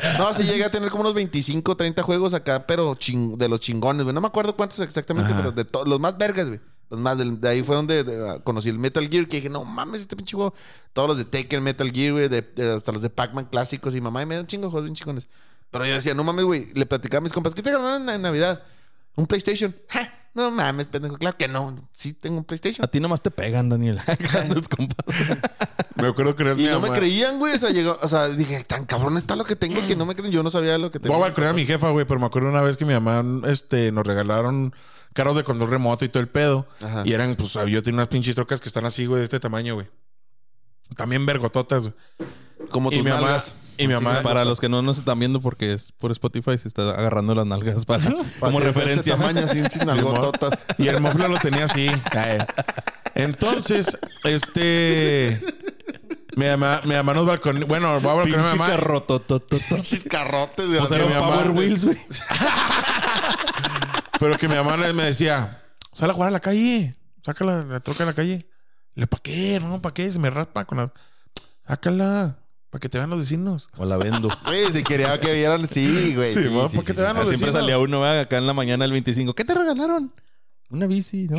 [SPEAKER 2] creas. no, sí llegué a tener como unos 25, 30 juegos acá, pero ching- de los chingones, güey. No me acuerdo cuántos exactamente, pero de to- los más vergas, güey. Los más, del- de, ahí fue donde de- ah, conocí el Metal Gear, que dije, no mames, este pinche juego. Todos los de Taken, Metal Gear, güey, de- de- hasta los de Pac-Man clásicos y mamá, y me da un chingo de juegos bien chingones. Pero yo decía, no mames, güey. Le platicaba a mis compas, ¿qué te ganaron en Navidad? ¿Un PlayStation? Ja, no mames, pendejo. Claro que no. Sí tengo un PlayStation.
[SPEAKER 3] A ti nomás te pegan, Daniel. Los compas.
[SPEAKER 1] Me acuerdo que una vez
[SPEAKER 2] Y
[SPEAKER 1] mi
[SPEAKER 2] no me
[SPEAKER 1] mamá-
[SPEAKER 2] creían, güey. O sea, llegó, o sea, dije, tan cabrón está lo que tengo que no me creen. Yo no sabía lo que
[SPEAKER 1] Mm. Voy a
[SPEAKER 2] tenía.
[SPEAKER 1] balconear a mi jefa, güey, pero me acuerdo una vez que mi mamá este, nos regalaron carros de control remoto y todo el pedo.
[SPEAKER 2] Ajá.
[SPEAKER 1] Y eran, pues, yo tenía unas pinches trocas que están así, güey, de este tamaño, güey. También vergototas, güey.
[SPEAKER 2] Como
[SPEAKER 1] Y
[SPEAKER 2] tus
[SPEAKER 1] mi mamá.
[SPEAKER 2] nalgas.
[SPEAKER 1] Y mi mamá.
[SPEAKER 3] Para los que no nos están viendo porque es por Spotify, se está agarrando las nalgas para, como
[SPEAKER 2] Así, de
[SPEAKER 3] referencia.
[SPEAKER 2] Este tamaño, así, chis nalgototas.
[SPEAKER 1] Y el mofle lo tenía así. Eh. Entonces, este. Mi mamá, mi mamá nos balconeó. Bueno, voy a balconear a mi
[SPEAKER 3] Pinche
[SPEAKER 1] mamá.
[SPEAKER 3] carrotototota.
[SPEAKER 2] Chis carrotes, güey.
[SPEAKER 1] sea,
[SPEAKER 2] Así,
[SPEAKER 1] mi
[SPEAKER 3] Pero
[SPEAKER 1] mamá-
[SPEAKER 3] Power Wheels, güey.
[SPEAKER 1] Pero que mi mamá me decía, sal a jugar a la calle, sácala, la troca a la calle. Le, ¿para qué? No, ¿para qué? Se me raspa con la... Sácala, para que te vean los vecinos.
[SPEAKER 3] O la vendo.
[SPEAKER 2] Güey, si quería que vieran, sí, güey.
[SPEAKER 1] Sí,
[SPEAKER 2] Sí,
[SPEAKER 1] mamá,
[SPEAKER 2] sí,
[SPEAKER 1] ¿por qué
[SPEAKER 2] sí,
[SPEAKER 1] te
[SPEAKER 2] sí,
[SPEAKER 1] dan
[SPEAKER 2] sí,
[SPEAKER 1] los
[SPEAKER 2] sí.
[SPEAKER 3] Siempre
[SPEAKER 1] vecino.
[SPEAKER 3] salía uno ¿verdad? acá en la mañana el 25. ¿Qué te regalaron? Una bici. No,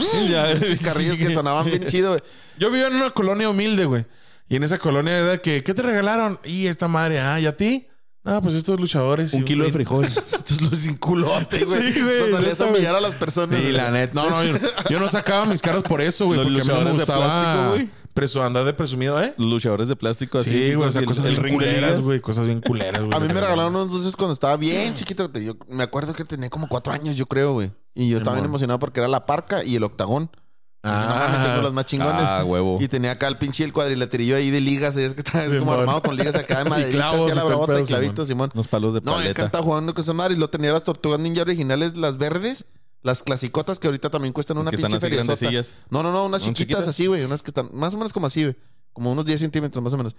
[SPEAKER 3] Sí, ya.
[SPEAKER 1] eh,
[SPEAKER 2] Chis carrillos que sonaban bien chido, güey.
[SPEAKER 1] Yo vivía en una colonia humilde, güey. Y en esa colonia era que, ¿qué te regalaron? Y esta madre, ah, ¿y a ti? Ah, pues estos luchadores.
[SPEAKER 3] Un
[SPEAKER 1] Y
[SPEAKER 3] kilo de frijoles.
[SPEAKER 2] Estos los pues sin culote, güey.
[SPEAKER 1] Sí, güey,
[SPEAKER 2] O sea, salías
[SPEAKER 1] neta,
[SPEAKER 2] a
[SPEAKER 1] güey.
[SPEAKER 2] humillar a las personas.
[SPEAKER 1] Y
[SPEAKER 2] güey.
[SPEAKER 1] la neta, no, no, yo, yo no sacaba mis carros por eso, güey.
[SPEAKER 3] Los
[SPEAKER 1] Porque a mí no me
[SPEAKER 3] luchadores de plástico,
[SPEAKER 1] gustaba
[SPEAKER 3] güey.
[SPEAKER 1] presu- andar de presumido, ¿eh?
[SPEAKER 3] Luchadores de plástico así.
[SPEAKER 1] Sí, güey, o sea,
[SPEAKER 3] el-
[SPEAKER 1] cosas
[SPEAKER 3] el
[SPEAKER 1] bien
[SPEAKER 3] ring de
[SPEAKER 1] culeras,
[SPEAKER 3] ligas.
[SPEAKER 1] güey. Cosas bien culeras, güey.
[SPEAKER 2] A mí me regalaron unos dulces cuando estaba bien chiquito. Te- Yo me acuerdo que tenía como cuatro años, yo creo, güey. Y yo estaba bien emocionado porque era la parca y el octagón. Ah, no, mames, tengo las más chingones.
[SPEAKER 3] Ah, huevo.
[SPEAKER 2] Y tenía acá el pinche el cuadrilaterillo ahí de ligas, y es que estaba así como
[SPEAKER 1] Simón.
[SPEAKER 2] armado con ligas acá de maderita,
[SPEAKER 1] clavos,
[SPEAKER 2] así a la
[SPEAKER 1] y todo el
[SPEAKER 2] bravota
[SPEAKER 1] pedo,
[SPEAKER 2] y clavitos, Simón.
[SPEAKER 3] Unos palos de
[SPEAKER 2] No, él
[SPEAKER 3] paleta.
[SPEAKER 2] canta jugando con esa madre y lo tenía las tortugas ninja originales, las verdes, las clasicotas que ahorita también cuestan una
[SPEAKER 3] que
[SPEAKER 2] pinche
[SPEAKER 3] están así
[SPEAKER 2] feria.
[SPEAKER 3] grandecillas.
[SPEAKER 2] No, no, no, unas
[SPEAKER 3] ¿Unas
[SPEAKER 2] chiquitas,
[SPEAKER 3] chiquitas?
[SPEAKER 2] así, güey, unas que están más o menos como así, güey. Como unos 10 centímetros más o menos.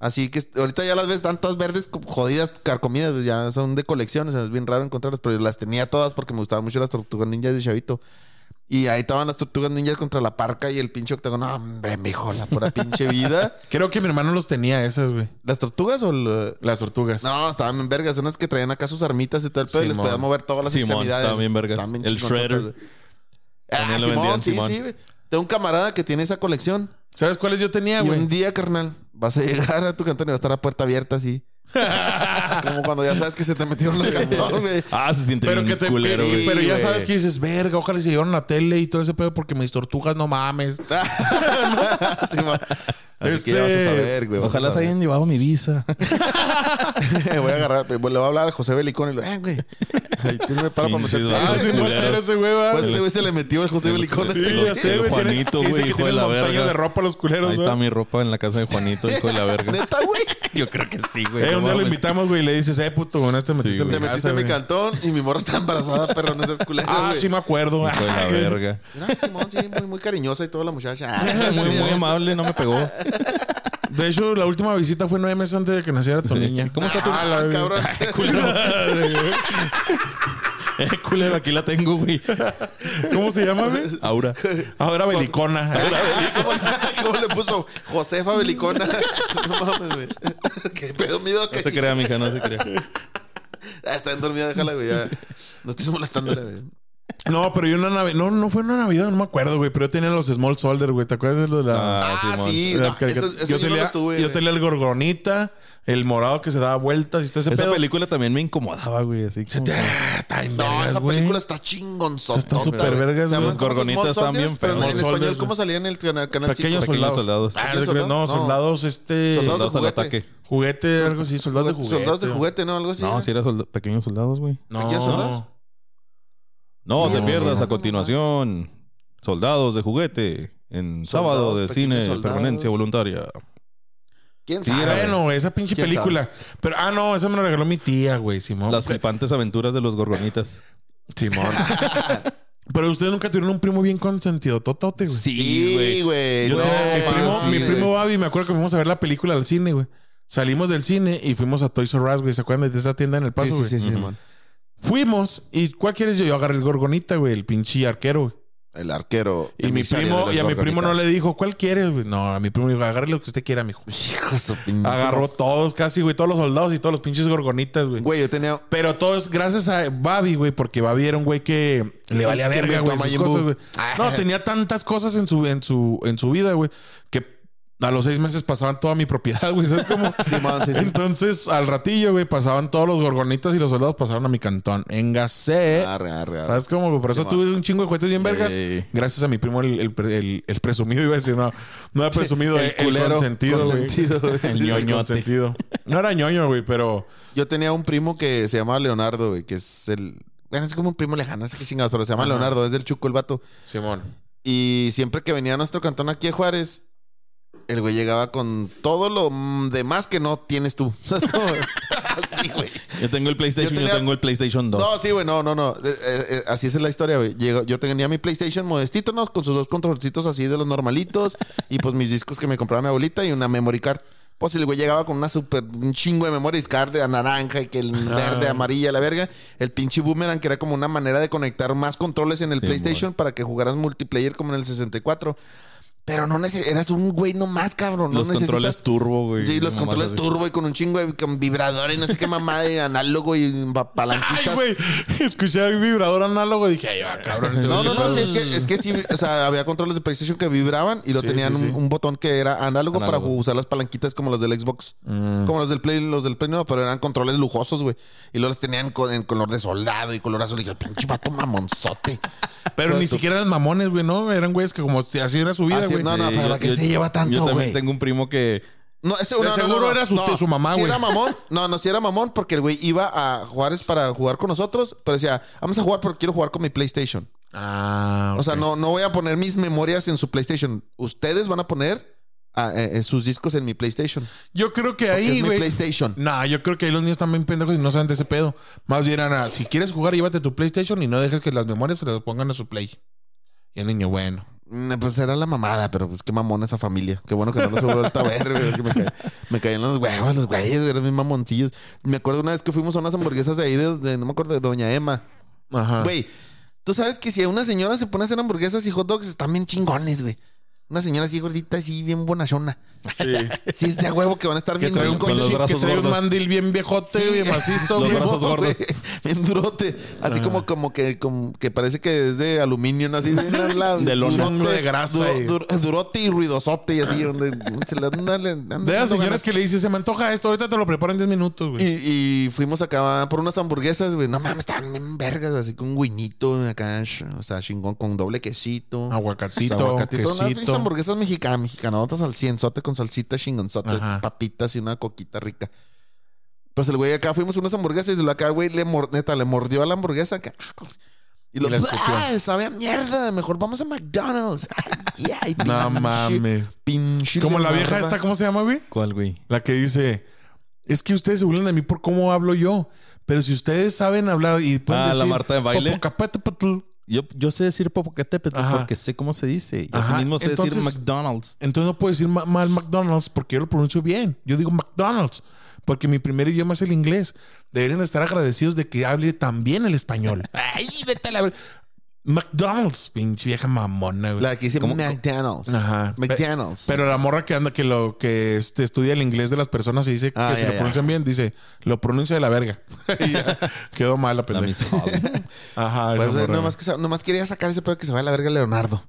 [SPEAKER 2] Así que ahorita ya las ves tantas verdes co- jodidas, carcomidas, pues, ya son de colección, o sea, es bien raro encontrarlas, pero las tenía todas porque me gustaban mucho las tortugas ninjas de Chavito. Y ahí estaban las tortugas ninjas contra la parca y el pinche octagono. No, hombre, mijo, la pura pinche vida.
[SPEAKER 1] Creo que mi hermano los tenía esas, güey.
[SPEAKER 2] ¿Las tortugas o el-
[SPEAKER 1] Las tortugas.
[SPEAKER 2] no, estaban en vergas. Unas que traían acá sus armitas y todo el pedo. y les
[SPEAKER 3] Simón.
[SPEAKER 2] podían mover todas las
[SPEAKER 3] Simón,
[SPEAKER 2] extremidades.
[SPEAKER 3] estaban bien vergas.
[SPEAKER 2] Estaban bien
[SPEAKER 3] El
[SPEAKER 2] chingonotas,
[SPEAKER 3] Shredder.
[SPEAKER 2] güey. Ah,
[SPEAKER 3] También lo
[SPEAKER 2] Simón,
[SPEAKER 3] vendían,
[SPEAKER 2] sí,
[SPEAKER 3] Simón.
[SPEAKER 2] sí, güey. Tengo un camarada que tiene esa colección.
[SPEAKER 1] ¿Sabes cuáles yo tenía,
[SPEAKER 2] y
[SPEAKER 1] Ah, güey?
[SPEAKER 2] un día, carnal, vas a llegar a tu cantón y va a estar la puerta abierta así. Como cuando ya sabes que se te metieron los cantón, güey.
[SPEAKER 3] Ah, se siente
[SPEAKER 1] Pero
[SPEAKER 3] bien
[SPEAKER 1] que te
[SPEAKER 3] culero,
[SPEAKER 1] sí,
[SPEAKER 3] güey.
[SPEAKER 1] Pero ya
[SPEAKER 2] güey.
[SPEAKER 1] sabes que dices, verga, ojalá se llevaron la tele y todo ese pedo porque mis tortugas no mames.
[SPEAKER 2] Simón. Así que ya vas a
[SPEAKER 1] Este,
[SPEAKER 2] saber, güey. vas a
[SPEAKER 4] Ojalá se
[SPEAKER 2] saber.
[SPEAKER 4] hayan llevado mi visa.
[SPEAKER 2] Voy a agarrar, le voy a hablar a José Belicón y lo, eh, güey. Ahí tiene para para
[SPEAKER 3] Pinches
[SPEAKER 2] meterte.
[SPEAKER 3] vatos
[SPEAKER 2] Ah, Simón.
[SPEAKER 3] culeros.
[SPEAKER 1] Pero ese güey, va.
[SPEAKER 2] Pues este güey se le metió el José Belicón a este
[SPEAKER 3] Sí,
[SPEAKER 2] güey.
[SPEAKER 3] ya sé, güey.
[SPEAKER 1] tiene-
[SPEAKER 3] Juanito,
[SPEAKER 1] que dice
[SPEAKER 3] güey,
[SPEAKER 1] que
[SPEAKER 3] hijo
[SPEAKER 1] tiene
[SPEAKER 3] de la
[SPEAKER 1] montañas
[SPEAKER 3] verga.
[SPEAKER 1] de ropa a los culeros,
[SPEAKER 3] Ahí
[SPEAKER 1] güey.
[SPEAKER 3] está mi ropa en la casa de Juanito, hijo de la verga.
[SPEAKER 2] Neta, güey.
[SPEAKER 3] Yo creo que sí, güey.
[SPEAKER 1] Eh,
[SPEAKER 3] no
[SPEAKER 1] un día lo
[SPEAKER 3] mames.
[SPEAKER 1] invitamos, güey, y le dices, eh, puto, güey, no te metiste en mi
[SPEAKER 2] Te metiste
[SPEAKER 1] casa,
[SPEAKER 2] en mi
[SPEAKER 1] güey.
[SPEAKER 2] cantón y mi morra está embarazada, perro, no seas culero,
[SPEAKER 1] Ah,
[SPEAKER 2] güey.
[SPEAKER 1] sí me acuerdo. Ah,
[SPEAKER 3] Hijo de la verga.
[SPEAKER 2] No, Simón, sí, muy, muy cariñosa y toda la muchacha.
[SPEAKER 3] Muy, muy amable, no me pegó.
[SPEAKER 1] De hecho, la última visita fue nueve meses antes de que naciera tu niña.
[SPEAKER 3] ¿Cómo está tu
[SPEAKER 2] Ah, la cabrón.
[SPEAKER 3] Eh, culero, aquí la tengo, güey.
[SPEAKER 1] ¿Cómo Pues, ¿eh? se llama, güey?
[SPEAKER 3] Aura.
[SPEAKER 1] Ahora belicona.
[SPEAKER 2] ¿Cómo, cómo le puso Josefa Belicona? No mames, güey. Qué pedo miedo
[SPEAKER 3] No
[SPEAKER 2] que.
[SPEAKER 3] se crea, mija, no se crea.
[SPEAKER 2] Ah, está bien dormida, déjala, güey. ya. No estés molestándola, güey.
[SPEAKER 1] No, pero yo una Navidad. No, no fue una Navidad, no me acuerdo, güey. Pero yo tenía los Small Solder, güey. ¿Te acuerdas de los de las-
[SPEAKER 3] Ah,
[SPEAKER 2] Ah,
[SPEAKER 3] Simón.
[SPEAKER 2] sí.
[SPEAKER 1] de
[SPEAKER 2] no,
[SPEAKER 1] las
[SPEAKER 2] eso,
[SPEAKER 1] caricaturas?
[SPEAKER 2] eso
[SPEAKER 1] yo,
[SPEAKER 2] yo, no
[SPEAKER 1] tenía,
[SPEAKER 2] los tuve.
[SPEAKER 1] yo tenía el Gorgonita, el morado que se daba vueltas y todo ese
[SPEAKER 3] Esa
[SPEAKER 1] pedo.
[SPEAKER 3] película también me incomodaba, güey. Así como...
[SPEAKER 1] Ah, está en
[SPEAKER 2] No,
[SPEAKER 1] vergas,
[SPEAKER 2] esa
[SPEAKER 1] güey.
[SPEAKER 2] película está chingonzota.
[SPEAKER 1] Está súper vergas,
[SPEAKER 2] Se
[SPEAKER 1] güey.
[SPEAKER 2] llaman como esos
[SPEAKER 3] Gorgonitas
[SPEAKER 2] Small
[SPEAKER 3] están bien
[SPEAKER 2] Soldiers, pero
[SPEAKER 3] feos.
[SPEAKER 2] En
[SPEAKER 1] Small
[SPEAKER 2] español,
[SPEAKER 1] Soldiers,
[SPEAKER 2] ¿cómo
[SPEAKER 1] güey.
[SPEAKER 2] salían en el canal? canal
[SPEAKER 1] Pequeños,
[SPEAKER 2] cinco?
[SPEAKER 3] Pequeños
[SPEAKER 1] soldados.
[SPEAKER 3] soldados.
[SPEAKER 1] Ah,
[SPEAKER 2] Pequeños
[SPEAKER 1] no,
[SPEAKER 2] soldados, no.
[SPEAKER 1] soldados, este.
[SPEAKER 2] Soldados
[SPEAKER 3] Soldados al
[SPEAKER 2] juguete.
[SPEAKER 3] ataque.
[SPEAKER 1] Juguete, algo así, soldados de juguete.
[SPEAKER 2] Soldados de juguete, ¿no? Algo así.
[SPEAKER 3] No,
[SPEAKER 2] ¿no?
[SPEAKER 3] si era solda- pequeños soldados, güey.
[SPEAKER 1] No.
[SPEAKER 2] ¿Pequeños soldados?
[SPEAKER 3] No,
[SPEAKER 2] Sí,
[SPEAKER 3] te
[SPEAKER 2] no,
[SPEAKER 3] pierdas
[SPEAKER 2] sí,
[SPEAKER 3] a
[SPEAKER 2] no.
[SPEAKER 3] continuación. Soldados de juguete. En sábado
[SPEAKER 2] Soldados,
[SPEAKER 3] de
[SPEAKER 2] pequeños
[SPEAKER 3] cine,
[SPEAKER 2] soldados.
[SPEAKER 3] permanencia voluntaria.
[SPEAKER 2] ¿Quién
[SPEAKER 3] Sí,
[SPEAKER 2] sabe?
[SPEAKER 3] era-
[SPEAKER 1] Bueno, esa pinche
[SPEAKER 2] Ah, ¿Quién
[SPEAKER 1] película. Pero, ah, no, esa me la regaló mi tía, güey, Simón.
[SPEAKER 3] Las flipantes aventuras de los gorgonitas.
[SPEAKER 1] Simón. Pero ustedes nunca tuvieron un primo bien consentido, totote, güey.
[SPEAKER 2] Sí, güey.
[SPEAKER 3] Yo
[SPEAKER 2] no,
[SPEAKER 3] tenía-
[SPEAKER 1] Mi
[SPEAKER 3] Ah,
[SPEAKER 1] primo,
[SPEAKER 3] sí,
[SPEAKER 1] mi
[SPEAKER 3] güey.
[SPEAKER 1] primo Babi, me acuerdo que fuimos a ver la película al cine, güey. Salimos del cine y fuimos a Toys R Us, güey. ¿Se acuerdan de esa tienda en el paso,
[SPEAKER 2] Sí,
[SPEAKER 1] güey?
[SPEAKER 2] sí, sí, Simón.
[SPEAKER 1] Fuimos y ¿cuál quieres yo? Yo agarré el gorgonita, güey, el pinche arquero, güey.
[SPEAKER 2] El arquero.
[SPEAKER 1] Y mi
[SPEAKER 2] emisario de
[SPEAKER 1] primo,
[SPEAKER 2] los
[SPEAKER 1] y a mi primo no le
[SPEAKER 2] Gorgonitas.
[SPEAKER 1] dijo, ¿cuál quieres? güey? No, a mi primo dijo, agarre lo que usted quiera, mijo.
[SPEAKER 2] Hijo de su pinche-
[SPEAKER 1] Agarró todos, casi, güey, todos los soldados y todos los pinches gorgonitas, güey.
[SPEAKER 2] Güey, yo tenía.
[SPEAKER 1] Pero todo es gracias a Babi, güey, porque Babi era un güey que le valía
[SPEAKER 2] Que
[SPEAKER 1] verga,
[SPEAKER 2] inventó
[SPEAKER 1] güey.
[SPEAKER 2] a
[SPEAKER 1] sus
[SPEAKER 2] Majin Buu.
[SPEAKER 1] cosas, güey.
[SPEAKER 2] Ah.
[SPEAKER 1] No, tenía tantas cosas en su, en su, en su vida, güey, que a los seis meses pasaban toda mi propiedad, güey. ¿Sabes cómo?
[SPEAKER 2] Simón, sí, sí.
[SPEAKER 1] Entonces, al ratillo, güey, pasaban todos los gorgonitas y los soldados pasaron a mi cantón. Engacé.
[SPEAKER 2] Arre, arre, arre.
[SPEAKER 1] Eh, ¿Sabes cómo? güey? Por eso
[SPEAKER 2] Simón.
[SPEAKER 1] tuve un chingo de juguetes bien vergas.
[SPEAKER 3] Sí.
[SPEAKER 1] Gracias a mi primo, el, el, el- el presumido, iba a decir, no, no era presumido, el, el
[SPEAKER 2] culero
[SPEAKER 1] consentido, güey.
[SPEAKER 2] consentido, güey.
[SPEAKER 1] El
[SPEAKER 3] ñoñote.
[SPEAKER 1] consentido. No era ñoño, güey, pero...
[SPEAKER 2] Yo tenía un primo que se llamaba Leonardo, güey, que es el. Bueno, es como un primo lejano, es que chingados, pero se llama Leonardo, es del Chuco el vato.
[SPEAKER 1] Simón.
[SPEAKER 2] Y siempre que venía a nuestro cantón aquí a Juárez, el güey llegaba con todo lo mm, demás que no tienes tú. ¿Sabes cómo? Así, güey.
[SPEAKER 3] Yo tengo el PlayStation,
[SPEAKER 2] Yo
[SPEAKER 3] yo,
[SPEAKER 2] tenía-
[SPEAKER 3] tengo el PlayStation 2.
[SPEAKER 2] No, sí, güey, no, no, no. Eh, eh, eh, así es la historia, güey. Llegó- yo tenía mi PlayStation modestito, ¿no? Con sus dos controlcitos así de los normalitos. y pues mis discos que me compraba mi abuelita y una memory card. Pues el güey llegaba con una super, un chingo de memory card de naranja y que el verde, amarilla, la verga. El pinche boomerang, que era como una manera de conectar más controles en el
[SPEAKER 3] Sí,
[SPEAKER 2] PlayStation para que jugaras multiplayer como en el 64. Pero no neces- eras un güey nomás, cabrón.
[SPEAKER 3] los
[SPEAKER 2] no necesitas-
[SPEAKER 3] controles turbo, güey.
[SPEAKER 2] Sí, los
[SPEAKER 3] Nomás
[SPEAKER 2] controles
[SPEAKER 3] así.
[SPEAKER 2] turbo y con un chingo de con vibradores, no sé qué mamada, y análogo y pa-
[SPEAKER 1] Ay,
[SPEAKER 2] palanquitas.
[SPEAKER 1] güey. Escuché el vibrador análogo y dije, ay, va, cabrón. entonces-
[SPEAKER 2] No, no, no, sí, es que, es que sí, o sea, había controles de PlayStation que vibraban y lo tenían un, un botón que era análogo, para
[SPEAKER 3] Análogo.
[SPEAKER 2] usar las palanquitas como los del Xbox,
[SPEAKER 1] Mm.
[SPEAKER 2] como los del Play, los del Play nuevo, pero eran controles lujosos, güey. Y luego los tenían con, en color de soldado y color azul. Y dije, pinche vato mamonzote.
[SPEAKER 1] Pero ni siquiera eran mamones, güey, ¿no? Eran güeyes que como así era su vida,
[SPEAKER 2] Así-
[SPEAKER 1] güey.
[SPEAKER 2] no, no,
[SPEAKER 3] Sí,
[SPEAKER 2] pero
[SPEAKER 3] yo-
[SPEAKER 2] ¿para qué
[SPEAKER 3] yo-
[SPEAKER 2] se lleva
[SPEAKER 3] Yo
[SPEAKER 2] tanto,
[SPEAKER 3] también
[SPEAKER 2] güey?
[SPEAKER 3] tengo un primo que...
[SPEAKER 2] No, ese
[SPEAKER 1] De
[SPEAKER 2] no, no,
[SPEAKER 1] seguro
[SPEAKER 2] no, no.
[SPEAKER 1] era su-
[SPEAKER 2] No,
[SPEAKER 1] su mamá,
[SPEAKER 2] sí
[SPEAKER 1] güey.
[SPEAKER 2] era mamón. No, no, sí era mamón porque el güey iba a Juárez para jugar con nosotros, pero decía, vamos a jugar porque quiero jugar con mi PlayStation.
[SPEAKER 1] Ah,
[SPEAKER 2] O sea,
[SPEAKER 1] ok.
[SPEAKER 2] no, no voy a poner mis memorias en su PlayStation. Ustedes van a poner ah, eh, eh, sus discos en mi PlayStation.
[SPEAKER 1] Yo creo que
[SPEAKER 2] Porque
[SPEAKER 1] ahí,
[SPEAKER 2] es mi
[SPEAKER 1] güey.
[SPEAKER 2] PlayStation.
[SPEAKER 1] Nah, yo creo que ahí los niños también pendejos y no saben de ese pedo. Más bien, Ana, si quieres jugar, llévate tu PlayStation y no dejes que las memorias se las pongan a su Play. Y el niño, bueno.
[SPEAKER 2] Mm, Pues era la mamada, pero pues qué mamona esa familia. Qué bueno que no los hubo vuelto a ver, güey, que Me, ca- me caían los huevos, los güeyes, güey, eran mis mamoncillos. Me acuerdo una vez que fuimos a unas hamburguesas de ahí, de, de- no me acuerdo, de Doña Emma.
[SPEAKER 1] Ajá.
[SPEAKER 2] Güey, tú sabes que si una señora se pone a hacer hamburguesas y hot dogs, están bien chingones, güey. Una señora así gordita, así bien bonachona. Sí. Sí, es de a huevo que van a estar bien
[SPEAKER 3] trae un-
[SPEAKER 2] ricos.
[SPEAKER 3] con los
[SPEAKER 2] Sí,
[SPEAKER 1] Que
[SPEAKER 3] brazos
[SPEAKER 1] trae un
[SPEAKER 3] gordos.
[SPEAKER 1] mandil bien viejote,
[SPEAKER 2] Sí.
[SPEAKER 1] bien macizo.
[SPEAKER 2] Los
[SPEAKER 1] bien-
[SPEAKER 2] brazos
[SPEAKER 3] gordos.
[SPEAKER 2] gordos. Bien durote. Así como, como que como que parece que es de aluminio, ¿no? Así de,
[SPEAKER 3] De lona.
[SPEAKER 2] durote,
[SPEAKER 1] Un chingo de grasa
[SPEAKER 2] duro-
[SPEAKER 1] y- Ah.
[SPEAKER 2] duro- durote y ruidosote y así. Donde se le anda- le anda
[SPEAKER 1] De las
[SPEAKER 2] dando
[SPEAKER 1] señoras
[SPEAKER 2] ganas.
[SPEAKER 1] que le dices, se me antoja esto, ahorita te lo preparo en 10 minutos, güey.
[SPEAKER 2] Y, y fuimos acá por unas hamburguesas, güey. No mames, estaban bien vergas, güey, así con un guinito acá, sh- o sea, chingón con doble quesito.
[SPEAKER 1] Ah, Aguacatito,
[SPEAKER 2] aguacatito, unas pinches
[SPEAKER 1] quesito.
[SPEAKER 2] hamburguesas mexicanas, mexicanotas al cienzote con salsita chingonzote,
[SPEAKER 1] Ajá.
[SPEAKER 2] papitas y una coquita rica. Pues el güey acá fuimos unas hamburguesas y lo acá, güey, le, mor- neta, le mordió a la hamburguesa acá. Y lo
[SPEAKER 1] Y la escupió.
[SPEAKER 2] ¡Ah, sabe a mierda, mejor vamos a McDonald's. Ay, yeah, y
[SPEAKER 1] No
[SPEAKER 2] pinche-
[SPEAKER 1] mames.
[SPEAKER 2] pinche
[SPEAKER 1] Como la vieja
[SPEAKER 2] mierda.
[SPEAKER 1] esta, ¿cómo se llama, güey?
[SPEAKER 3] ¿Cuál, güey?
[SPEAKER 1] La que dice, es que ustedes se burlan de mí por cómo hablo yo. Pero si ustedes saben hablar y pueden
[SPEAKER 3] Ah, la
[SPEAKER 1] decir...
[SPEAKER 3] Marta de baile.
[SPEAKER 1] "Popocapetepetl",
[SPEAKER 3] Yo, yo sé decir Popocatépetl
[SPEAKER 1] Ajá.
[SPEAKER 3] porque sé cómo se dice. Y
[SPEAKER 1] Ajá.
[SPEAKER 3] así mismo sé
[SPEAKER 1] Entonces-
[SPEAKER 3] decir McDonald's.
[SPEAKER 1] Entonces no puedo decir ma- mal McDonald's porque yo lo pronuncio bien. Yo digo McDonald's porque mi primer idioma es el inglés. Deberían estar agradecidos de que hable también el español. Ay, vete a la... ver- McDonald's, pinche vieja mamona, güey.
[SPEAKER 2] La que dice McDonald's.
[SPEAKER 1] Ajá.
[SPEAKER 2] McDonald's.
[SPEAKER 1] Pero la morra que anda, que lo que este, estudia el inglés de las personas y dice
[SPEAKER 2] Ah,
[SPEAKER 1] que si
[SPEAKER 2] ya,
[SPEAKER 1] lo
[SPEAKER 2] ya.
[SPEAKER 1] pronuncian bien, dice, lo pronuncia de la verga. Y ya, quedó mal la
[SPEAKER 3] La
[SPEAKER 1] pendeja.
[SPEAKER 3] misma.
[SPEAKER 1] Ajá, esa
[SPEAKER 2] Pues,
[SPEAKER 1] morra.
[SPEAKER 2] nomás, que sa- nomás quería sacar ese pedo que se va a la verga Leonardo.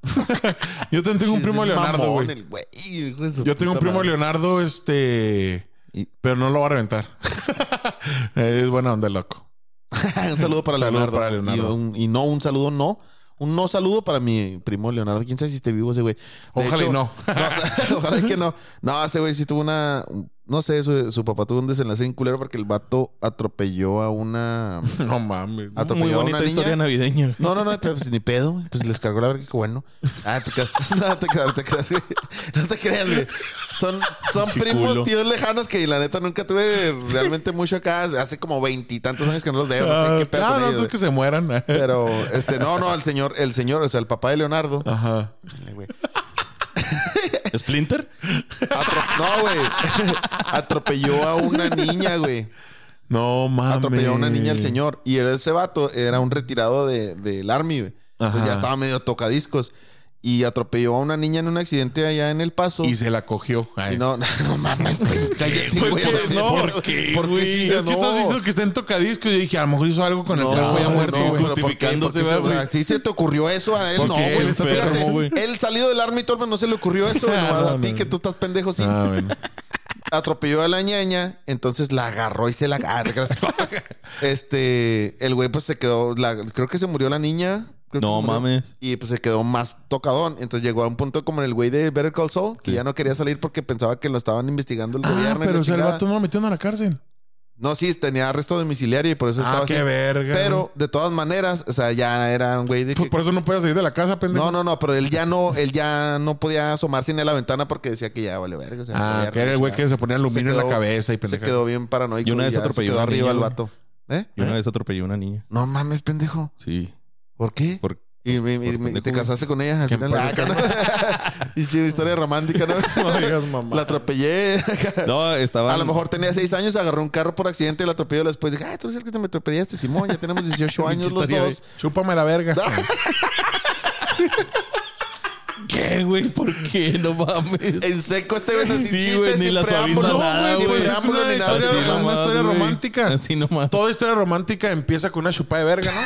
[SPEAKER 1] Yo también tengo un primo Leonardo,
[SPEAKER 2] Mamón,
[SPEAKER 1] güey.
[SPEAKER 2] el güey, hijo de su
[SPEAKER 1] Yo tengo un
[SPEAKER 2] puta
[SPEAKER 1] primo
[SPEAKER 2] madre.
[SPEAKER 1] Leonardo, este.
[SPEAKER 3] Y-
[SPEAKER 1] Pero no lo va a reventar. es buena onda, loco.
[SPEAKER 2] Ah, un saludo para
[SPEAKER 1] Un saludo
[SPEAKER 2] Leonardo.
[SPEAKER 1] para Leonardo.
[SPEAKER 2] Y, un- y no un saludo, no. Un no saludo para mi primo Leonardo. ¿Quién sabe si esté vivo ese güey? De
[SPEAKER 1] Ojalá y no.
[SPEAKER 2] no, Ojalá y que no. No, ese güey sí tuvo una... No sé, su, su papá tuvo un desenlace en culero porque el vato atropelló a una...
[SPEAKER 1] No mames.
[SPEAKER 2] Atropelló
[SPEAKER 3] Muy
[SPEAKER 2] a
[SPEAKER 3] bonita
[SPEAKER 2] una niña.
[SPEAKER 3] historia navideña.
[SPEAKER 2] No, no, no, pero pues ni pedo, güey. Pues les cargó la verga, qué bueno. Ah, te creas. No te creas, no te creas, güey. No te creas, güey. Son, son
[SPEAKER 3] Chiculo.
[SPEAKER 2] primos, tíos lejanos que la neta nunca tuve realmente mucho acá. Hace como veintitantos años que no los veo. No sé qué pedo.
[SPEAKER 1] Ah,
[SPEAKER 2] con
[SPEAKER 1] no,
[SPEAKER 2] ellos, eh.
[SPEAKER 1] entonces que
[SPEAKER 2] güey.
[SPEAKER 1] se mueran.
[SPEAKER 2] Pero, este, no, no, el señor, el señor, o sea, el papá de Leonardo.
[SPEAKER 1] Ajá.
[SPEAKER 2] güey,
[SPEAKER 3] ¿Splinter?
[SPEAKER 2] atro- no, güey. Atropelló a una niña, güey.
[SPEAKER 1] No mames.
[SPEAKER 2] atropelló a una niña el señor. Y era ese vato era un retirado de- del army, güey. Entonces
[SPEAKER 1] Ajá.
[SPEAKER 2] ya estaba medio tocadiscos. Y atropelló a una niña en un accidente allá en El Paso.
[SPEAKER 1] Y se la cogió. Ay.
[SPEAKER 2] Y no, no, no mames, güey. Cállate,
[SPEAKER 1] Pues
[SPEAKER 2] güey.
[SPEAKER 1] que no,
[SPEAKER 2] ¿Por- por qué
[SPEAKER 1] güey?
[SPEAKER 2] chingas?
[SPEAKER 1] Es que
[SPEAKER 2] No.
[SPEAKER 1] estás diciendo que está en tocadiscos. Yo dije, a lo mejor hizo algo con el
[SPEAKER 2] No,
[SPEAKER 1] trago ya
[SPEAKER 2] no,
[SPEAKER 1] muerto,
[SPEAKER 2] no,
[SPEAKER 1] güey.
[SPEAKER 2] pero ¿por qué?
[SPEAKER 3] Justificándose,
[SPEAKER 2] ¿Por qué se-
[SPEAKER 3] güey.
[SPEAKER 2] o sea, ¿Sí se te ocurrió eso a él?
[SPEAKER 1] ¿Por
[SPEAKER 2] No,
[SPEAKER 1] qué?
[SPEAKER 2] güey.
[SPEAKER 1] Está
[SPEAKER 2] fíjate,
[SPEAKER 3] enfermo, güey.
[SPEAKER 2] Él salió del army, Torben, no se le ocurrió eso, güey. nomás
[SPEAKER 1] No,
[SPEAKER 2] a ti
[SPEAKER 1] no.
[SPEAKER 2] que tú estás pendejo, sí.
[SPEAKER 1] Ah, bueno.
[SPEAKER 2] atropelló a la ñaña, entonces la agarró y se la ah, te creas. Este, el güey pues se quedó, la- creo que se murió la niña. creo que
[SPEAKER 3] No
[SPEAKER 2] se murió.
[SPEAKER 3] mames.
[SPEAKER 2] Y pues se quedó más tocadón. Entonces llegó a un punto como en el güey de Better Call Saul, que ya no quería salir porque pensaba que lo estaban investigando el
[SPEAKER 1] Ah,
[SPEAKER 2] gobierno. y
[SPEAKER 1] pero
[SPEAKER 2] la
[SPEAKER 1] o sea, el
[SPEAKER 2] chingada. Ah,
[SPEAKER 1] vato no lo metieron a la cárcel.
[SPEAKER 2] No, sí, tenía arresto domiciliario y por eso
[SPEAKER 1] Ah,
[SPEAKER 2] estaba
[SPEAKER 1] qué
[SPEAKER 2] así.
[SPEAKER 1] verga.
[SPEAKER 2] Pero de todas maneras, o sea, ya era un güey de
[SPEAKER 1] Pues
[SPEAKER 2] que...
[SPEAKER 1] por eso no puedes salir de la casa, pendejo.
[SPEAKER 2] No, no, no, pero él ya no, él ya no podía asomarse ni a la ventana porque decía que ya vale verga. o sea,
[SPEAKER 1] Ah,
[SPEAKER 2] gobierno,
[SPEAKER 1] que era el güey
[SPEAKER 2] chingada.
[SPEAKER 1] que se ponía aluminio en
[SPEAKER 2] Se quedó-
[SPEAKER 1] la cabeza y
[SPEAKER 2] Se
[SPEAKER 1] pendejo.
[SPEAKER 2] quedó bien paranoico.
[SPEAKER 3] Y una vez
[SPEAKER 2] ya se
[SPEAKER 3] atropelló
[SPEAKER 2] quedó
[SPEAKER 3] a una
[SPEAKER 2] arriba el
[SPEAKER 3] niña,
[SPEAKER 2] vato. ¿Eh?
[SPEAKER 3] Y una vez atropelló a una niña.
[SPEAKER 2] No mames, pendejo.
[SPEAKER 3] Sí.
[SPEAKER 2] ¿Por qué?
[SPEAKER 3] Por-
[SPEAKER 2] Y, y- y- y-
[SPEAKER 3] pendejo,
[SPEAKER 2] te
[SPEAKER 3] güey.
[SPEAKER 2] casaste con ella al
[SPEAKER 1] Qué
[SPEAKER 2] final. Ah, ¿no? y sí, historia romántica, ¿no?
[SPEAKER 1] No digas mamá.
[SPEAKER 2] la atropellé.
[SPEAKER 3] No, estaba.
[SPEAKER 2] A lo mejor tenía seis años, agarró un carro por accidente y la atropelló después. Dije, ah, tú eres el que te me atropellaste, Simón. Ya tenemos 18 años los
[SPEAKER 1] Historia de,
[SPEAKER 2] dos.
[SPEAKER 1] Chúpame la verga.
[SPEAKER 3] ¿Qué, güey? ¿Por qué? No mames.
[SPEAKER 1] Eh,
[SPEAKER 2] En seco este güey. así,
[SPEAKER 3] Sí,
[SPEAKER 2] chiste,
[SPEAKER 3] güey, ni
[SPEAKER 2] sin
[SPEAKER 3] la suaviza
[SPEAKER 2] preámbulo,
[SPEAKER 3] nada,
[SPEAKER 2] sin
[SPEAKER 3] güey. Es
[SPEAKER 2] preámbulo
[SPEAKER 1] una
[SPEAKER 2] ni nada.
[SPEAKER 1] historia
[SPEAKER 2] Sí,
[SPEAKER 1] de-
[SPEAKER 2] mamá.
[SPEAKER 1] nomás, historia
[SPEAKER 3] güey.
[SPEAKER 1] romántica.
[SPEAKER 3] Así nomás.
[SPEAKER 1] Toda historia romántica empieza con una chupa de verga, ¿no?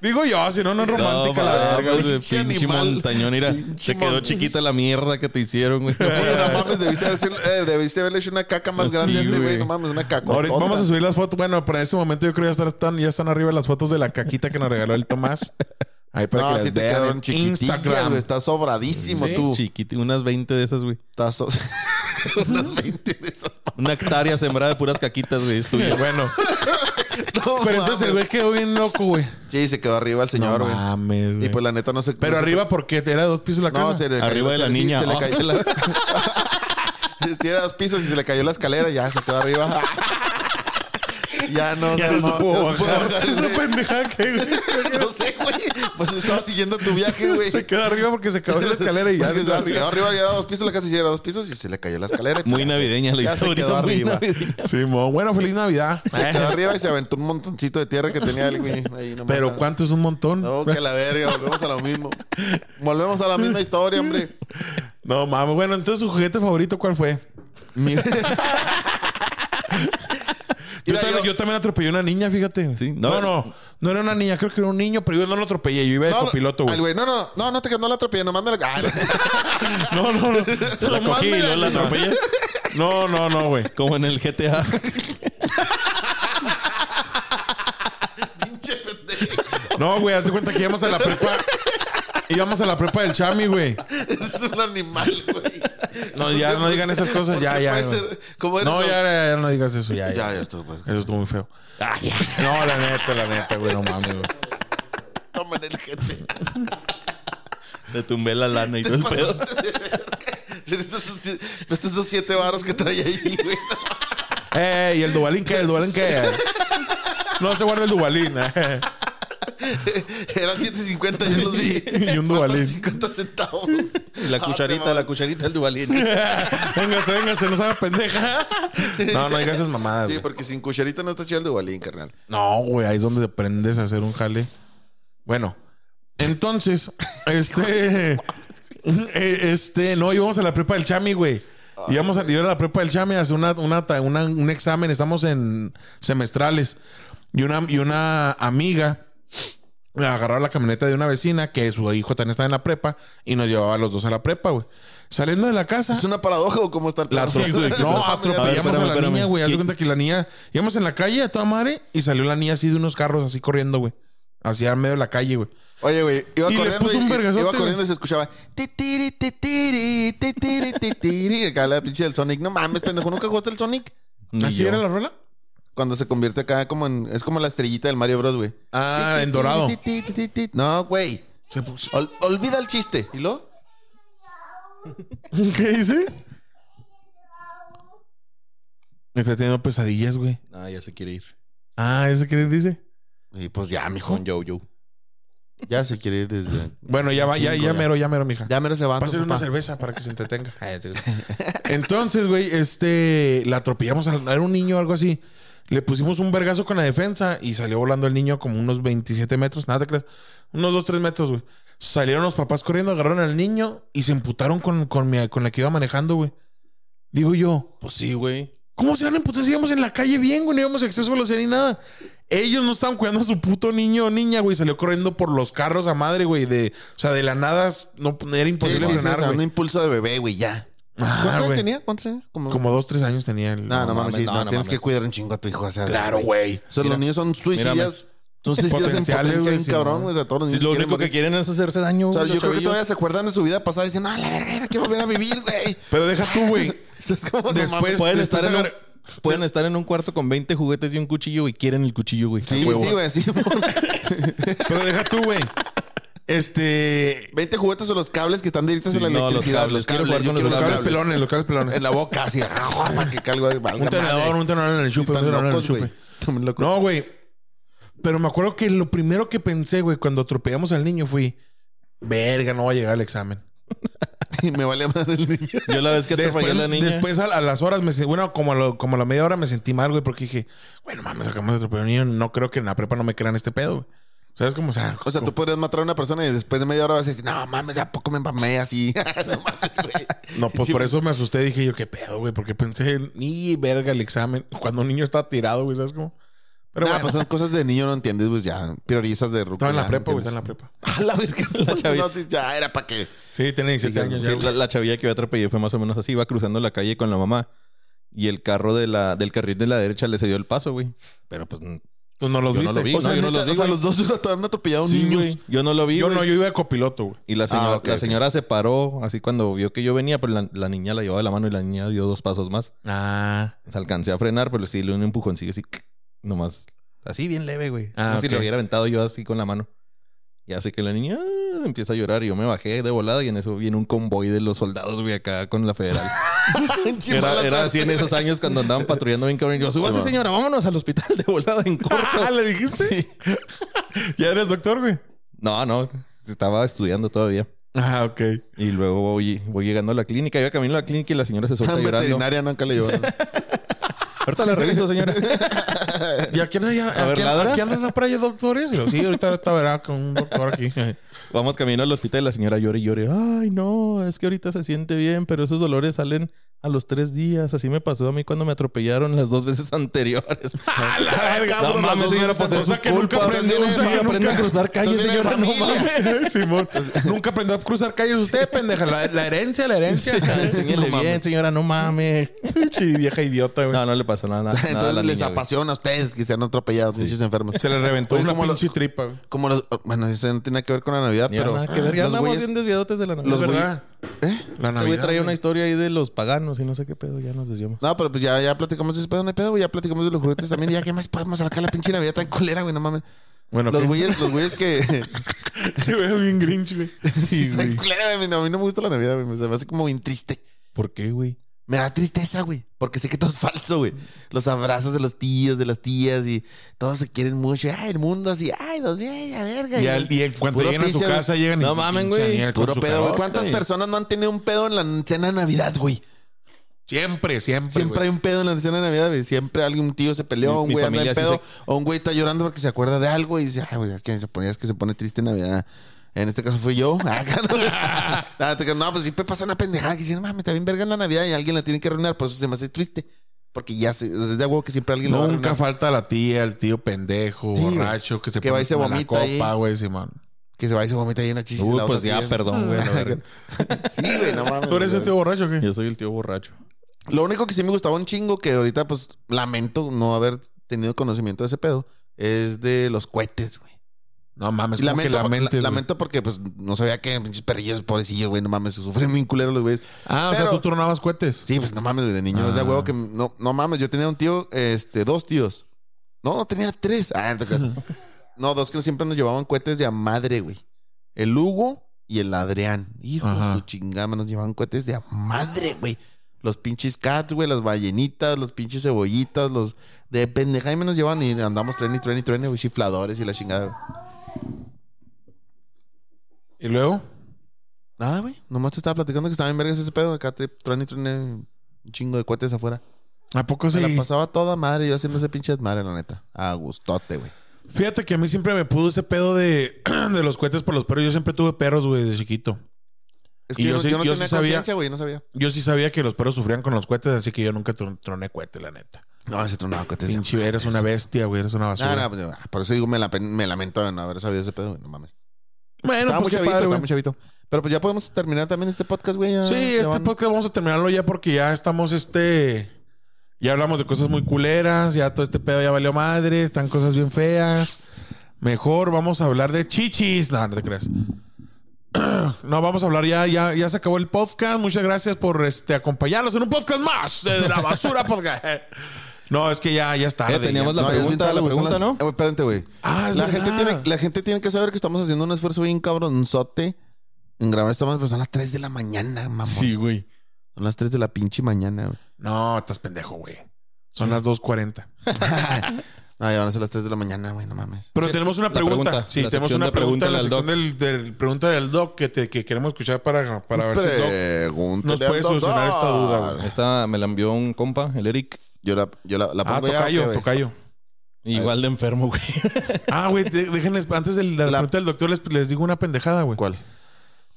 [SPEAKER 1] Digo yo, si no, no es romántica
[SPEAKER 3] No,
[SPEAKER 1] la
[SPEAKER 3] mames,
[SPEAKER 1] verga.
[SPEAKER 3] güey,
[SPEAKER 2] pinche
[SPEAKER 3] pinche
[SPEAKER 2] animal.
[SPEAKER 3] montañón, mira.
[SPEAKER 2] Pinche
[SPEAKER 3] se quedó
[SPEAKER 2] mon-
[SPEAKER 3] chiquita la mierda que te hicieron, güey.
[SPEAKER 2] Sí, no mames, debiste, haber sido- eh, debiste haberle hecho una caca más
[SPEAKER 3] Sí,
[SPEAKER 2] grande a este güey.
[SPEAKER 3] güey.
[SPEAKER 2] No mames, una caca.
[SPEAKER 1] Ahorita vamos a subir las fotos. Bueno, para este momento yo creo que ya están- están, ya están arriba las fotos de la caquita que nos regaló el Tomás. Ahí para
[SPEAKER 2] No,
[SPEAKER 1] que
[SPEAKER 2] sí
[SPEAKER 1] las
[SPEAKER 2] te
[SPEAKER 1] vean
[SPEAKER 2] quedaron
[SPEAKER 1] en
[SPEAKER 2] chiquitillas,
[SPEAKER 1] Instagram.
[SPEAKER 2] güey. Estás sobradísimo
[SPEAKER 1] Sí.
[SPEAKER 2] tú.
[SPEAKER 3] Chiquita, unas 20 de esas, güey.
[SPEAKER 2] Estás so- unas 20 de esas.
[SPEAKER 3] Una hectárea sembrada de puras caquitas, güey. Es tuya.
[SPEAKER 1] Bueno, Pero entonces el güey quedó bien loco, güey.
[SPEAKER 2] Sí, se quedó arriba el señor,
[SPEAKER 1] no
[SPEAKER 2] güey.
[SPEAKER 1] mames, güey.
[SPEAKER 2] y pues la neta no sé.
[SPEAKER 1] Pero
[SPEAKER 2] no sé-
[SPEAKER 1] arriba porque era dos pisos la Ah. casa.
[SPEAKER 2] No, se le
[SPEAKER 3] Arriba de la
[SPEAKER 2] se le- sí,
[SPEAKER 3] niña.
[SPEAKER 2] Se le
[SPEAKER 3] Oh.
[SPEAKER 2] cayó la... Tiene dos pisos y se le cayó la escalera. Ya se quedó arriba. ya no.
[SPEAKER 1] Ya no se pudo
[SPEAKER 2] no
[SPEAKER 1] bajar.
[SPEAKER 2] bajar,
[SPEAKER 1] Esa
[SPEAKER 2] güey.
[SPEAKER 1] pendejada que, güey.
[SPEAKER 2] No sé, güey. Pues estaba siguiendo tu viaje, güey.
[SPEAKER 1] Se quedó arriba porque se quedó en la escalera y ya.
[SPEAKER 2] Pues que
[SPEAKER 1] se quedó
[SPEAKER 2] se
[SPEAKER 1] arriba.
[SPEAKER 2] quedó arriba, ya era dos pisos, la casa sí era dos pisos y se le cayó la escalera. y
[SPEAKER 3] Muy navideña la
[SPEAKER 2] Ya se
[SPEAKER 3] historia.
[SPEAKER 2] quedó
[SPEAKER 3] muy
[SPEAKER 2] arriba.
[SPEAKER 3] navideña.
[SPEAKER 1] Simón, bueno, feliz Navidad.
[SPEAKER 2] Se quedó arriba y se aventó un montoncito de tierra que tenía el güey. ahí nomás.
[SPEAKER 1] Pero ¿cuánto es un montón?
[SPEAKER 2] No, que la verga, volvemos a lo mismo. Volvemos a la misma historia, hombre.
[SPEAKER 1] No mames, bueno, entonces su juguete favorito, ¿cuál fue? Yo,
[SPEAKER 2] Mira,
[SPEAKER 1] también,
[SPEAKER 2] yo-
[SPEAKER 1] yo también atropellé a una niña, fíjate.
[SPEAKER 3] Sí,
[SPEAKER 1] no,
[SPEAKER 3] no.
[SPEAKER 1] no, no, era una niña, creo que era un niño, pero yo no lo atropellé, yo iba de
[SPEAKER 2] No, no,
[SPEAKER 1] copiloto,
[SPEAKER 2] al
[SPEAKER 1] güey.
[SPEAKER 2] güey. No, no, no, no te quedó la atropellé, nomás me la. Ah,
[SPEAKER 1] No, no, no.
[SPEAKER 3] La cogí y luego la atropellé.
[SPEAKER 1] No, no, no, güey.
[SPEAKER 3] Como en el GTA.
[SPEAKER 2] pinche pendejo.
[SPEAKER 1] No, güey, haz de cuenta que íbamos a la prepa. Íbamos a la prepa del Chami, güey.
[SPEAKER 2] Es un animal, güey.
[SPEAKER 1] No, ya no digan esas cosas, ya, ya. güey.
[SPEAKER 2] ¿Cómo eres?
[SPEAKER 1] No, ya, Ah, ya, ya no digas eso, ya, ya.
[SPEAKER 2] Ya, ya estuvo, pues.
[SPEAKER 1] Eso estuvo muy feo. No, la neta, la neta, güey, no mames, güey.
[SPEAKER 2] Tomen el gente.
[SPEAKER 3] Le tumbé la lana y todo
[SPEAKER 2] Te
[SPEAKER 3] el pedo.
[SPEAKER 2] pasaste de verga. Pues, Estos, estos dos siete varos que trae ahí, güey.
[SPEAKER 1] Eh, ¿y el Dubalín qué? ¿El Dubalín qué? No se guarda el Dubalín. eh.
[SPEAKER 2] Eran 7.50, yo los vi.
[SPEAKER 1] Y un Dubalín.
[SPEAKER 2] Faltan 50 centavos. Ah,
[SPEAKER 3] Y
[SPEAKER 1] Ah,
[SPEAKER 3] la cucharita, la cucharita del Duvalín.
[SPEAKER 1] Véngase, véngase, no sabe pendeja. No, no digas esas mamadas.
[SPEAKER 2] Sí,
[SPEAKER 1] güey.
[SPEAKER 2] porque sin cucharita no está chido el Dubalín, carnal.
[SPEAKER 1] No, güey, ahí es donde aprendes a hacer un jale. Bueno, entonces, este. eh, Este, no, íbamos a la prepa del Chami, güey. Íbamos a, iba a la prepa del Chami a hacer una, una ta- una- un examen, estamos en semestrales. Y una, y una amiga agarró la camioneta de una vecina que su hijo también estaba en la prepa y nos llevaba a los dos a la prepa, güey. Saliendo de la casa.
[SPEAKER 2] ¿Es una paradoja o cómo está el
[SPEAKER 1] La
[SPEAKER 2] pedo?
[SPEAKER 1] atro- no,
[SPEAKER 3] A ver,
[SPEAKER 1] atropellamos a,
[SPEAKER 3] espérame,
[SPEAKER 1] la
[SPEAKER 3] espérame.
[SPEAKER 1] niña, güey. Haz de
[SPEAKER 3] ¿Qué?
[SPEAKER 1] cuenta que la niña... Íbamos en la calle a toda madre y salió la niña así de unos carros así corriendo, güey. Así al medio de la calle, güey.
[SPEAKER 2] Oye, güey, iba
[SPEAKER 1] Y le
[SPEAKER 2] corriendo.
[SPEAKER 1] puso
[SPEAKER 2] y-
[SPEAKER 1] un
[SPEAKER 2] y-
[SPEAKER 1] vergazote,
[SPEAKER 2] iba
[SPEAKER 1] güey.
[SPEAKER 2] corriendo y se escuchaba. "Titiri, titiri, titiri, titiri". Acá la pinche del Sonic. No mames, pendejo, nunca jugaste el Sonic.
[SPEAKER 3] Ni
[SPEAKER 1] ¿Así
[SPEAKER 3] yo.
[SPEAKER 1] era la rola?
[SPEAKER 2] Cuando se convierte acá como en. Es como la estrellita del Mario Bros, güey.
[SPEAKER 1] Ah, en dorado.
[SPEAKER 2] No, güey.
[SPEAKER 1] Se puso-
[SPEAKER 2] Ol- olvida el chiste. ¿Y lo?
[SPEAKER 1] ¿Qué dice? Me está teniendo pesadillas, güey.
[SPEAKER 3] Ah, ya se quiere ir.
[SPEAKER 1] Ah, ¿eso qué dice?
[SPEAKER 2] Y pues ya, mijo.
[SPEAKER 3] Con Jojo.
[SPEAKER 2] Ya se quiere ir desde.
[SPEAKER 1] Bueno, ya va, ya,
[SPEAKER 2] Cinco,
[SPEAKER 1] ya
[SPEAKER 2] ya.
[SPEAKER 1] mero, ya mero, mija.
[SPEAKER 2] Ya mero se va.
[SPEAKER 1] Pásenle una cerveza para que se entretenga. Entonces, güey, este, la atropellamos, al- era un niño o algo así. Le pusimos un vergazo con la defensa y salió volando el niño como unos 27 metros, nada te creas, unos 2, 3 metros, güey. Salieron los papás corriendo, agarraron al niño y se emputaron con, con, mi- con la que iba manejando, güey. Digo yo,
[SPEAKER 3] Pues sí, güey.
[SPEAKER 1] ¿cómo se van a emputar si íbamos en la calle bien, güey? No íbamos a exceso de velocidad ni nada. Ellos no estaban cuidando a su puto niño o niña, güey. Salió corriendo por los carros a madre, güey. De, o sea, de la nada no, era
[SPEAKER 2] Sí,
[SPEAKER 1] imposible
[SPEAKER 2] sí, sí, o sea,
[SPEAKER 1] frenar, güey.
[SPEAKER 2] un impulso de bebé, güey, ya.
[SPEAKER 1] Ah,
[SPEAKER 2] ¿Cuántos años
[SPEAKER 1] güey.
[SPEAKER 2] tenía? ¿Cuántos años? Como.
[SPEAKER 1] Como dos, tres años tenía el.
[SPEAKER 2] No, no, mames, sí,
[SPEAKER 3] no,
[SPEAKER 2] no,
[SPEAKER 3] no
[SPEAKER 2] tienes
[SPEAKER 3] mames.
[SPEAKER 2] que cuidar un chingo a tu hijo. O sea,
[SPEAKER 1] Claro, güey.
[SPEAKER 2] O sea, los niños son suicidas. Son suicidas en
[SPEAKER 1] Potenciales,
[SPEAKER 2] potencia,
[SPEAKER 1] güey,
[SPEAKER 2] bien
[SPEAKER 1] sí,
[SPEAKER 2] cabrón,
[SPEAKER 1] no.
[SPEAKER 2] güey. O sea, todos los
[SPEAKER 3] Sí,
[SPEAKER 2] niños
[SPEAKER 3] lo
[SPEAKER 2] quieren
[SPEAKER 3] único que
[SPEAKER 2] morir.
[SPEAKER 3] quieren es hacerse daño.
[SPEAKER 2] O sea,
[SPEAKER 3] güey,
[SPEAKER 2] yo
[SPEAKER 3] los
[SPEAKER 2] creo que
[SPEAKER 3] chavillos.
[SPEAKER 2] todavía se acuerdan de su vida pasada y dicen, no, la verga, ya no quiero volver a vivir, güey.
[SPEAKER 1] Pero deja tú, güey.
[SPEAKER 2] Estás como, no
[SPEAKER 1] Después.
[SPEAKER 2] mames.
[SPEAKER 3] Pueden
[SPEAKER 1] después
[SPEAKER 3] estar en
[SPEAKER 1] agar-
[SPEAKER 3] un- Pueden estar en un cuarto con 20 juguetes y un cuchillo y quieren el cuchillo, güey.
[SPEAKER 2] Sí,
[SPEAKER 3] A huevo.
[SPEAKER 2] sí, güey, sí.
[SPEAKER 1] Pero deja tú, güey. Este.
[SPEAKER 2] 20 juguetes o los cables que están directos
[SPEAKER 3] Sí,
[SPEAKER 2] en la
[SPEAKER 3] no, los
[SPEAKER 2] electricidad.
[SPEAKER 3] cables.
[SPEAKER 2] Los
[SPEAKER 3] Quiero
[SPEAKER 2] cables,
[SPEAKER 3] jugar
[SPEAKER 2] yo
[SPEAKER 3] con los
[SPEAKER 1] Los
[SPEAKER 2] quiero
[SPEAKER 1] cables pelones, los cables pelones.
[SPEAKER 2] En la boca, así, para que calgo
[SPEAKER 1] Un tenedor, un tenedor en el enchufe, un tenedor en el enchufe. No, güey. Pero me acuerdo que lo primero que pensé, güey, cuando atropellamos al niño fui. Verga, no va a llegar al examen.
[SPEAKER 2] Y me vale más el niño.
[SPEAKER 3] Yo la vez que
[SPEAKER 1] Después,
[SPEAKER 3] atropellé a la niña.
[SPEAKER 1] después a, a las horas me sentí, bueno, como a, lo- como a la media hora me sentí mal, güey, porque dije, bueno, mames, acabamos de atropellar a un niño. No creo que en la prepa no me crean este pedo, güey. ¿Sabes cómo? O sea,
[SPEAKER 2] O sea, tú podrías matar a una persona y después de media hora vas a decir, no mames, ¿a poco me empamé así? no mames, güey.
[SPEAKER 1] No, pues por eso me asusté. Dije yo, qué pedo, güey. Porque pensé, ni verga el examen. Cuando un niño está tirado, güey, ¿sabes cómo? Pero
[SPEAKER 2] Nah,
[SPEAKER 1] bueno,
[SPEAKER 2] pues son cosas de niño, no entiendes, pues ya priorizas de ruco.
[SPEAKER 1] estaba en
[SPEAKER 2] ya,
[SPEAKER 1] la prepa, güey. Estaba
[SPEAKER 2] ¿entiendes?
[SPEAKER 1] en la prepa.
[SPEAKER 2] A la verga.
[SPEAKER 3] La chavita.
[SPEAKER 2] No, sí, ya era para que.
[SPEAKER 1] Sí, tenía 17
[SPEAKER 2] Sí,
[SPEAKER 1] años.
[SPEAKER 3] Sí,
[SPEAKER 1] ya,
[SPEAKER 3] la,
[SPEAKER 1] güey.
[SPEAKER 3] la chavilla que yo atropellé fue más o menos así. Iba cruzando la calle con la mamá. Y el carro de la, del carril de la derecha le cedió el paso, güey. Pero pues... n-
[SPEAKER 1] Tú no los
[SPEAKER 3] Yo no
[SPEAKER 1] viste.
[SPEAKER 3] lo vi.
[SPEAKER 1] O sea,
[SPEAKER 3] yo no los
[SPEAKER 2] neta,
[SPEAKER 3] vi,
[SPEAKER 2] o sea,
[SPEAKER 3] güey.
[SPEAKER 2] los dos te han atropellado
[SPEAKER 3] sí,
[SPEAKER 2] niños.
[SPEAKER 3] güey. Yo no lo vi,
[SPEAKER 1] yo no,
[SPEAKER 3] güey.
[SPEAKER 1] yo iba de copiloto, güey.
[SPEAKER 3] Y la señora,
[SPEAKER 2] ok,
[SPEAKER 3] la
[SPEAKER 2] ok.
[SPEAKER 3] señora se paró así cuando vio que yo venía, pero la, la niña la llevaba de la mano y la niña dio dos pasos más.
[SPEAKER 1] Ah.
[SPEAKER 3] Pues O sea, alcancé a frenar, pero sí le di un empujoncillo así. Nomás Así bien leve, güey.
[SPEAKER 1] Ah,
[SPEAKER 3] Como si
[SPEAKER 1] ok.
[SPEAKER 3] lo hubiera aventado yo así con la mano. Y hace que la niña ah, empieza a llorar y yo me bajé de volada y en eso viene un convoy de los soldados, güey, acá con la federal. era, era así en esos años cuando andaban patrullando bien cabrón. Y yo, súbase,
[SPEAKER 2] Sí, va.
[SPEAKER 3] señora, vámonos al hospital de volada en corto.
[SPEAKER 1] Ah, ¿le dijiste? ¿Ya eres doctor, güey?
[SPEAKER 3] No, no. Estaba estudiando todavía.
[SPEAKER 1] Ah, ok.
[SPEAKER 3] Y luego voy, voy llegando a la clínica. Iba camino a la clínica y la señora se
[SPEAKER 2] Una
[SPEAKER 3] soltó llorando.
[SPEAKER 2] veterinaria nunca le llevaron.
[SPEAKER 3] Ahorita la reviso, señora.
[SPEAKER 1] ¿Y aquí no hay,
[SPEAKER 3] ver,
[SPEAKER 1] aquí,
[SPEAKER 3] ladra.
[SPEAKER 1] aquí andan por ahí doctores? Y yo, sí, ahorita está verá con un doctor aquí.
[SPEAKER 3] Vamos camino al hospital y la señora llora y llora. Ay, no, es que ahorita se siente bien, pero esos dolores salen a los tres días. Así me pasó a mí cuando me atropellaron las dos veces anteriores.
[SPEAKER 1] ¡A la verga,
[SPEAKER 3] No
[SPEAKER 1] bro, las
[SPEAKER 3] mames,
[SPEAKER 1] dos
[SPEAKER 3] señora,
[SPEAKER 1] veces
[SPEAKER 3] pues es
[SPEAKER 1] cosa
[SPEAKER 3] su
[SPEAKER 1] que nunca
[SPEAKER 3] culpa.
[SPEAKER 1] aprendió,
[SPEAKER 3] Aprende-
[SPEAKER 1] señora,
[SPEAKER 3] aprende
[SPEAKER 1] nunca-
[SPEAKER 3] a cruzar calles,
[SPEAKER 1] Entonces,
[SPEAKER 3] señora,
[SPEAKER 1] tiene
[SPEAKER 3] no
[SPEAKER 1] familia.
[SPEAKER 3] pues,
[SPEAKER 1] Simón. Nunca aprendió a cruzar calles usted, pendeja. La, la herencia, la herencia.
[SPEAKER 3] Enséñele
[SPEAKER 2] No mames.
[SPEAKER 3] bien, señora, no mames.
[SPEAKER 1] Pinche vieja idiota, güey.
[SPEAKER 3] No, no le pasó nada. nada a la
[SPEAKER 2] Entonces les
[SPEAKER 3] niña, güey.
[SPEAKER 2] apasiona a ustedes que sean atropellados, muchos enfermos.
[SPEAKER 1] Se le reventó
[SPEAKER 2] Oye,
[SPEAKER 1] una
[SPEAKER 2] ¿cómo lo-
[SPEAKER 1] pinche tripa, güey.
[SPEAKER 2] Como los. Bueno, eso no tiene que ver con la Navidad,
[SPEAKER 3] Ya
[SPEAKER 2] pero.
[SPEAKER 3] nada que ver, ya
[SPEAKER 2] los
[SPEAKER 3] andamos
[SPEAKER 2] güeyes-
[SPEAKER 3] bien desviadotes de la Navidad.
[SPEAKER 1] Los
[SPEAKER 2] Los
[SPEAKER 3] Este
[SPEAKER 1] verdad. La
[SPEAKER 3] güey
[SPEAKER 1] Navidad.
[SPEAKER 3] traía
[SPEAKER 1] güey.
[SPEAKER 3] una historia ahí de los paganos y no sé qué pedo, ya nos desviamos.
[SPEAKER 2] No, pero pues ya, ya platicamos de ese pedo, no hay pedo, güey. Ya platicamos de los juguetes también. Ya, ¿qué más podemos sacar la pinche Navidad tan culera, güey? No mames.
[SPEAKER 1] Bueno,
[SPEAKER 2] Los
[SPEAKER 1] ¿qué?
[SPEAKER 2] güeyes, los güeyes que.
[SPEAKER 1] Se ve bien grinch, güey.
[SPEAKER 2] sí,
[SPEAKER 1] Sí,
[SPEAKER 2] está
[SPEAKER 1] güey.
[SPEAKER 2] culera, güey. No, A mí no me gusta la Navidad, güey. Se me hace como bien triste.
[SPEAKER 3] ¿Por qué, güey?
[SPEAKER 2] Me da tristeza, güey. Porque sé que todo es falso, güey. Los abrazos de los tíos, de las tías y todos se quieren mucho. Ay, el mundo así. Ay, los ve, la verga.
[SPEAKER 1] Y, al- y en cuanto
[SPEAKER 2] Puro
[SPEAKER 1] llegan a su
[SPEAKER 2] pinche-
[SPEAKER 1] casa, llegan
[SPEAKER 3] No
[SPEAKER 1] y-
[SPEAKER 3] mamen,
[SPEAKER 1] pinche
[SPEAKER 3] güey.
[SPEAKER 1] Daniel con
[SPEAKER 2] Puro
[SPEAKER 1] su
[SPEAKER 2] pedo, güey.
[SPEAKER 1] carota
[SPEAKER 2] ¿Cuántas
[SPEAKER 1] y-
[SPEAKER 2] personas no han tenido un pedo en la cena de Navidad, güey?
[SPEAKER 1] Siempre, siempre.
[SPEAKER 2] Siempre
[SPEAKER 1] güey.
[SPEAKER 2] hay un pedo en la cena de Navidad, güey. Siempre algún tío se peleó,
[SPEAKER 3] Mi-
[SPEAKER 2] un
[SPEAKER 3] mi
[SPEAKER 2] güey anda en
[SPEAKER 3] familia sí
[SPEAKER 2] pedo, o un güey está llorando porque se acuerda de algo y dice, ay, güey, es que se pone, es que se pone triste en Navidad. En este caso fui yo. Ah, no, güey. Nada, te digo, no, pues siempre pasa una pendejada que dice, no mames, está bien verga en la Navidad y alguien la tiene que arruinar, por eso se me hace triste. Porque ya se, es de huevo que siempre alguien la va a
[SPEAKER 1] Nunca
[SPEAKER 2] arruinar.
[SPEAKER 1] falta la tía, el tío pendejo,
[SPEAKER 2] Sí, güey.
[SPEAKER 1] borracho, que se
[SPEAKER 2] Que va y se
[SPEAKER 1] pone la
[SPEAKER 2] vomita
[SPEAKER 1] copa,
[SPEAKER 2] ahí.
[SPEAKER 1] güey, Simón.
[SPEAKER 2] Que se va y se vomita ahí en la chicha.
[SPEAKER 3] Uy,
[SPEAKER 2] la
[SPEAKER 3] pues
[SPEAKER 2] otra
[SPEAKER 3] ya,
[SPEAKER 2] tía.
[SPEAKER 3] perdón, güey. la verga.
[SPEAKER 2] Sí, güey, no mames.
[SPEAKER 1] ¿Tú eres el
[SPEAKER 2] güey.
[SPEAKER 1] tío borracho o qué?
[SPEAKER 3] Yo soy el tío borracho.
[SPEAKER 2] Lo único que sí me gustaba un chingo, que ahorita pues lamento no haber tenido conocimiento de ese pedo, es de los cohetes, güey.
[SPEAKER 1] No mames,
[SPEAKER 2] Y
[SPEAKER 1] como que
[SPEAKER 2] lamento, por-
[SPEAKER 1] lamentes,
[SPEAKER 2] la-
[SPEAKER 1] güey.
[SPEAKER 2] lamento porque pues no sabía que pinches perrillos pobrecillos, güey, no mames, sufren bien culero los güeyes.
[SPEAKER 1] Ah, o sea,
[SPEAKER 2] Pero-
[SPEAKER 1] tú tronabas cohetes.
[SPEAKER 2] Sí, pues no mames, güey, de niño,
[SPEAKER 1] Ah.
[SPEAKER 2] es de huevo que no, no mames, yo tenía un tío, este, dos tíos. No, no tenía tres. Ah, en tu caso. No, dos que siempre nos llevaban cohetes de a madre, güey. El Hugo y el Adrián. Hijo, de
[SPEAKER 1] Ajá.
[SPEAKER 2] su chingama, nos llevaban cohetes de a madre, güey. Los pinches cats, güey, las ballenitas, los pinches cebollitas, los de pendejaime nos llevan y andamos tren y tren y tren, güey, chifladores y la chingada. güey.
[SPEAKER 1] Y luego,
[SPEAKER 2] Nada, güey. Nomás te estaba platicando que estaba en vergas ese pedo. Acá tri- tren y tren, un chingo de cohetes afuera.
[SPEAKER 1] ¿a poco sí?
[SPEAKER 2] Se la pasaba toda madre yo haciendo ese pinche madre, la neta. A gustote, güey.
[SPEAKER 1] Fíjate que a mí siempre me pudo ese pedo de, de los cohetes por los perros. Yo siempre tuve perros, güey, desde chiquito.
[SPEAKER 2] Es que
[SPEAKER 1] Y
[SPEAKER 2] yo,
[SPEAKER 1] yo sí-
[SPEAKER 2] yo no
[SPEAKER 1] yo sí
[SPEAKER 2] tenía
[SPEAKER 1] sabía-
[SPEAKER 2] conciencia, güey. No sabía.
[SPEAKER 1] Yo sí sabía que los perros sufrían con los cohetes, así que yo nunca tron- troné cohete, la neta.
[SPEAKER 2] No, ese tronaba cohetes. de
[SPEAKER 1] Pinche, eres una bestia, güey, eres una basura.
[SPEAKER 2] No, no, pues, ah, por eso digo, me, la, me lamento de no haber sabido ese pedo, güey. No mames.
[SPEAKER 1] Bueno,
[SPEAKER 2] estaba muy
[SPEAKER 1] pues qué
[SPEAKER 2] chavito,
[SPEAKER 1] padre,
[SPEAKER 2] estaba
[SPEAKER 1] güey.
[SPEAKER 2] muy chavito. Pero pues ya podemos terminar también este podcast, güey. ya-
[SPEAKER 1] Sí,
[SPEAKER 2] ya
[SPEAKER 1] este
[SPEAKER 2] van-
[SPEAKER 1] podcast vamos a terminarlo ya porque ya estamos este. Ya hablamos de cosas muy culeras, ya todo este pedo ya valió madre, están cosas bien feas. Mejor vamos a hablar de chichis. No, no te creas. No, vamos a hablar ya, ya, ya se acabó el podcast. Muchas gracias por este acompañarnos en un podcast más de, de la basura podcast. No, es que ya, ya está.
[SPEAKER 3] Ya teníamos la
[SPEAKER 2] No, ya es bien
[SPEAKER 3] pregunta,
[SPEAKER 2] tarde,
[SPEAKER 3] la
[SPEAKER 2] güey, son
[SPEAKER 3] pregunta,
[SPEAKER 2] las-
[SPEAKER 3] ¿no?
[SPEAKER 2] Eh, güey, espérate, güey.
[SPEAKER 1] Ah, es
[SPEAKER 2] la,
[SPEAKER 1] verdad.
[SPEAKER 2] gente tiene, la gente tiene que saber que estamos haciendo un esfuerzo bien cabronzote en grabar esta más, pero son las 3 de la mañana, mamón. Pues
[SPEAKER 3] güey.
[SPEAKER 2] Son las 3 de la pinche mañana, güey.
[SPEAKER 1] No, estás pendejo, güey. Son las 2.40.
[SPEAKER 2] No, Ah, ya van a ser las 3 de la mañana, güey, no mames.
[SPEAKER 1] Pero tenemos una
[SPEAKER 3] La
[SPEAKER 1] pregunta.
[SPEAKER 3] pregunta,
[SPEAKER 1] Sí,
[SPEAKER 3] la
[SPEAKER 1] tenemos
[SPEAKER 3] sección
[SPEAKER 1] una
[SPEAKER 3] de
[SPEAKER 1] pregunta en la sección
[SPEAKER 3] pregúntale
[SPEAKER 1] del, del- pregunta del doc que, te, que queremos escuchar para, para ver si el doc
[SPEAKER 2] Pregúntale
[SPEAKER 1] nos puede
[SPEAKER 2] al doctor.
[SPEAKER 1] solucionar esta duda, güey.
[SPEAKER 3] Esta me la envió un compa, el Eric.
[SPEAKER 2] Yo la, yo la, la
[SPEAKER 1] Ah,
[SPEAKER 2] pongo ya, ¿o
[SPEAKER 1] tocayo,
[SPEAKER 2] qué, güey?
[SPEAKER 1] tocayo.
[SPEAKER 3] Igual de enfermo, güey.
[SPEAKER 1] Ah, güey, de- déjenles, antes del- de la,
[SPEAKER 2] La-
[SPEAKER 1] pregunta del doctor les, les digo una pendejada, güey.
[SPEAKER 2] ¿Cuál?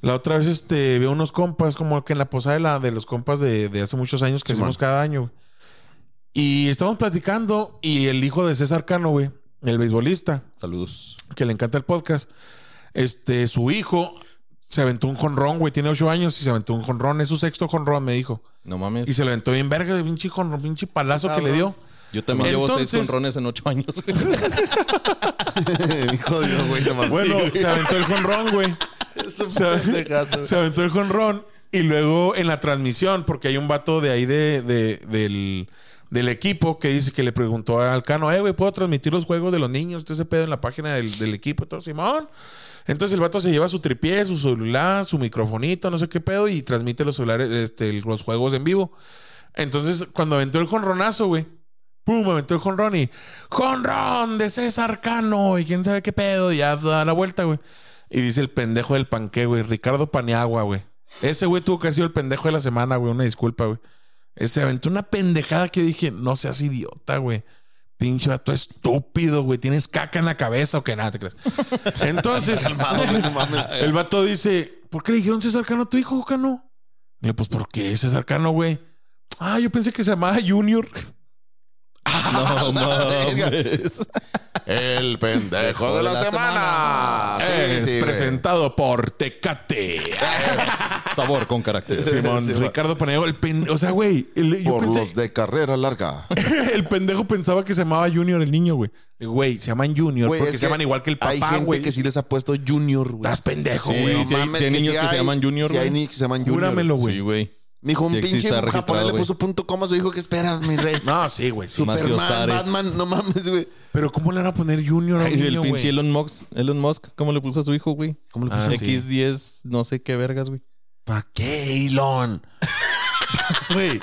[SPEAKER 1] La otra vez este, veo unos compas, como que en la posada de, la, de los compas de, de hace muchos años que
[SPEAKER 2] Simón.
[SPEAKER 1] hacemos cada año, güey. Y estamos platicando y el hijo de César Cano, güey, el beisbolista,
[SPEAKER 3] Saludos.
[SPEAKER 1] que le encanta el podcast, este, su hijo se aventó un jonrón, güey, tiene ocho años y se aventó un jonrón, es su sexto jonrón, me dijo.
[SPEAKER 3] No mames.
[SPEAKER 1] Y se lo aventó bien verga, de pinche jonrón, pinche palazo que le dio.
[SPEAKER 3] Yo también llevo seis
[SPEAKER 1] Entonces-
[SPEAKER 3] conrones en ocho años. güey.
[SPEAKER 2] Hijo de Dios, güey, no mames.
[SPEAKER 1] Bueno, se aventó el jonrón, güey.
[SPEAKER 2] Es un
[SPEAKER 1] se,
[SPEAKER 2] pendejazo, güey.
[SPEAKER 1] se aventó el jonrón y luego en la transmisión, porque hay un vato de ahí de, de- del, del equipo que dice que le preguntó al Cano, eh, güey, ¿puedo transmitir los juegos de los niños? Todo ese pedo en la página del, del equipo y todo, Simón. Entonces el vato se lleva su tripié, su celular, su microfonito, no sé qué pedo, y transmite los celulares, este, los juegos en vivo. Entonces, cuando aventó el jonronazo, güey, pum, aventó el jonrón y jonrón de César Cano, y quién sabe qué pedo, y ya da la vuelta, güey. Y dice el pendejo del panque, güey, Ricardo Paniagua, güey. Ese güey tuvo que haber sido el pendejo de la semana, güey, una disculpa, güey. Eh, Se aventó una pendejada que dije, no seas idiota, güey. Pinche vato estúpido, güey. Tienes caca en la cabeza o que nada, te crees. Entonces, el vato dice, ¿por qué le dijeron César Cano a tu hijo, Cano? Le digo, pues, ¿por qué César Cano, güey? Ah, yo pensé que se llamaba Junior.
[SPEAKER 3] No
[SPEAKER 2] mames. El pendejo de la, semana.
[SPEAKER 1] es
[SPEAKER 2] Sí, sí, güey.
[SPEAKER 1] presentado por Tecate.
[SPEAKER 3] Sabor con carácter.
[SPEAKER 1] Simón,
[SPEAKER 2] Sí, güey.
[SPEAKER 1] Ricardo Paneo, el pen... O sea, güey, el- yo
[SPEAKER 2] Por
[SPEAKER 1] pensé-
[SPEAKER 2] los de carrera larga.
[SPEAKER 1] el pendejo pensaba que se llamaba Junior el niño, güey. Güey, se llaman Junior
[SPEAKER 2] Güey,
[SPEAKER 1] porque
[SPEAKER 2] es
[SPEAKER 1] se llaman igual que el
[SPEAKER 2] Hay
[SPEAKER 1] papá,
[SPEAKER 2] gente
[SPEAKER 1] güey.
[SPEAKER 2] que sí les ha puesto Junior, güey.
[SPEAKER 1] Estás pendejo,
[SPEAKER 3] Sí,
[SPEAKER 1] güey.
[SPEAKER 3] sí, hay- sí hay niños que se llaman Junior,
[SPEAKER 2] Sí, hay
[SPEAKER 3] güey.
[SPEAKER 2] niños que se llaman Junior.
[SPEAKER 1] Júramelo, güey.
[SPEAKER 3] Sí, güey.
[SPEAKER 2] Me dijo un
[SPEAKER 3] Sí existe,
[SPEAKER 2] pinche
[SPEAKER 3] está
[SPEAKER 2] japonés
[SPEAKER 3] registrado,
[SPEAKER 2] le
[SPEAKER 3] güey.
[SPEAKER 2] puso punto coma a su hijo. ¿Qué esperas, mi rey?
[SPEAKER 1] No, sí, güey. sí.
[SPEAKER 3] Macio
[SPEAKER 2] Superman,
[SPEAKER 3] Sare.
[SPEAKER 2] Batman, no mames, güey.
[SPEAKER 1] Pero ¿cómo le van a poner Junior a un
[SPEAKER 3] Y el
[SPEAKER 1] niño,
[SPEAKER 3] pinche
[SPEAKER 1] güey?
[SPEAKER 3] Elon Musk, Elon Musk, ¿cómo le puso a su hijo, güey?
[SPEAKER 2] ¿Cómo le
[SPEAKER 1] Ah,
[SPEAKER 2] puso?
[SPEAKER 1] sí.
[SPEAKER 3] X10, no sé qué vergas, güey.
[SPEAKER 2] ¿Para qué, Elon? Güey,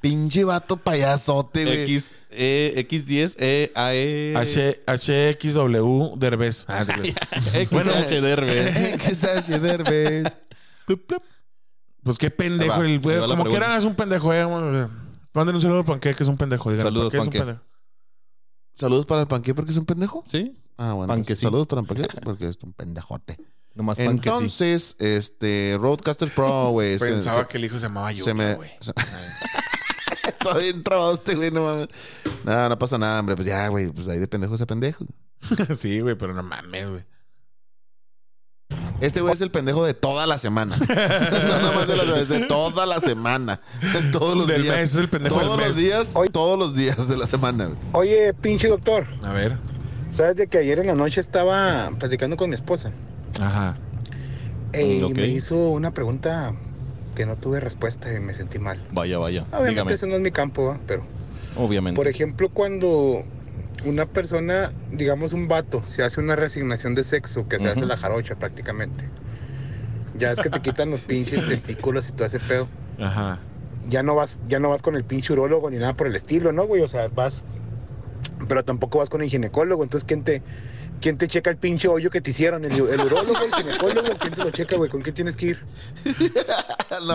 [SPEAKER 2] pinche vato payasote, güey.
[SPEAKER 3] X, eh, X10, E, A, E.
[SPEAKER 1] H- HXW Derbez. Ah, sí, güey.
[SPEAKER 3] X, bueno, HDR, güey.
[SPEAKER 2] ¿Qué sabes, Derbez?
[SPEAKER 3] Plup, plup.
[SPEAKER 1] pues qué pendejo
[SPEAKER 2] Ahí va,
[SPEAKER 1] el güey.
[SPEAKER 3] ahí va la
[SPEAKER 1] Como
[SPEAKER 3] pregunta.
[SPEAKER 1] quieran, es un pendejo. Eh. Mándenle un saludo al panque que es un pendejo. Díganle,
[SPEAKER 3] Saludos,
[SPEAKER 1] Panqué
[SPEAKER 3] Panqué.
[SPEAKER 1] es un pendejo.
[SPEAKER 2] Saludos para el panque porque es un pendejo.
[SPEAKER 3] Sí,
[SPEAKER 2] Ah, bueno.
[SPEAKER 3] Panque,
[SPEAKER 2] pues,
[SPEAKER 3] sí.
[SPEAKER 2] Saludos para el panque porque es un pendejote.
[SPEAKER 3] nomás pan que sí.
[SPEAKER 2] Entonces, este, Roadcaster Pro, güey. es que
[SPEAKER 1] Pensaba
[SPEAKER 2] se-
[SPEAKER 1] que el hijo se llamaba
[SPEAKER 2] se me-
[SPEAKER 1] Junior, güey.
[SPEAKER 2] se- Está bien trabado este güey, no mames. No, no pasa nada, hombre. Pues ya, güey, pues ahí de pendejos a pendejos.
[SPEAKER 1] sí, güey, pero no mames, güey.
[SPEAKER 2] Este güey es el pendejo de toda la semana. no, nada más de la semana, es de toda la semana. Todos los
[SPEAKER 1] Del
[SPEAKER 2] días.
[SPEAKER 1] mes, es el pendejo
[SPEAKER 2] todos
[SPEAKER 1] del mes.
[SPEAKER 2] los días, todos los días de la semana. güey.
[SPEAKER 5] Oye, pinche doctor,
[SPEAKER 1] A ver.
[SPEAKER 5] ¿sabes de que ayer en la noche estaba platicando con mi esposa?
[SPEAKER 1] Ajá.
[SPEAKER 5] Eh,
[SPEAKER 3] ok.
[SPEAKER 5] Y me hizo una pregunta que no tuve respuesta y me sentí mal.
[SPEAKER 3] Vaya, vaya.
[SPEAKER 5] Obviamente
[SPEAKER 3] Dígame.
[SPEAKER 5] ese no es mi campo, ¿va? pero... Por
[SPEAKER 3] Obviamente.
[SPEAKER 5] ejemplo, cuando una persona, digamos un vato, se hace una resignación de sexo, que se hace
[SPEAKER 3] Ujú.
[SPEAKER 5] la jarocha prácticamente. Ya es que te quitan los pinches testículos y todo ese pedo.
[SPEAKER 1] Ajá.
[SPEAKER 5] ya no vas, ya no vas con el pinche urólogo ni nada por el estilo, ¿no, güey? O sea, vas, pero tampoco vas con el ginecólogo. Entonces, ¿quién te, quién te checa el pinche hoyo que te hicieron? ¿El, el urólogo, el ginecólogo? ¿Quién te lo checa, güey? ¿Con quién tienes que ir?
[SPEAKER 2] No,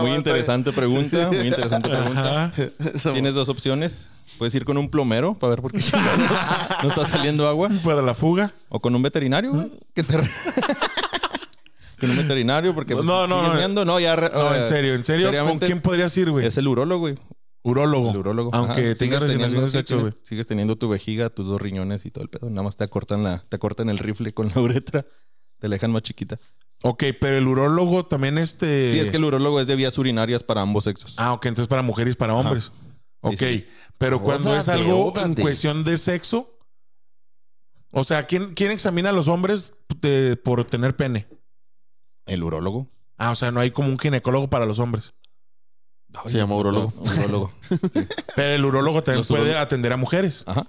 [SPEAKER 3] muy
[SPEAKER 2] mames,
[SPEAKER 3] interesante pregunta, muy interesante pregunta.
[SPEAKER 1] Ajá.
[SPEAKER 2] está bien.
[SPEAKER 3] Tienes dos opciones. Puedes ir con un plomero para ver por qué chingados no, no está saliendo agua.
[SPEAKER 1] Para la fuga.
[SPEAKER 3] O con un veterinario, güey. Que te... re- con un veterinario porque...
[SPEAKER 1] No,
[SPEAKER 3] pues,
[SPEAKER 1] no, no,
[SPEAKER 3] sigues
[SPEAKER 1] no.
[SPEAKER 3] meando. No, ya... re-
[SPEAKER 1] No, en
[SPEAKER 3] eh,
[SPEAKER 1] serio, en serio. ¿Con
[SPEAKER 3] seriamente,
[SPEAKER 1] quién podrías ir, güey?
[SPEAKER 3] Es el urólogo, güey.
[SPEAKER 1] Urólogo.
[SPEAKER 3] El urólogo.
[SPEAKER 1] Aunque
[SPEAKER 3] Ajá.
[SPEAKER 1] tengas
[SPEAKER 3] Sigues
[SPEAKER 1] resignación
[SPEAKER 3] teniendo-
[SPEAKER 1] de
[SPEAKER 3] sí,
[SPEAKER 1] sexo,
[SPEAKER 3] tienes-
[SPEAKER 1] güey.
[SPEAKER 3] Sigues teniendo tu vejiga, tus dos riñones y todo el pedo. Nada más te acortan, la, te acortan el rifle con la uretra. Te la dejan más chiquita.
[SPEAKER 1] Ok, pero el urólogo también este...
[SPEAKER 3] Sí, es que el urólogo es de vías urinarias para ambos sexos.
[SPEAKER 1] Ah, ok, entonces para mujeres y para hombres. Ok,
[SPEAKER 3] sí.
[SPEAKER 1] pero cuando es
[SPEAKER 2] Ódate,
[SPEAKER 1] algo en
[SPEAKER 2] ódate.
[SPEAKER 1] cuestión de sexo... O sea, ¿quién, quién examina a los hombres de- por tener pene?
[SPEAKER 3] El urólogo.
[SPEAKER 1] Ah, o sea, no hay como un ginecólogo para los hombres.
[SPEAKER 2] Se llama urólogo.
[SPEAKER 3] Urólogo.
[SPEAKER 1] Pero el urólogo también
[SPEAKER 3] Los
[SPEAKER 1] puede
[SPEAKER 3] urólogos.
[SPEAKER 1] atender a mujeres.
[SPEAKER 3] Ajá.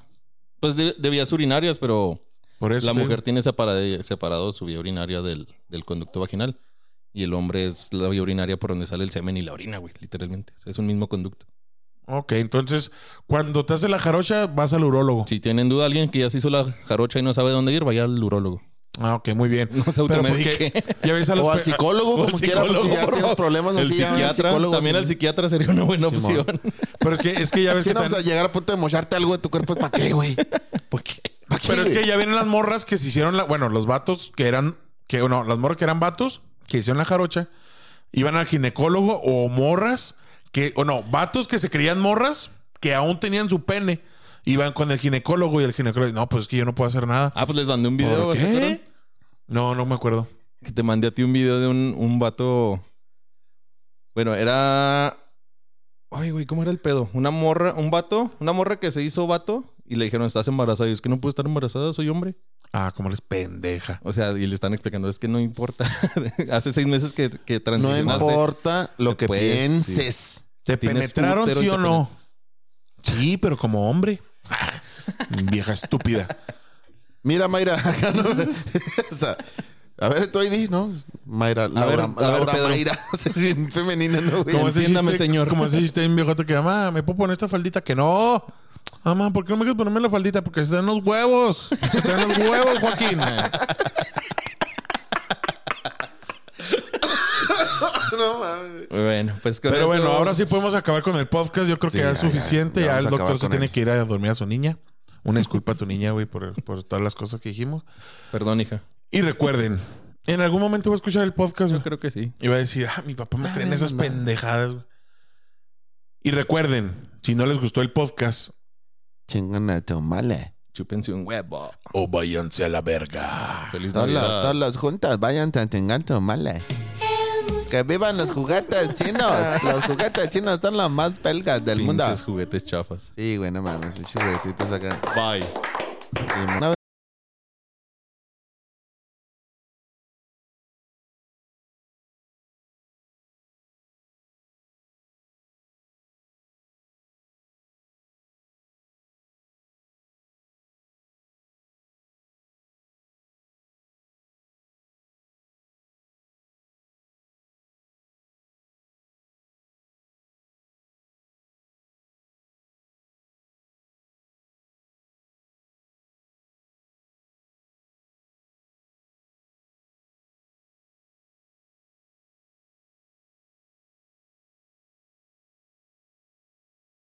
[SPEAKER 3] Pues de, de vías urinarias, pero
[SPEAKER 1] Por eso.
[SPEAKER 3] la
[SPEAKER 1] te-
[SPEAKER 3] mujer tiene separa- separado su vía urinaria del, del conducto vaginal. Y el hombre es la vía urinaria por donde sale el semen y la orina, güey, literalmente. O sea, es un mismo conducto.
[SPEAKER 1] Ok, entonces cuando te hace la jarocha vas al urólogo.
[SPEAKER 3] Si tienen duda alguien que ya se hizo la jarocha y no sabe dónde ir, vaya al urólogo.
[SPEAKER 1] Ah, ok, muy bien.
[SPEAKER 3] No se
[SPEAKER 1] Pero porque
[SPEAKER 3] automedique.
[SPEAKER 1] Ya ves a los
[SPEAKER 2] O al
[SPEAKER 1] pe-
[SPEAKER 2] psicólogo,
[SPEAKER 1] o al
[SPEAKER 2] como quiera, pues, si
[SPEAKER 1] psicólogo,
[SPEAKER 2] ya
[SPEAKER 1] por
[SPEAKER 2] tienes
[SPEAKER 1] favor.
[SPEAKER 2] problemas
[SPEAKER 3] El
[SPEAKER 2] así, ya,
[SPEAKER 3] psiquiatra,
[SPEAKER 2] psicólogo,
[SPEAKER 3] también
[SPEAKER 2] sí.
[SPEAKER 3] al psiquiatra sería una buena
[SPEAKER 2] Simón.
[SPEAKER 3] opción.
[SPEAKER 1] Pero es que, es que ya ves
[SPEAKER 2] Sí,
[SPEAKER 1] que
[SPEAKER 2] no,
[SPEAKER 1] tan-
[SPEAKER 2] o sea, llegar a punto de mocharte algo de tu cuerpo, ¿para qué, güey?
[SPEAKER 3] ¿Por qué?
[SPEAKER 2] ¿Para qué?
[SPEAKER 1] Pero es que ya vienen las morras que se hicieron la. Bueno, los vatos que eran. Que, no, las morras que eran vatos que hicieron la jarocha. Iban al ginecólogo o morras que. O no, vatos que se creían morras que aún tenían su pene. Iban con el ginecólogo y el ginecólogo. No, pues es que yo no puedo hacer nada.
[SPEAKER 3] Ah, pues les mandé un video.
[SPEAKER 1] ¿Por
[SPEAKER 3] ¿se acuerdan?
[SPEAKER 1] qué? No, no me acuerdo.
[SPEAKER 3] Que te mandé a ti un video de un, un vato. Bueno, era. Ay, güey, ¿cómo era el pedo? Una morra, un vato, una morra que se hizo vato y le dijeron, estás embarazada. Y es que no puedo estar embarazada, soy hombre.
[SPEAKER 1] Ah, como les pendeja.
[SPEAKER 3] O sea, y le están explicando, es que no importa. Hace seis meses que, que
[SPEAKER 2] no
[SPEAKER 3] transicionaste.
[SPEAKER 2] importa lo que
[SPEAKER 3] Pues,
[SPEAKER 2] pienses.
[SPEAKER 1] ¿Te
[SPEAKER 3] Tienes
[SPEAKER 1] penetraron,
[SPEAKER 3] útero y
[SPEAKER 1] sí
[SPEAKER 3] te
[SPEAKER 1] o no? Sí, pero como hombre. Vieja estúpida.
[SPEAKER 2] Mira, Mayra. acá no- o sea, a ver, tu ID, ¿no? Mayra. Laura,
[SPEAKER 3] ver, a ver,
[SPEAKER 2] Laura
[SPEAKER 3] Pedro.
[SPEAKER 2] Mayra. Es bien femenina, ¿no, güey?
[SPEAKER 1] Como ese
[SPEAKER 3] Entiéndame,
[SPEAKER 1] chiste-
[SPEAKER 3] señor.
[SPEAKER 1] Como ese chiste de un viejote que, mamá, ¿me puedo poner esta faldita? Que no. Mamá, ¿por qué no me quieres ponerme la faldita? Porque se te dan los huevos. Se te dan los huevos, Joaquín.
[SPEAKER 2] No mames.
[SPEAKER 3] Bueno, pues con
[SPEAKER 1] Pero
[SPEAKER 3] eso-
[SPEAKER 1] bueno, ahora sí podemos acabar con el podcast. Yo creo que
[SPEAKER 2] Sí,
[SPEAKER 1] ya es
[SPEAKER 2] ya, ya.
[SPEAKER 1] suficiente.
[SPEAKER 2] Ya
[SPEAKER 1] Ya,
[SPEAKER 2] vamos
[SPEAKER 1] el
[SPEAKER 2] a acabar
[SPEAKER 1] doctor se
[SPEAKER 2] con
[SPEAKER 1] tiene
[SPEAKER 2] él.
[SPEAKER 1] que ir a dormir a su niña. Una disculpa a tu niña, güey, por, por todas las cosas que dijimos.
[SPEAKER 3] Perdón, hija.
[SPEAKER 1] Y recuerden, en algún momento va a escuchar el podcast.
[SPEAKER 3] Yo
[SPEAKER 1] güey.
[SPEAKER 3] creo que sí.
[SPEAKER 1] Y va a decir, ah, mi papá me cree en
[SPEAKER 2] no,
[SPEAKER 1] esas
[SPEAKER 2] no.
[SPEAKER 1] pendejadas. güey. Y recuerden, si no les gustó el podcast,
[SPEAKER 2] Chingan a tu mala.
[SPEAKER 3] Chúpense un huevo.
[SPEAKER 1] o váyanse a la verga.
[SPEAKER 3] Feliz
[SPEAKER 2] Todas las,
[SPEAKER 3] Navidad.
[SPEAKER 2] todas las juntas vayan a chingan tu mala. Que vivan los juguetes chinos. Los juguetes chinos son los más pelgas del mundo.
[SPEAKER 3] Pinches juguetes chafas.
[SPEAKER 2] Sí, güey, no mames. Pinches juguetitos acá.
[SPEAKER 3] Bye.
[SPEAKER 2] Y- No,